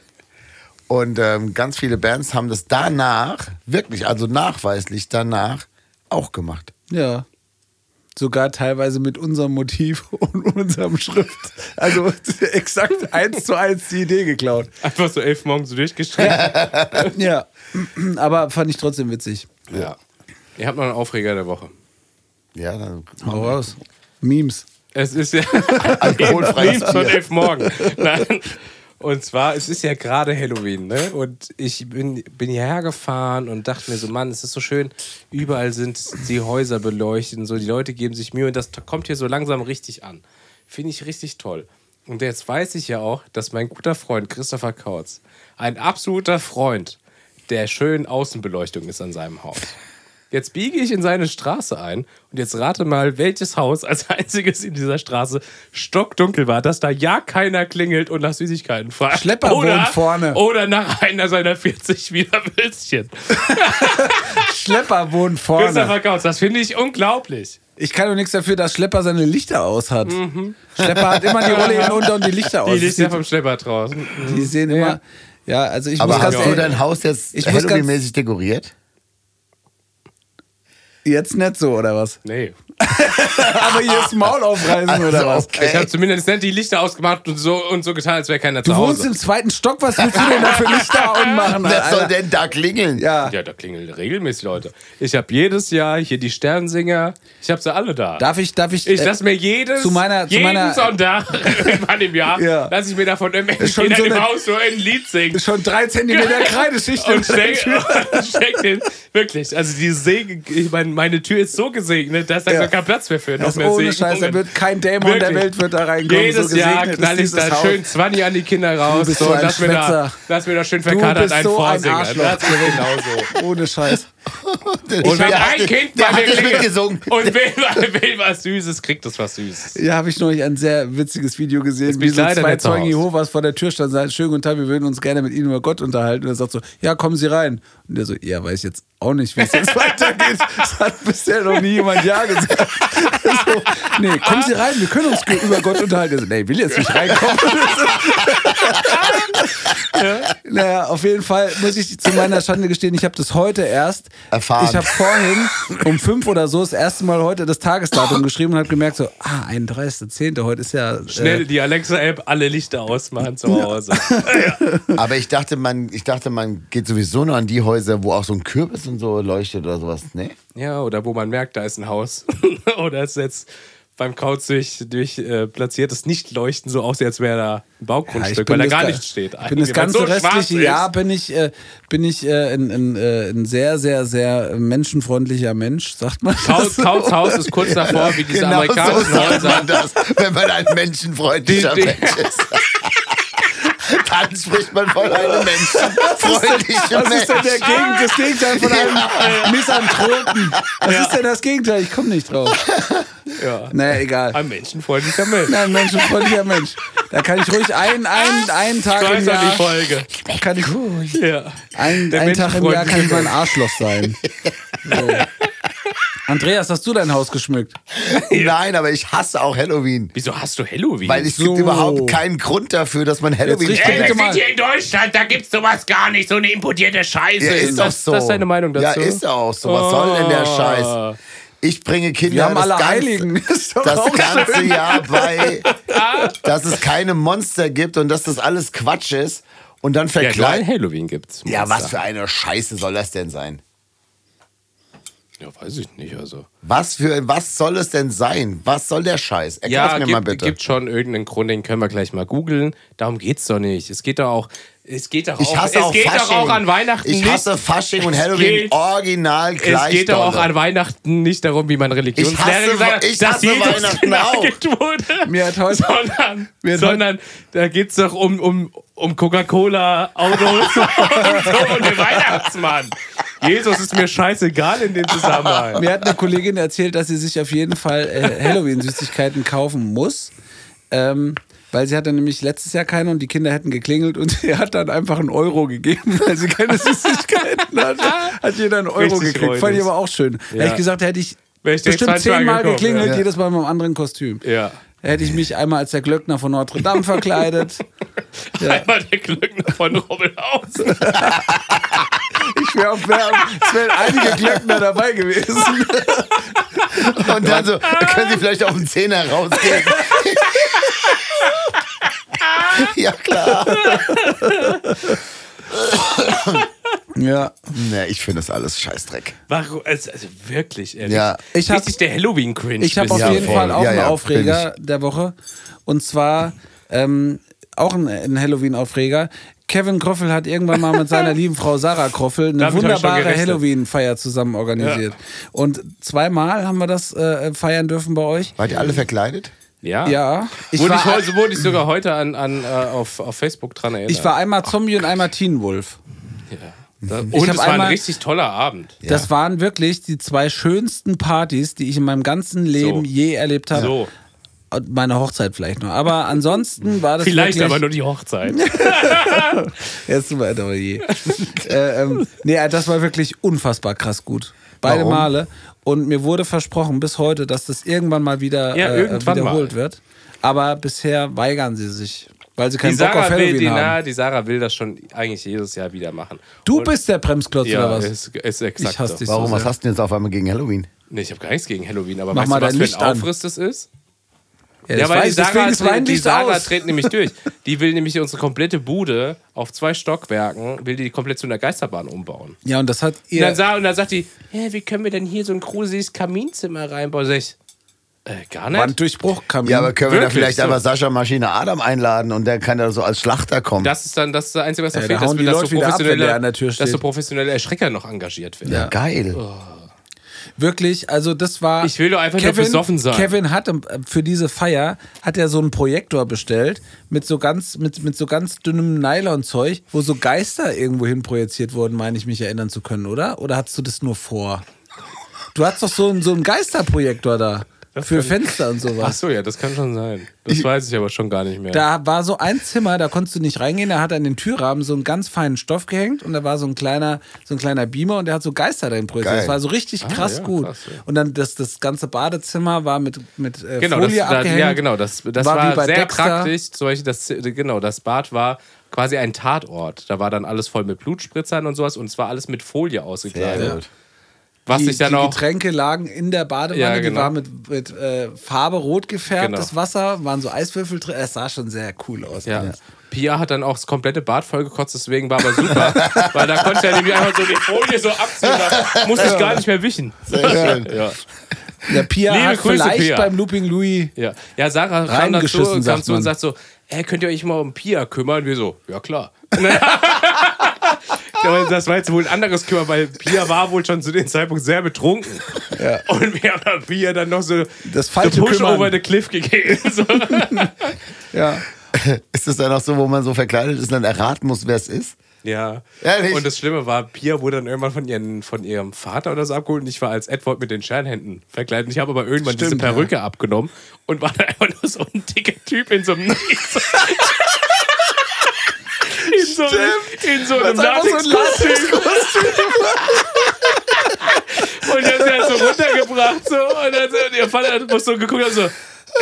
S4: Und ähm, ganz viele Bands haben das danach, wirklich, also nachweislich danach, auch gemacht.
S3: [laughs] Ja. Sogar teilweise mit unserem Motiv und unserem Schrift. Also exakt eins zu eins die Idee geklaut.
S2: Einfach so elf morgens durchgestrichen.
S3: [laughs] Ja. Aber fand ich trotzdem witzig.
S2: ja. Ihr habt noch einen Aufreger der Woche.
S4: Ja, dann
S3: Hau raus. Memes.
S2: Es ist ja
S4: [laughs] Alkoholfreies
S2: Memes von
S4: Bier.
S2: elf morgen. Nein. Und zwar, es ist ja gerade Halloween, ne? Und ich bin, bin hierher gefahren und dachte mir so, Mann, es ist so schön, überall sind die Häuser beleuchtet und so, die Leute geben sich Mühe und das kommt hier so langsam richtig an. Finde ich richtig toll. Und jetzt weiß ich ja auch, dass mein guter Freund Christopher Kautz, ein absoluter Freund der schönen Außenbeleuchtung ist an seinem Haus. Jetzt biege ich in seine Straße ein und jetzt rate mal, welches Haus als einziges in dieser Straße stockdunkel war, dass da ja keiner klingelt und nach Süßigkeiten fragt.
S3: Schlepper wohnt vorne.
S2: Oder nach einer seiner 40 wieder Würstchen.
S3: Schlepper wohnt vorne.
S2: Christopher Kautz, das finde ich unglaublich.
S3: Ich kann doch nichts dafür, dass Schlepper seine Lichter aus hat. Schlepper hat immer die Rolle hinten unter und die Lichter
S2: Die
S3: aus.
S2: liegt ja vom Schlepper draußen.
S3: die sehen immer. Ja, also ich
S4: Aber
S3: muss ganz
S4: hast du
S3: ehrlich,
S4: dein Haus jetzt
S3: Ich muss ganz-
S4: Halloween-mäßig dekoriert?
S3: jetzt nicht so oder was?
S2: Nee.
S3: Aber hier das Maul aufreißen oder
S4: Also,
S3: was?
S2: Ich habe zumindest nicht die Lichter ausgemacht und so, und so getan, als wäre keiner
S3: Du
S2: zu
S3: wohnst
S2: Hause.
S3: im zweiten Stock, was willst du denn da für
S2: [laughs]
S3: Lichter anmachen?
S4: Was soll
S3: Alter?
S4: denn da klingeln?
S3: Ja.
S2: Ja, da klingeln regelmäßig Leute. Ich habe jedes Jahr hier die Sternsinger. Ich habe sie alle da.
S3: Darf ich, darf ich,
S2: Ich
S3: äh,
S2: lasse mir jedes,
S3: zu meiner- zu
S2: jeden
S3: meiner- [laughs]
S2: Sonntag an dem Jahr,
S3: Ja.
S2: lasse ich mir davon irgendwelchen
S3: Schon
S2: Kindern
S3: so
S2: im
S3: eine-
S2: Haus so ein Lied singen.
S3: äh, schon drei Zentimeter
S2: [laughs]
S3: Kreideschicht
S2: Und
S3: unter der
S2: steck,
S3: Tür?
S2: [laughs] und steck den, wirklich, also die Segen, ich mein, meine Tür ist so gesegnet, dass da
S3: Ja.
S2: gar kein Platz mehr für noch
S3: Das
S2: mehr
S3: ohne
S2: Segnungen.
S3: Scheiß, da wird kein Dämon der
S2: Wirklich.
S3: Welt wird da reinkommen.
S2: Jedes
S3: so
S2: Jahr
S3: gesegnet
S2: knall ich
S3: ist dieses
S2: da
S3: Haus.
S2: schön 20 an die Kinder raus
S3: bist
S2: so,
S3: so
S2: und
S3: ein
S2: lass mir, da,
S3: Schwätzer.
S2: lass mir da schön
S3: Du
S2: verkadert
S3: bist
S2: einen
S3: so ein
S2: vorsingen.
S3: Arschloch.
S2: das ist genauso.
S3: Ohne Scheiß.
S2: Und wenn
S4: [laughs] der
S2: ein
S4: hat-
S2: Kind
S4: der
S2: bei mir
S4: hat nicht
S2: klingelt
S4: mitgesungen.
S2: und will, [laughs] will was Süßes, kriegt das was Süßes.
S3: Ja, habe ich neulich ein sehr witziges Video gesehen,
S2: bin
S3: wie
S2: ich
S3: so
S2: leider
S3: zwei
S2: nicht zu
S3: Zeugen
S2: Hause.
S3: Jehovas vor der Tür standen und sagten, schönen guten Tag, wir würden uns gerne mit Ihnen über Gott unterhalten. Und er sagt so, ja, kommen Sie rein. Und der so, ja, weiß ich jetzt auch nicht, wie
S2: [laughs]
S3: es jetzt weitergeht. Das hat bisher noch nie jemand Ja gesagt. [laughs] So, nee, kommen Sie rein, wir können uns ge- über Gott unterhalten. Er so, nee, ich will jetzt
S2: [laughs]
S3: nicht reinkommen. [laughs] Naja, auf jeden Fall muss ich zu meiner Schande gestehen, ich habe das heute erst
S4: Erfahren.
S3: Ich habe vorhin um fünf oder so das erste Mal heute das Tagesdatum geschrieben und habe gemerkt, so, ah, 31.10. heute ist ja.
S4: Äh,
S2: Schnell die Alexa-App, alle Lichter ausmachen zu
S4: [laughs]
S2: Hause.
S4: Aber ich dachte, man, ich dachte, man geht sowieso nur an die Häuser, wo auch so ein Kürbis und so leuchtet oder sowas. ne? Nee?
S2: ja, oder wo man merkt, da ist ein Haus. [laughs] oder es ist jetzt beim Couch durch, durch äh, platziertes Nichtleuchten so aus, als wäre da ein
S3: Ja,
S2: Baugrundstück, weil da
S3: das
S2: gar
S3: ga-
S2: nichts steht.
S3: Ich bin das
S2: Weil
S3: ganze
S2: so schwarz
S3: restliche
S2: ist.
S3: Jahr bin ich, äh, bin ich äh, ein, ein, äh, ein sehr, sehr, sehr menschenfreundlicher Mensch, sagt man. Genau
S2: Kautz, Kautz Haus ist kurz davor, wie diese amerikanischen
S4: sagt
S2: Häuser.
S4: man das, wenn man ein menschenfreundlicher
S2: Die- die-
S4: Mensch ist. [laughs] Dann spricht man von einem menschenfreundlichen
S3: Was ist denn der
S4: Mensch.
S3: Gegen das Gegenteil von einem Misanthropen? Was ist denn das Gegenteil? Ich komme nicht drauf.
S2: Ja.
S3: Naja, egal.
S2: Ein menschenfreundlicher Mensch.
S3: Nein, menschenfreundlicher Mensch. Da kann ich ruhig einen, einen, einen Tag im
S2: Scheiß an die
S3: Jahr.
S2: Folge.
S3: Kann ich, ruhig-
S2: Ja.
S3: einen,
S2: Der
S3: einen Tag im Jahr kann ich
S2: menschenfreundliche
S3: mal ein Arschloch
S2: [laughs]
S3: sein. So. Andreas, hast du dein Haus geschmückt?
S4: Nein, aber ich hasse auch Halloween.
S2: Wieso hast du Halloween?
S4: Weil es
S3: So.
S4: gibt überhaupt keinen Grund dafür, dass man Halloween
S3: richtig
S4: schmeckt.
S3: bitte mal.
S2: hier in Deutschland, da gibt's sowas gar nicht, so eine importierte Scheiße.
S4: Ja, ist doch
S2: das,
S4: so.
S2: das ist deine Meinung dazu? Oh.
S4: Ja, ist auch so. Was soll denn der Scheiß? Ich bringe Kinder
S3: Wir haben
S4: das
S3: alle
S4: ganze-
S3: Heiligen. [laughs] Ist doch
S4: das
S3: auch
S4: ganze Jahr
S2: [laughs]
S4: bei, dass es keine Monster gibt und dass das alles Quatsch ist und dann
S2: Ja, klar, [laughs]
S4: vergleicht.
S2: Halloween gibt's.
S4: Ja,
S2: Monster.
S4: was für eine Scheiße soll das denn sein?
S2: Ja, weiß ich nicht, also.
S4: Was für was soll es denn sein? Was soll der Scheiß? Erklär's
S2: ja,
S4: mir
S2: gibt,
S4: mal bitte.
S2: gibt schon irgendeinen Grund, den können wir gleich mal googeln. Darum geht's doch nicht. Es geht doch auch, Es geht doch
S4: Ich
S2: auch,
S4: hasse
S2: es
S4: auch
S2: geht
S4: Fasching.
S2: doch auch an Weihnachten
S4: Ich hasse
S2: nicht.
S4: Fasching und
S2: Es
S4: Halloween
S2: geht-
S4: original gleich.
S2: Es geht doch auch
S4: dolle.
S2: an Weihnachten nicht darum, wie man
S4: Ich
S2: Religionslehrer
S4: hasse-
S2: gesagt hat,
S4: ich
S2: dass
S4: hasse
S2: Jesus
S4: Weihnachten
S2: genagelt wurde.
S3: Mir hat heute-
S2: sondern
S3: mir hat heute-
S2: sondern da geht es doch um, um, um Coca-Cola-Autos [laughs] und, so und den Weihnachtsmann. Jesus ist mir scheißegal in dem Zusammenhang.
S3: Mir hat eine Kollegin erzählt, dass sie sich auf jeden Fall äh, Halloween-Süßigkeiten kaufen muss. Ähm, weil sie hatte nämlich letztes Jahr keine und die Kinder hätten geklingelt und sie hat dann einfach einen Euro gegeben, weil
S2: [laughs]
S3: sie keine Süßigkeiten hatte. Hat jeder einen Euro
S2: Richtig
S3: gekriegt. Fand ich
S2: räudig.
S3: aber auch schön.
S2: Ja.
S3: Hätte ich gesagt, hätte ich
S2: Wäre ich direkt
S3: bestimmt
S2: zwei Tage
S3: zehnmal
S2: gekommen,
S3: geklingelt,
S2: ja.
S3: jedes Mal mit einem anderen Kostüm.
S2: Ja.
S3: Hätte ich mich einmal als der Glöckner von Notre
S2: [laughs]
S3: Dame verkleidet. Ja.
S2: Einmal der Glückner von Robbelhausen.
S3: Ich wäre auf wär, es wären einige Glöckner
S2: [laughs]
S3: dabei gewesen.
S4: Und dann so, da können Sie vielleicht auf den Zehner [laughs] rausgehen. ja, klar.
S3: Ja.
S4: Nee, ich finde das alles Scheißdreck.
S2: Warum? Also, also wirklich, ehrlich.
S4: Ja.
S3: Ich
S2: Ich
S3: hab-
S2: Richtig der Halloween-Cringe.
S3: Ich habe auf
S2: bist
S4: Ja,
S2: du.
S3: jeden
S4: voll.
S3: Fall auch
S4: Ja,
S3: einen
S4: ja,
S3: Aufreger der Woche. Und zwar ähm, auch einen, einen Halloween-Aufreger. Kevin Kroffel hat irgendwann mal
S2: [laughs]
S3: mit seiner lieben Frau Sarah Kroffel eine
S2: Damit hab ich schon
S3: wunderbare
S2: gerechnet.
S3: Halloween-Feier zusammen organisiert. Und zweimal haben wir das äh, feiern dürfen bei euch.
S4: Wart ihr alle verkleidet?
S2: Ja.
S3: Ja, ich
S2: wurde, ich
S3: war,
S2: heute, wurde ich sogar heute an, an, äh, auf, auf Facebook dran erinnert.
S3: ich war einmal Zombie und einmal Teen Wolf.
S2: Da- Und
S3: ich hab
S2: es war ein
S3: einmal-
S2: richtig toller Abend.
S3: Das waren wirklich die zwei schönsten Partys, die ich in meinem ganzen Leben
S2: So.
S3: je erlebt habe.
S2: So.
S3: Und Meine Hochzeit vielleicht noch. Aber ansonsten war das
S2: Vielleicht
S3: wirklich,
S2: aber nur die Hochzeit.
S3: Erst mal halt aber je. [laughs] äh, ähm, nee, das war wirklich unfassbar krass gut. Beide
S4: Warum?
S3: Male. Und mir wurde versprochen bis heute, dass das irgendwann mal wieder
S2: Ja,
S3: äh,
S2: irgendwann
S3: wiederholt
S2: mal.
S3: wird. Aber bisher weigern sie sich, weil sie
S2: Die
S3: keinen Bock auf
S2: Sarah, will, die,
S3: Halloween haben.
S2: na, die Sarah will das schon eigentlich jedes Jahr wieder machen.
S3: Du
S2: Und-
S3: bist der Bremsklotz
S2: ja,
S3: oder was?
S2: Ist, ist exakt
S3: Ich hasse
S2: so.
S3: dich
S4: Warum?
S3: so
S4: Was
S3: sehr.
S4: hast du denn jetzt auf einmal gegen Halloween?
S2: Nee, ich habe gar nichts gegen Halloween, aber
S3: Mach
S2: weißt
S3: mal
S2: du, was
S3: dein
S2: für
S3: Licht
S2: ein
S3: an.
S2: Aufriss das ist?
S3: Ja,
S2: Ja,
S3: das
S2: weil
S3: weiß
S2: die
S3: ich, deswegen
S2: Sarah,
S3: ist mein
S2: tritt, die
S3: Licht
S2: Sarah
S3: aus.
S2: tritt nämlich durch. Die will nämlich unsere komplette Bude auf zwei Stockwerken, will die komplett zu einer Geisterbahn umbauen.
S3: Ja, und das hat
S2: Und dann,
S3: ihr.
S2: sah, und dann sagt die, Hä, wie können wir denn hier so ein gruseliges Kaminzimmer reinbauen? Sag ich, äh, gar nicht.
S3: Wanddurchbruch kam
S4: Ja, aber können wir da
S2: Wirklich?
S4: vielleicht
S2: So.
S4: einfach Sascha Maschine Adam einladen und der kann da so als Schlachter kommen?
S2: Das ist dann das, ist das Einzige, was da
S3: Ja, da
S2: fehlt, dass,
S3: hauen
S2: wir-
S3: die
S2: dass,
S3: Leute
S2: so
S3: wieder ab, wenn der
S2: professionelle-
S3: an der Tür
S2: dass so
S3: steht.
S2: professionelle Erschrecker noch engagiert werden.
S4: ja, geil.
S2: Oh,
S3: Wirklich, also das war.
S2: Ich will doch einfach nur besoffen sein.
S3: Kevin hat ähm, für diese Feier hat er so einen Projektor bestellt mit so ganz mit, mit so ganz dünnem Nylonzeug, wo so Geister irgendwo hin projiziert wurden, meine ich mich erinnern zu können, oder? Oder hattest du das nur vor? Du hattest doch so einen, so einen Geisterprojektor da für Fenster und
S2: Ach
S3: sowas.
S2: so, ja, das kann schon sein. Das weiß ich aber schon gar nicht mehr.
S3: Da war so ein Zimmer, da konntest du nicht reingehen, da hat er an den Türrahmen so einen ganz feinen Stoff gehängt und da war so ein kleiner, so ein kleiner Beamer und der hat so Geister dahin projiziert.
S4: Geil.
S3: Das war so richtig krass
S2: Ah, ja,
S3: gut.
S2: krass, ja.
S3: Und dann das, das ganze Badezimmer war mit, mit äh,
S2: genau, das,
S3: Folie
S2: da,
S3: abgehängt.
S2: ja, genau, das, das war,
S3: wie bei
S2: sehr
S3: Dexter.
S2: praktisch. Zum Beispiel das, genau, das Bad war quasi ein Tatort. Da war dann alles voll mit Blutspritzern und sowas und es war alles mit Folie
S4: Sehr
S2: ausgekleidet.
S4: gut.
S2: Was
S3: Die,
S2: ich dann
S3: die
S2: auch.
S3: Getränke lagen in der Badewanne,
S2: Ja,
S3: die
S2: genau.
S3: war mit, mit äh, Farbe rot gefärbt,
S2: Genau.
S3: das Wasser, waren so Eiswürfel drin. Es sah schon sehr cool aus.
S2: Ja. Pia hat dann auch das komplette Bad vollgekotzt, deswegen war aber super. [laughs] weil da konnte er nämlich einfach so die Folie so abziehen, da musste ich gar nicht mehr wischen.
S4: Sehr schön.
S2: Ja.
S3: Der Pia
S2: Liebe
S3: hat
S2: Grüße,
S3: vielleicht
S2: Pia.
S3: beim
S2: [laughs]
S3: Looping Louis
S2: Ja, ja Sarah kam dann zu,
S3: Reingeschissen,
S2: kam
S3: sagt
S2: zu und
S3: man.
S2: sagt so, ey, könnt ihr euch mal um Pia kümmern? Wir so, ja
S3: [laughs]
S2: klar. Aber das war jetzt wohl ein anderes Kümmer, weil Pia war wohl schon zu dem Zeitpunkt sehr betrunken. Und wir haben Pia dann noch so
S3: Das falsche
S2: so Push
S3: Kümmern.
S2: over the cliff gegeben. [laughs] So.
S3: [laughs] Ja.
S4: [laughs] Ist es dann auch so, wo man so verkleidet ist und dann erraten muss, wer es ist?
S2: Ja.
S4: Ehrlich?
S2: Und das Schlimme war, Pia wurde dann irgendwann von, ihren, von ihrem Vater oder so abgeholt und ich war als Edward mit den Scherenhänden verkleidet. Und Ich habe aber irgendwann
S4: Stimmt,
S2: diese Perücke abgenommen und war dann einfach nur so ein dicker Typ in so
S3: [laughs]
S2: einem. in so, in so einem
S3: einfach so ein
S2: Latex-Kostüm. und dann ist er halt so runtergebracht so und dann so, und ihr Vater hat bloß so geguckt und so.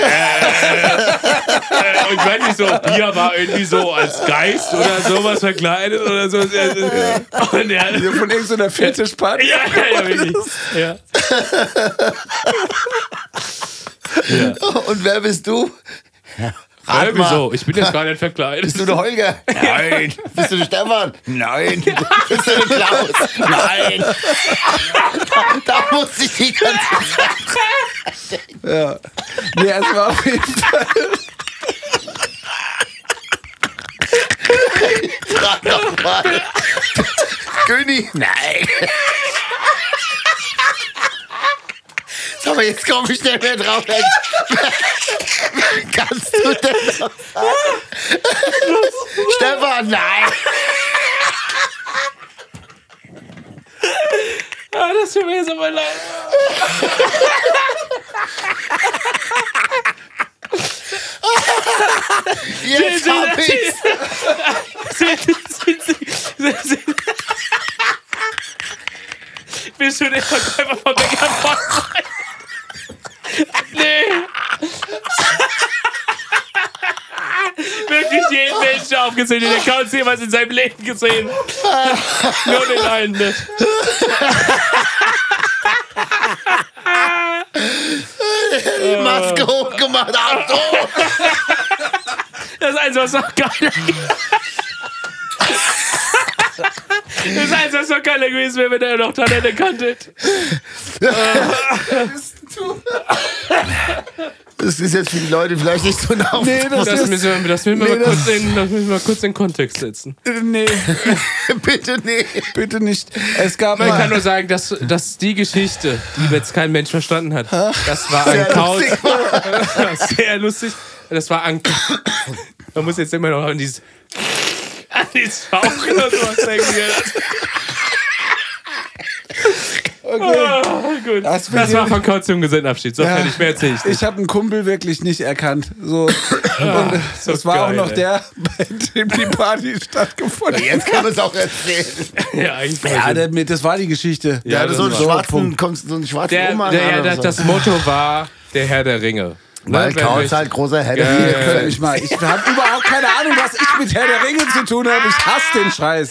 S2: Äh, äh, und ich weiß nicht so, Pia war irgendwie so als Geist oder sowas verkleidet oder so. Und er, und er, [laughs]
S3: Von irgendeiner Fetischparty.
S2: ja, ja, wirklich. Ja.
S4: Oh, Und wer bist du?
S2: Ja,
S4: Rat mal.
S2: wieso? Ich bin jetzt gar nicht verkleidet. [laughs]
S4: Bist du der Holger? Nein. Bist du der Stefan? Nein. Bist du der Klaus? Nein. da muss ich
S2: [laughs]
S4: die ganze
S3: Ja.
S2: [laughs]
S3: Nee, es war auf jeden Fall.
S4: Frag doch mal. König? Nein. Sag mal, jetzt komm ich schnell mehr drauf. Kannst du denn noch sagen? Stefan, nein.
S2: Ah, das tut mir jetzt aber leid.
S4: Jetzt hab ich's.
S2: Sind, sind, sind, sind, Bist du der Verkäufer von Bäcker Vollzeit? Nee. Wirklich jeden Menschen aufgezählt, den der kaum jemals in seinem Leben gesehen. Nur den einen nicht.
S4: Die
S2: Äh.
S4: Maske hochgemacht. Achtung.
S2: Das ist eins, was noch geiler [laughs] Das ist eins, was noch geiler gewesen wäre, wenn er noch Talente kannte.
S4: Das ist jetzt für die Leute vielleicht nicht so nah.
S3: Nee, das
S2: Das
S3: ist.
S2: müssen wir, das müssen wir,
S3: Nee,
S2: mal,
S3: das-
S2: kurz in, das müssen wir mal kurz in Kontext setzen.
S3: Nee,
S4: [laughs]
S2: [laughs]
S4: Bitte nee.
S3: bitte nicht. Es gab
S2: Man kann
S3: mal.
S2: nur sagen, dass, dass die Geschichte, die jetzt kein Mensch verstanden hat, das war ein
S4: Sehr
S2: Couch. [laughs]
S4: lustig.
S2: Sehr lustig. Das war an. Man muss jetzt immer noch an dieses. An dieses Fauchen oder sowas denken.
S3: Okay.
S2: Oh, gut.
S3: Das
S2: Das, war von Couch zum Gesellenabschied. So
S3: Ja.
S2: fertig, mehr erzähl ich nicht.
S3: Ich habe einen Kumpel wirklich nicht erkannt.
S2: [laughs]
S3: So. Und äh,
S2: Ah, so
S3: das war auch
S2: geil,
S3: noch
S2: ey.
S3: der, bei dem die
S2: [laughs]
S3: Party stattgefunden hat.
S4: Jetzt kann man es auch erzählen.
S2: Ja, eigentlich.
S3: Ja, der, mit- das war die Geschichte.
S4: Ja, das ist so einen
S2: das
S4: schwarzen, kommst, so einen schwarzen
S2: der,
S4: Oma
S2: der, ja,
S4: an oder
S2: das,
S4: so.
S2: das Motto war der Herr der Ringe. Ne,
S4: Weil
S2: wenn
S4: Kauz
S2: ich-
S4: halt großer Herr der
S2: Ja,
S4: Ringe.
S2: ja, ja.
S3: Hört mich mal. Ich habe überhaupt keine Ahnung, was ich mit Herr der Ringe zu tun habe. Ich hasse den Scheiß.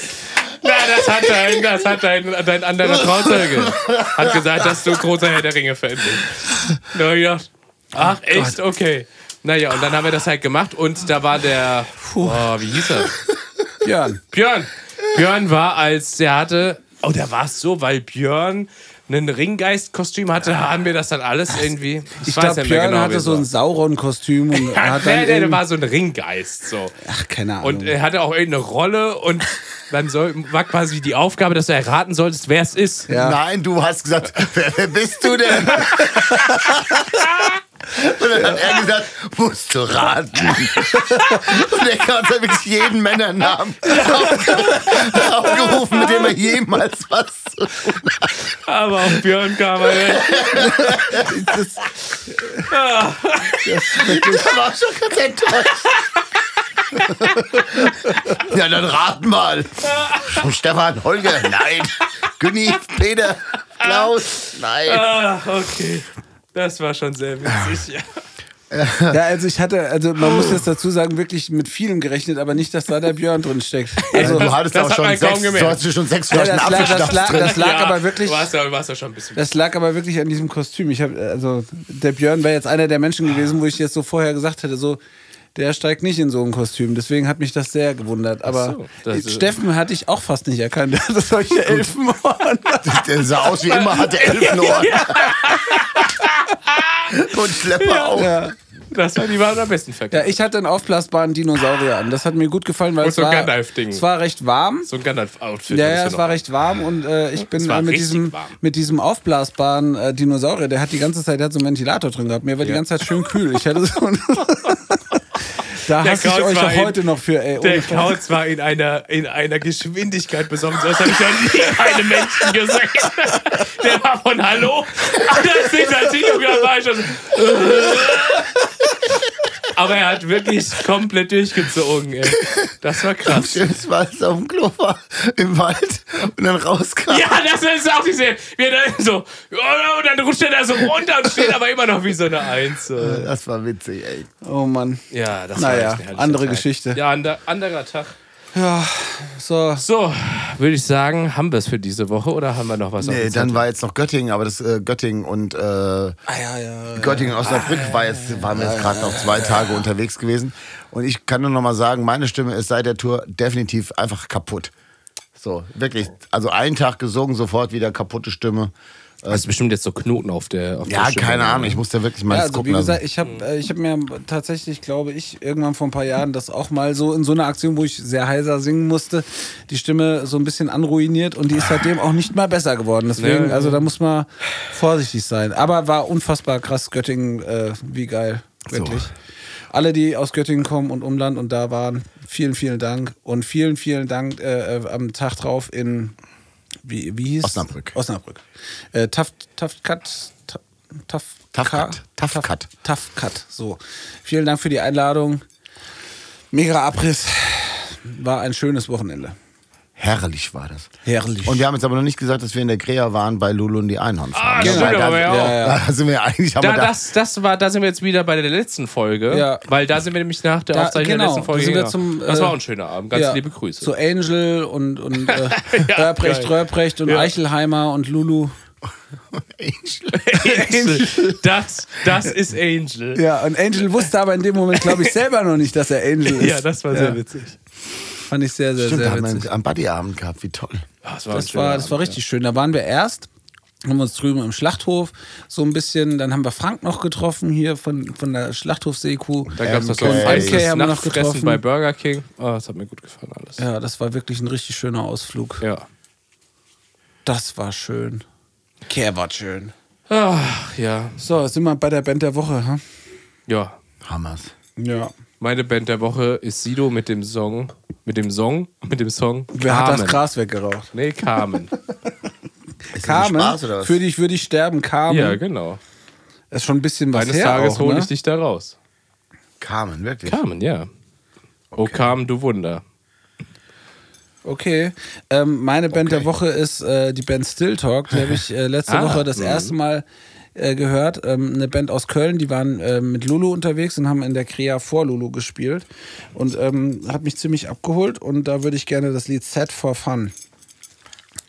S2: Na, das hat dein, das hat dein, dein anderer Trauzeuge. Hat gesagt, dass du großer Herr der Ringe-Fan bist. Da hab ich gedacht,
S3: Oh
S2: ach, echt? Okay. Naja, und dann haben wir das halt gemacht und da war der. Oh, wie hieß er?
S3: Björn.
S2: Björn. Björn war als, der hatte, oh, da war es so, weil Björn einen Ringgeist-Kostüm hatte, haben wir das dann alles irgendwie.
S3: Ich glaube,
S2: nicht mehr
S3: Björn
S2: genau, wie
S3: hatte
S2: es
S3: so
S2: war.
S3: ein
S2: [laughs]
S3: Sauron-Kostüm und
S2: Ja,
S3: hat
S2: der,
S3: dann.
S2: der,
S3: irgend-
S2: war so ein Ringgeist. So.
S3: Ach, keine Ahnung.
S2: Und er hatte auch irgendeine Rolle
S3: [laughs]
S2: und dann soll, war quasi die Aufgabe, dass du erraten solltest, wer es ist.
S3: Ja.
S4: Nein, du hast gesagt, [laughs] wer, wer bist du denn?
S2: [laughs]
S4: Und dann hat er gesagt, musst du raten. [laughs] Und er hat dann wirklich jeden Männernamen [laughs] aufge- aufgerufen, mit dem er jemals was zu tun hat.
S2: Aber auf Björn kam halt er nicht.
S4: Da war ich schon ganz enttäuscht. Ja, dann rat mal. Stefan, Holger, nein. Günni, Peter, Klaus, nein.
S2: Ach, okay. Das war schon sehr witzig. Ja.
S3: [laughs] ja, also ich hatte, also man muss jetzt dazu sagen, wirklich mit vielem gerechnet, aber nicht, dass da der Björn drin steckt. Also,
S4: Also,
S2: das-
S4: du hattest
S2: das
S4: auch
S2: hat
S4: schon
S2: man kaum
S4: sechs,
S2: gemerkt.
S4: du hattest schon sechs
S3: Ja,
S4: Flaschen
S3: das lag- das
S4: Apfelschnaps
S3: lag-
S4: drin.
S3: das lag- aber wirklich-
S2: Du warst ja, du warst ja schon ein bisschen.
S3: das lag aber wirklich an diesem Kostüm. Ich habe also der Björn wäre jetzt einer der Menschen gewesen, wo ich jetzt so vorher gesagt hätte, so der steigt nicht in so ein Kostüm. Deswegen hat mich das sehr gewundert. Aber
S2: so, das-
S3: Steffen hatte ich auch fast nicht erkannt. [laughs] Der hatte solche
S2: [laughs]
S3: Elfenohren.
S4: Der sah aus wie immer, hatte Elfenohren. Und Schlepper auch.
S3: Ja.
S2: Das war die waren am besten
S3: Äh, ja,
S2: verkauft.
S3: ich hatte einen aufblasbaren Dinosaurier an. Das hat mir gut gefallen, weil
S2: Und
S3: es,
S2: so ein
S3: war,
S2: Gandalf-Ding.
S3: es war recht warm.
S2: so ein Gandalf-Outfit.
S3: Ja,
S2: hattest
S3: ja,
S2: du
S3: es
S2: noch.
S3: war recht warm und äh, ich bin
S2: war
S3: äh, mit,
S2: richtig
S3: diesem,
S2: warm.
S3: mit diesem aufblasbaren äh, Dinosaurier, der hat die ganze Zeit der hat so einen Ventilator drin gehabt. Mir war die ganze Zeit schön kühl. Ich hatte so
S2: [laughs]
S3: Da
S2: Der
S3: hasse ich
S2: Kauz
S3: euch
S2: war
S3: auch
S2: eben-
S3: heute noch für, ey.
S2: Der
S3: Ohne Scheiß.
S2: Kauz war in einer, in einer Geschwindigkeit besoffen. So was habe ich noch
S3: [laughs]
S2: nie in einem Menschen gesehen. Der war von Hallo. [laughs] Das ist also. das Video, da war ich schon so, [laughs] Aber er hat wirklich komplett durchgezogen, ey. Das war krass.
S3: [laughs]
S4: Schönes war, als er auf dem Klo war, im Wald und dann rauskam.
S2: Ja, das ist auch diese. Wir dann so, und dann rutscht er da so runter und steht aber immer noch wie so eine Eins. so.
S4: Das war witzig, ey.
S3: Oh Mann.
S2: Ja, das war echt
S3: Naja,
S2: ein herrlicher
S3: andere
S2: Tag.
S3: Geschichte.
S2: Ja, ander, anderer Tag.
S3: So,
S2: So, würde ich sagen, haben wir es für diese Woche oder haben wir noch was? auf
S4: Nee,
S2: dem
S4: dann
S2: Zettel?
S4: war jetzt noch Göttingen, aber das äh, Göttingen und äh,
S3: ja, ja.
S4: Göttingen Osnabrück war jetzt, waren wir jetzt gerade noch zwei Tage unterwegs gewesen. Und ich kann nur noch mal sagen, meine Stimme ist seit der Tour definitiv einfach kaputt. So, wirklich. Also einen Tag gesungen, sofort wieder kaputte Stimme.
S2: Hast du bestimmt jetzt so Knoten auf der auf der
S4: Ja,
S2: Stirn.
S4: keine Ahnung, ich muss da wirklich mal
S3: Ja,
S4: das
S3: also
S4: gucken
S3: wie gesagt,
S4: lassen.
S3: ich habe äh, ich hab mir tatsächlich, glaube ich, irgendwann vor ein paar Jahren das auch mal so in so einer Aktion, wo ich sehr heiser singen musste, die Stimme so ein bisschen anruiniert und die ist seitdem auch nicht mal besser geworden. Deswegen,
S2: Ja.
S3: also da muss man vorsichtig sein. Aber war unfassbar krass, Göttingen, äh, wie geil, wirklich. Alle, die aus Göttingen kommen und Umland und da waren, vielen, vielen Dank. Und vielen, vielen Dank äh, äh, am Tag drauf in, wie, wie hieß
S4: Osnabrück.
S3: Osnabrück. Äh, Taft, Taftkat, Ta- Taft,
S4: Tough
S3: Ka-
S4: Cut. Tough
S3: Tough-
S4: Cut.
S3: Tough Cut. So. Vielen Dank für die Einladung. Mega Abriss. War ein schönes Wochenende.
S4: Herrlich war das.
S3: Herrlich.
S4: Und wir haben jetzt aber noch nicht gesagt, dass wir in der Krähe waren bei Lulu und die Einhornfrau.
S2: Ah, stimmt, aber ja auch.
S4: Da sind wir eigentlich haben
S2: Da,
S4: wir da, [laughs]
S2: das, das war, da sind wir jetzt wieder bei der letzten Folge,
S3: Ja.
S2: weil da sind wir nämlich nach der
S3: Da-
S2: Aufzeichnung
S3: genau,
S2: der letzten Folge.
S3: da sind wir
S2: gegangen.
S3: zum,
S2: das
S3: äh,
S2: war ein schöner Abend. Ganz liebe Grüße. [laughs]
S3: Zu Angel und, und äh,
S2: Ja,
S3: Röprecht,
S2: geil.
S3: Röprecht und
S2: Ja.
S3: Eichelheimer und Lulu.
S2: Angel. Das, das ist Angel.
S3: Ja, und Angel wusste aber in dem Moment, glaube ich, selber noch nicht, dass er Angel ist.
S2: [laughs] Ja, das war sehr witzig.
S3: Fand ich sehr, sehr,
S4: Stimmt, da
S3: sehr
S4: haben
S3: witzig.
S4: wir einen Buddyabend gehabt, wie toll.
S2: Ah, war ein
S3: Das
S2: schöner
S3: war, das war
S2: Abend,
S3: richtig schön. Da waren wir erst, haben uns drüben im Schlachthof so ein bisschen, dann haben wir Frank noch getroffen hier von, von der Schlachthof-Seku.
S2: ja. Da gab es das
S4: MK. Und
S2: so
S3: MK haben wir noch
S2: Nachtfressen
S3: getroffen.
S2: bei Burger King. Ah, das hat mir gut gefallen alles.
S3: Ja, das war wirklich ein richtig schöner Ausflug.
S2: Ja.
S3: Das war schön. Care war schön.
S2: Ach, ja.
S3: So, jetzt sind wir bei der Band der Woche, hm?
S2: Ja.
S4: Hammers.
S3: Ja.
S2: Meine Band der Woche ist Sido mit dem Song. Mit dem Song? Mit dem Song.
S3: Wer hat das
S2: Carmen.
S3: Gras weggeraucht?
S2: Nee, Carmen.
S4: Ist das ein
S3: Carmen,
S4: Spaß oder was?
S3: für dich würde ich sterben, Carmen.
S2: ja, genau.
S3: Das ist schon ein bisschen was
S2: Eines
S3: her
S2: Tages
S3: auch,
S2: hole
S3: ne?
S2: ich dich da raus.
S4: Carmen, wirklich.
S2: Carmen, ja. Oh, Carmen, du Wunder.
S3: Okay. Ähm, meine Band
S4: Okay.
S3: der Woche ist äh, die Band Still Talk. Die habe ich äh,
S2: [laughs]
S3: letzte
S2: Ah,
S3: Woche das
S2: mhm.
S3: erste Mal äh, gehört. Ähm, eine Band aus Köln, die waren äh, mit Lulu unterwegs und haben in der Krea vor Lulu gespielt. Und ähm, hat mich ziemlich abgeholt. Und da würde ich gerne das Lied Set for Fun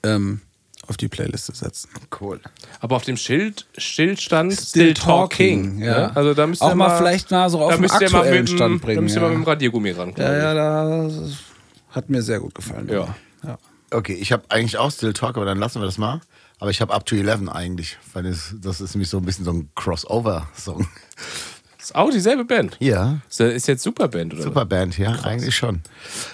S3: ähm, auf die Playliste setzen.
S4: Cool.
S2: Aber auf dem Schild, Schild stand
S3: Still Talking, ja.
S2: ne? Also da müsst ihr
S3: Auch mal vielleicht mal so auf
S2: da
S3: den
S2: müsst ihr mal
S3: aktuellen
S2: mit dem-
S3: Stand bringen,
S2: Da müsst ihr mal
S3: ja.
S2: mit dem Radiergummi ran.
S3: Ja, ja, da hat mir sehr gut gefallen.
S2: Ja.
S3: ja.
S4: Okay, ich habe eigentlich auch Still Talk, aber dann lassen wir das mal. Aber ich habe Up to 11 eigentlich, weil das, das ist nämlich so ein bisschen so ein Crossover-Song.
S2: Ist auch dieselbe Band.
S4: Ja.
S2: Ist, äh, ist jetzt Superband, oder? was?
S4: Superband, ja, eigentlich schon.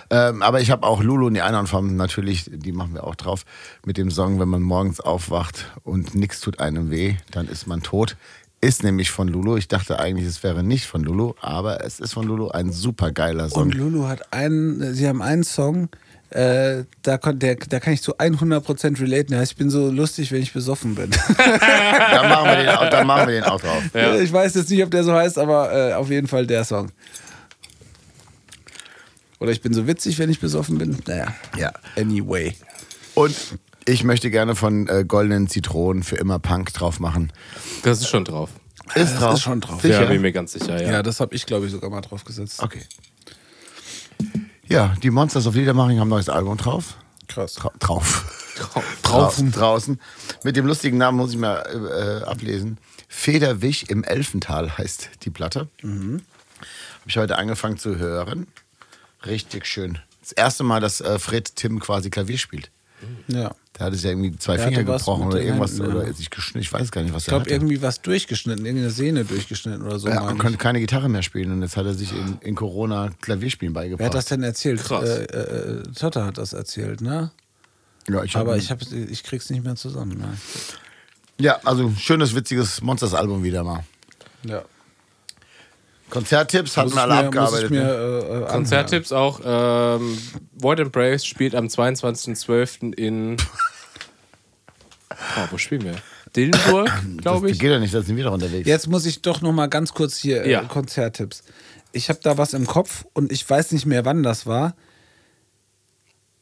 S4: Ähm, aber ich habe auch Lulu und die Einhornfarben natürlich, die machen wir auch drauf, mit dem Song, wenn man morgens aufwacht und nichts tut einem weh, dann ist man tot. Ist nämlich von Lulu. Ich dachte eigentlich, es wäre nicht von Lulu, aber es ist von Lulu ein super geiler Song.
S3: Und Lulu hat einen, sie haben einen Song, äh, da, kon, der, da kann ich zu 100% relaten. Der heißt, ich bin so lustig, wenn ich besoffen bin.
S4: Dann machen wir den, auch- dann machen wir den auch drauf.
S2: Ja.
S3: ich weiß jetzt nicht, ob der so heißt, aber äh, auf jeden Fall der Song. Oder ich bin so witzig, wenn ich besoffen bin. Naja.
S4: Ja.
S3: Anyway.
S4: Und ich möchte gerne von äh, Goldenen Zitronen für immer Punk drauf machen.
S2: Das ist schon drauf.
S4: Ist
S3: Äh,
S4: drauf.
S3: ist schon drauf.
S4: Sicher?
S2: Ja, bin mir ganz sicher, ja.
S3: Ja, das habe ich, glaube ich, sogar mal drauf gesetzt.
S4: Okay. Ja, die Monsters of Liedermaching haben ein neues Album drauf.
S3: Kraus.
S4: Tra [laughs] drauf.
S2: Drauf.
S4: Draußen. Draußen. Mit dem lustigen Namen muss ich mal äh, ablesen. Federwich im Elfental heißt die Platte.
S3: Mhm.
S4: Habe ich heute angefangen zu hören. Richtig schön. Das erste Mal, dass äh, Fred Tim quasi Klavier spielt.
S3: Ja.
S4: Der hatte sich ja irgendwie zwei
S3: Der
S4: Finger
S3: hatte was
S4: gebrochen
S3: mit
S4: oder
S3: den
S4: irgendwas.
S3: Händen, ja.
S4: oder sich geschnitten. Ich weiß gar nicht, was
S3: Ich glaube,
S4: er hatte.
S3: irgendwie was durchgeschnitten, irgendeine Sehne durchgeschnitten oder so.
S4: Ja,
S3: meine
S4: und
S3: ich.
S4: konnte keine Gitarre mehr spielen. Und jetzt hat er sich in, in Corona Klavierspielen beigebracht.
S3: Wer hat das denn erzählt?
S2: Krass.
S3: Äh, äh, äh, Totter hat das erzählt, ne?
S4: Ja, ich hab-
S3: Aber ich, hab's, ich krieg's nicht mehr zusammen. Ne?
S4: ja, also schönes, witziges Monsters-Album wieder mal.
S3: Ja.
S4: Konzerttipps hatten wir alle abgearbeitet.
S3: Muss ich mir,
S4: ne?
S3: äh, äh,
S2: Konzerttipps auch. Ähm, Void Embrace spielt am 22.12.
S3: [laughs]
S2: in. Oh, wo spielen wir?
S3: [coughs]
S2: Dillenburg, glaube
S4: Das
S2: ich.
S4: geht ja nicht, da sind wir doch unterwegs.
S3: Jetzt muss ich doch noch mal ganz kurz hier
S2: Ja.
S3: äh, Konzerttipps. Ich habe da was im Kopf und ich weiß nicht mehr, wann das war.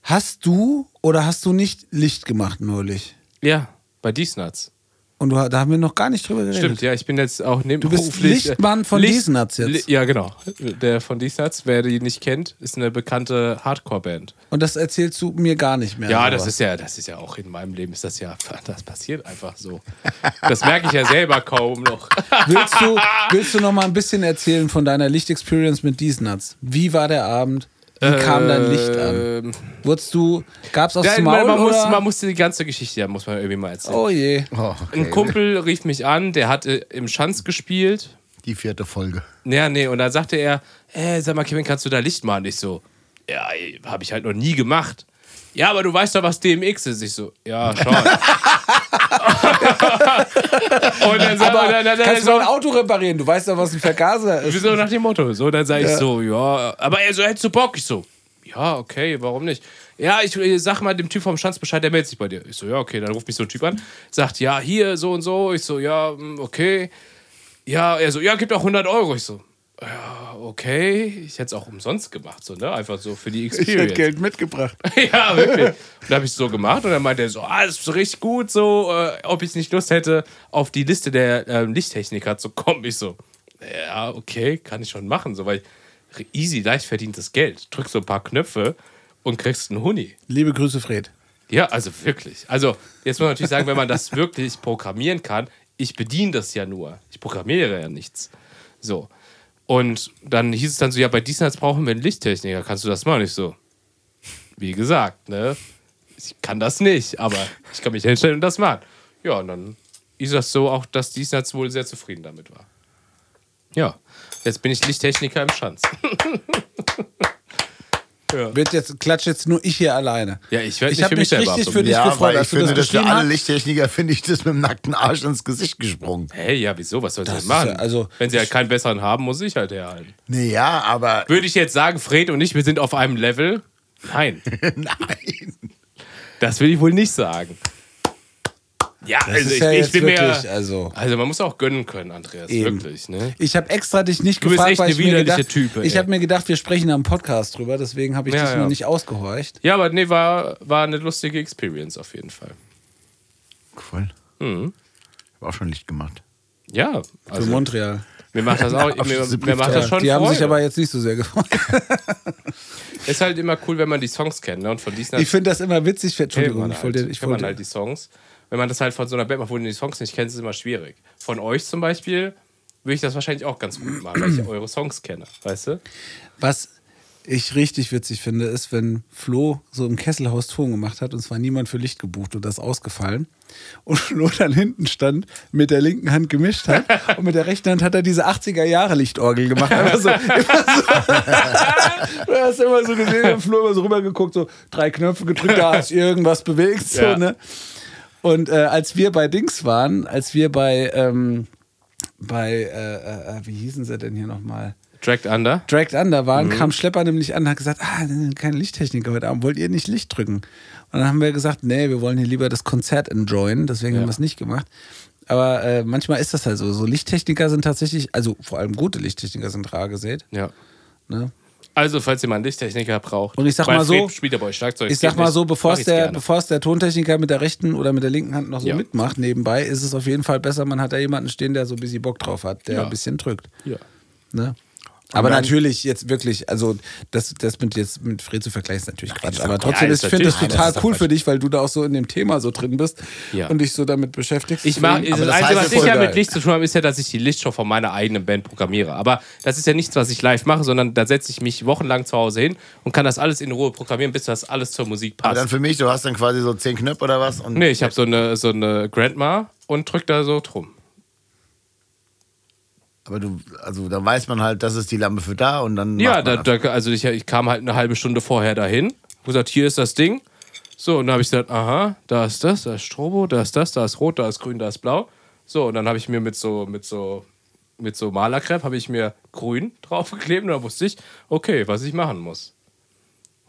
S3: Hast du oder hast du nicht Licht gemacht neulich?
S2: Ja, bei Diesnuts.
S3: Und du, da haben wir noch gar nicht drüber geredet.
S2: Stimmt, ja, ich bin jetzt auch neben. Du
S3: bist Lichtmann von Diesnuts jetzt.
S2: Ja, genau. Der von Diesnuts, wer die nicht kennt, ist eine bekannte Hardcore-Band.
S3: Und das erzählst du mir gar nicht mehr.
S2: Ja,
S3: oder
S2: das
S3: was?
S2: ist ja, das ist ja auch in meinem Leben ist das ja, [laughs] das passiert einfach so. Das merke ich ja selber kaum noch.
S3: Willst du, willst du noch mal ein bisschen erzählen von deiner Licht-Experience mit Diesnuts? Wie war der Abend? Wie kam dein Licht an?
S2: Ähm,
S3: Wurdest du, gab's aufs
S2: ja,
S3: Maul
S2: man, man, muss,
S3: oder?
S2: man muss die ganze Geschichte, ja, muss man irgendwie mal erzählen.
S3: oh je.
S4: Oh, okay.
S2: Ein Kumpel rief mich an, der hatte im Schanz gespielt.
S4: Die vierte Folge.
S2: Ja, nee, und dann sagte er, äh, sag mal, Kevin, kannst du da Licht machen? Ich so, ja, habe ich halt noch nie gemacht. Ja, aber du weißt doch, was DMX ist. Ich so, ja,
S3: [laughs]
S2: schon. [laughs] und dann sagt
S3: Aber
S2: und dann, dann, dann
S3: kannst du
S2: so,
S3: mal ein Auto reparieren? Du weißt doch, was
S2: [laughs]
S3: ein Vergaser ist.
S2: so nach dem Motto. So, dann sage ich so, ja, aber er so, hättest du Bock? Ich so, ja, okay, warum nicht? Ja, ich äh, sag mal dem Typ vom Schanz Bescheid, der meldet sich bei dir. Ich so, ja, okay, dann ruft mich so ein Typ an, sagt, ja, hier, so und so. Ich so, ja, mm, okay. Ja, er so, ja, gib doch 100 Euro. Ich so, ja, okay. Ich hätte es auch umsonst gemacht, so, ne? Einfach so für die Experience.
S4: mitgebracht.
S2: [laughs] ja, wirklich. Und dann habe ich es so gemacht und dann meinte er so, ah, das ist richtig gut, so, äh, ob ich nicht Lust hätte, auf die Liste der ähm, Lichttechniker zu kommen. Ich so, ja, okay, kann ich schon machen, so, weil easy, leicht verdientes Geld. Drück so ein paar Knöpfe und kriegst einen Huni.
S3: Liebe Grüße, Fred.
S2: Ja, also wirklich. Also, jetzt muss man natürlich sagen, wenn man das [laughs] wirklich programmieren kann, ich bediene das ja nur. Ich programmiere ja nichts. So. Und dann hieß es dann so: Ja, bei Diesnats brauchen wir einen Lichttechniker. Kannst du das mal nicht so? Wie gesagt, ne? Ich kann das nicht, aber ich kann mich hinstellen und das machen. Ja, und dann ist das so auch, dass Diesnats wohl sehr zufrieden damit war. Ja. Jetzt bin ich Lichttechniker im
S3: [laughs]
S2: Schanz.
S3: Wird jetzt, klatscht jetzt nur ich hier alleine.
S2: Ja, ich werd nicht
S3: hab
S2: für mich selber
S3: richtig
S2: absummen.
S3: für dich
S4: Ja,
S3: gefreut,
S4: weil ich
S3: als du
S4: finde,
S3: das
S4: dass für
S3: geschrieben
S4: alle
S3: hast.
S4: Lichttechniker finde ich das mit dem nackten Arsch ins Gesicht gesprungen.
S2: Hey, ja, wieso? Was soll ich
S3: Das
S2: denn
S3: ist
S2: machen?
S3: ja- also-
S2: Wenn sie halt keinen besseren haben, muss ich halt herhalten.
S4: Naja, aber
S2: Würde ich jetzt sagen, Fred und ich, wir sind auf einem Level? Nein,
S4: [laughs] nein.
S2: das will ich wohl nicht sagen. Ja,
S3: Das
S2: also
S3: ist
S2: ich,
S3: ja
S2: ich
S3: jetzt
S2: bin mir.
S3: wirklich, also.
S2: Also man muss auch gönnen können, Andreas,
S3: Eben.
S2: wirklich. Ne?
S3: Ich habe extra dich nicht
S2: Du bist
S3: gefragt,
S2: echt
S3: weil
S2: eine
S3: ich mir
S2: widerliche
S3: gedacht,
S2: Type, ey.
S3: ich habe mir gedacht, wir sprechen am Podcast drüber, deswegen habe ich
S2: Ja,
S3: das
S2: ja.
S3: noch nicht ausgehorcht.
S2: Ja, aber nee, war, war eine lustige Experience auf jeden Fall.
S4: Cool. Ich habe auch schon Licht gemacht.
S2: Ja,
S3: Für
S2: also
S3: Montreal.
S2: mir macht
S3: [laughs]
S2: das auch, mir, mir macht das
S3: Ja,
S2: schon
S3: die haben
S2: Freude.
S3: sich aber jetzt nicht so
S2: [laughs]
S3: sehr gefreut.
S2: Ist halt immer cool, wenn man die Songs kennt ne? und von diesen
S3: Ich finde das immer witzig.
S2: kennt
S3: Entschuldigung,
S2: man
S3: ich wollte,
S2: halt,
S3: ich
S2: kennt man
S3: wollte
S2: halt die Songs. Wenn man das halt von so einer Band macht, wo man die Songs nicht kennt, ist es immer schwierig. Von euch zum Beispiel würde ich das wahrscheinlich auch ganz gut machen,
S3: [clears throat]
S2: weil ich eure Songs kenne, weißt du?
S3: Was ich richtig witzig finde, ist, wenn Flo so im Kesselhaus Ton gemacht hat und es war niemand für Licht gebucht und das ausgefallen. Und [laughs] Flo dann hinten stand, mit der linken Hand gemischt hat und mit der rechten Hand hat er diese 80er-Jahre-Lichtorgel gemacht. Einfach so, [laughs] immer so. du hast immer so gesehen, der Flo immer so rübergeguckt, so drei Knöpfe gedrückt, da hat sich irgendwas bewegt. So,
S2: Ja.
S3: ne? Und äh, als wir bei Dings waren, als wir bei, ähm, bei äh, äh, wie hießen sie denn hier nochmal?
S2: Dragged Under.
S3: Dragged Under waren, kam Schlepper nämlich an und hat gesagt, ah, keine Lichttechniker heute Abend, wollt ihr nicht Licht drücken? Und dann haben wir gesagt, nee, wir wollen hier lieber das Konzert enjoyen, deswegen haben wir es nicht gemacht. Aber äh, manchmal ist das halt so. So Lichttechniker sind tatsächlich, also vor allem gute Lichttechniker sind rar gesät.
S2: Ja.
S3: Ne?
S2: Also, falls ihr mal einen Lichttechniker braucht.
S3: Und ich sag
S2: weil
S3: mal so-
S2: Fred spielt ja bei euch Schlagzeug.
S3: Ich sag mal so, bevor es der,
S2: bevor
S3: bevor es der Tontechniker mit der rechten oder mit der linken Hand noch so
S2: Ja.
S3: mitmacht, nebenbei, ist es auf jeden Fall besser, man hat da jemanden stehen, der so ein bisschen Bock drauf hat, der
S2: Ja.
S3: ein bisschen drückt.
S2: ja.
S3: Ne? Aber
S4: dann-
S3: natürlich jetzt wirklich, also das, das mit jetzt mit Fred zu vergleichen ist natürlich Quatsch. Aber trotzdem,
S2: Ja,
S3: ist,
S2: ist
S3: ich finde das
S2: natürlich-
S3: total
S2: Nein, das ist
S3: cool
S2: doch
S3: für dich, weil du da auch so in dem Thema so drin bist
S2: Ja.
S3: und dich so damit beschäftigst.
S2: Ich mach,
S3: Deswegen-
S2: das,
S4: das heißt
S2: Einzige,
S4: ja
S2: was ich
S4: voll
S2: ja
S4: geil.
S2: mit Licht zu tun habe, ist ja, dass ich die Lichtshow von meiner eigenen Band programmiere. Aber das ist ja nichts, was ich live mache, sondern da setze ich mich wochenlang zu Hause hin und kann das alles in Ruhe programmieren, bis das alles zur Musik
S4: Aber dann
S2: passt.
S4: für mich, du hast dann quasi so zehn Knöpfe oder was? Und
S2: Nee, ich habe so eine, so eine Grandma und drück da so drum.
S4: Aber du, also dann weiß man halt, das ist die Lampe für da und dann.
S2: Ja,
S4: macht
S2: da,
S4: man
S2: da, also ich, ich kam halt eine halbe Stunde vorher dahin, hab gesagt, hier ist das Ding. So, und dann habe ich gesagt, aha, da ist das, da ist Strobo, da ist das, da ist Rot, da ist Grün, da ist Blau. So, und dann habe ich mir mit so, mit so, mit so Malerkrepp habe ich mir Grün [laughs] draufgeklebt und da wusste ich, okay, was ich machen muss.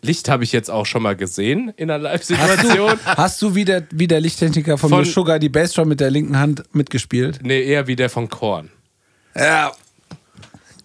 S2: Licht habe ich jetzt auch schon mal gesehen in einer Live-Situation.
S3: [laughs] Hast du wie der, wie der Lichttechniker von,
S2: Von-
S3: von Sugar die Bassdrum mit der linken Hand mitgespielt?
S2: nee, eher wie der von Korn.
S3: Ja.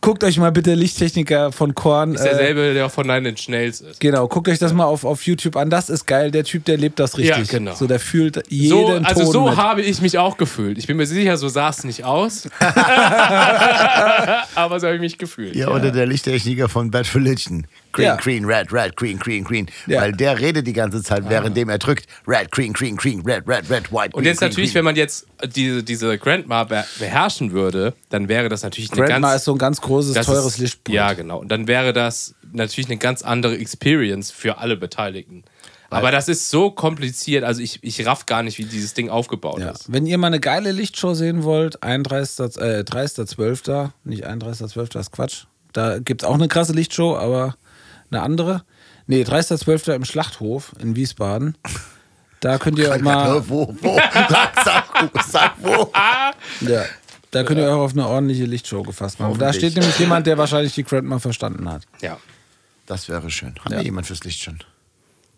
S3: Guckt euch mal bitte Lichttechniker von Korn.
S4: Äh.
S3: äh,
S2: Ist derselbe, der auch von Nine Inch Nails ist.
S3: Genau, guckt euch das mal auf, auf YouTube an. Das ist geil. Der Typ, der lebt das richtig.
S2: Ja, genau.
S3: So, der fühlt
S2: So,
S3: jeden
S2: also
S3: Ton
S2: so
S3: mit.
S2: habe ich mich auch gefühlt. Ich bin mir sicher, so sah es nicht
S3: [laughs]
S2: aus. Aber so habe ich mich gefühlt.
S4: Ja, oder der Lichttechniker von Bad Religion. Green,
S3: Ja.
S4: green, red, red, green, green, green.
S3: Ja.
S4: Weil der redet die ganze Zeit, währenddem er drückt. Red, green, green, green, red, red, red, white.
S2: Ah. Und
S4: green,
S2: jetzt
S4: green,
S2: natürlich, wenn
S4: green.
S2: man jetzt diese, diese Grandma be- beherrschen würde, dann wäre das natürlich eine
S3: Grandma
S2: ganz...
S3: ist so ein ganz großes,
S2: das
S3: teures
S2: ist-
S3: Lichtpult.
S2: Ja, genau. Und dann wäre das natürlich eine ganz andere Experience für alle Beteiligten. Aber das ist so kompliziert, also ich, ich raff gar nicht, wie dieses Ding aufgebaut
S3: Ja.
S2: ist.
S3: Wenn ihr mal eine geile Lichtshow sehen wollt, 31.12., äh, 30.12., nicht 31.12., das ist Quatsch. Da gibt es auch eine krasse Lichtshow, aber eine andere. Nee, 30.12. im Schlachthof in Wiesbaden. Da
S2: [laughs]
S3: könnt ihr mal,
S4: Wo, wo? Sag, sag, sag
S2: [laughs]
S4: wo.
S3: ja, da könnt ihr euch auf eine ordentliche Lichtshow gefasst machen. Da
S4: Hoffentlich.
S3: steht nämlich jemand, der wahrscheinlich die Grandma verstanden hat.
S2: Ja.
S4: Das wäre schön. Haben wir jemand fürs Licht schon?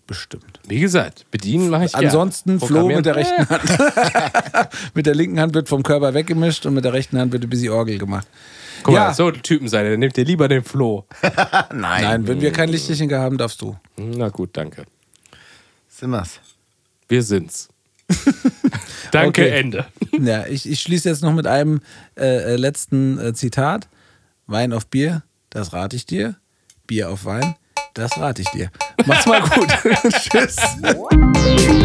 S3: Bestimmt.
S2: Wie gesagt, bedienen mache ich gerne.
S3: Ansonsten Flo
S2: Programmieren-
S3: mit der rechten Hand. [laughs] mit der linken Hand wird vom Körper weggemischt und mit der rechten Hand wird ein bisschen Orgel gemacht.
S2: Guck mal,
S3: Ja.
S2: so ein Typen sein, dann nehmt ihr lieber den Flo.
S4: Nein.
S3: Nein, wenn wir kein Lichtchen haben, darfst du.
S2: Na gut, danke.
S4: Sind wir's.
S2: Wir sind's. danke,
S3: Okay.
S2: Ende.
S3: [laughs] Ja, ich, ich schließe jetzt noch mit einem äh, äh, letzten äh, Zitat. Wein auf Bier, das rate ich dir. Bier auf Wein, das rate ich dir. Mach's mal gut. [laughs] Tschüss.
S5: Thank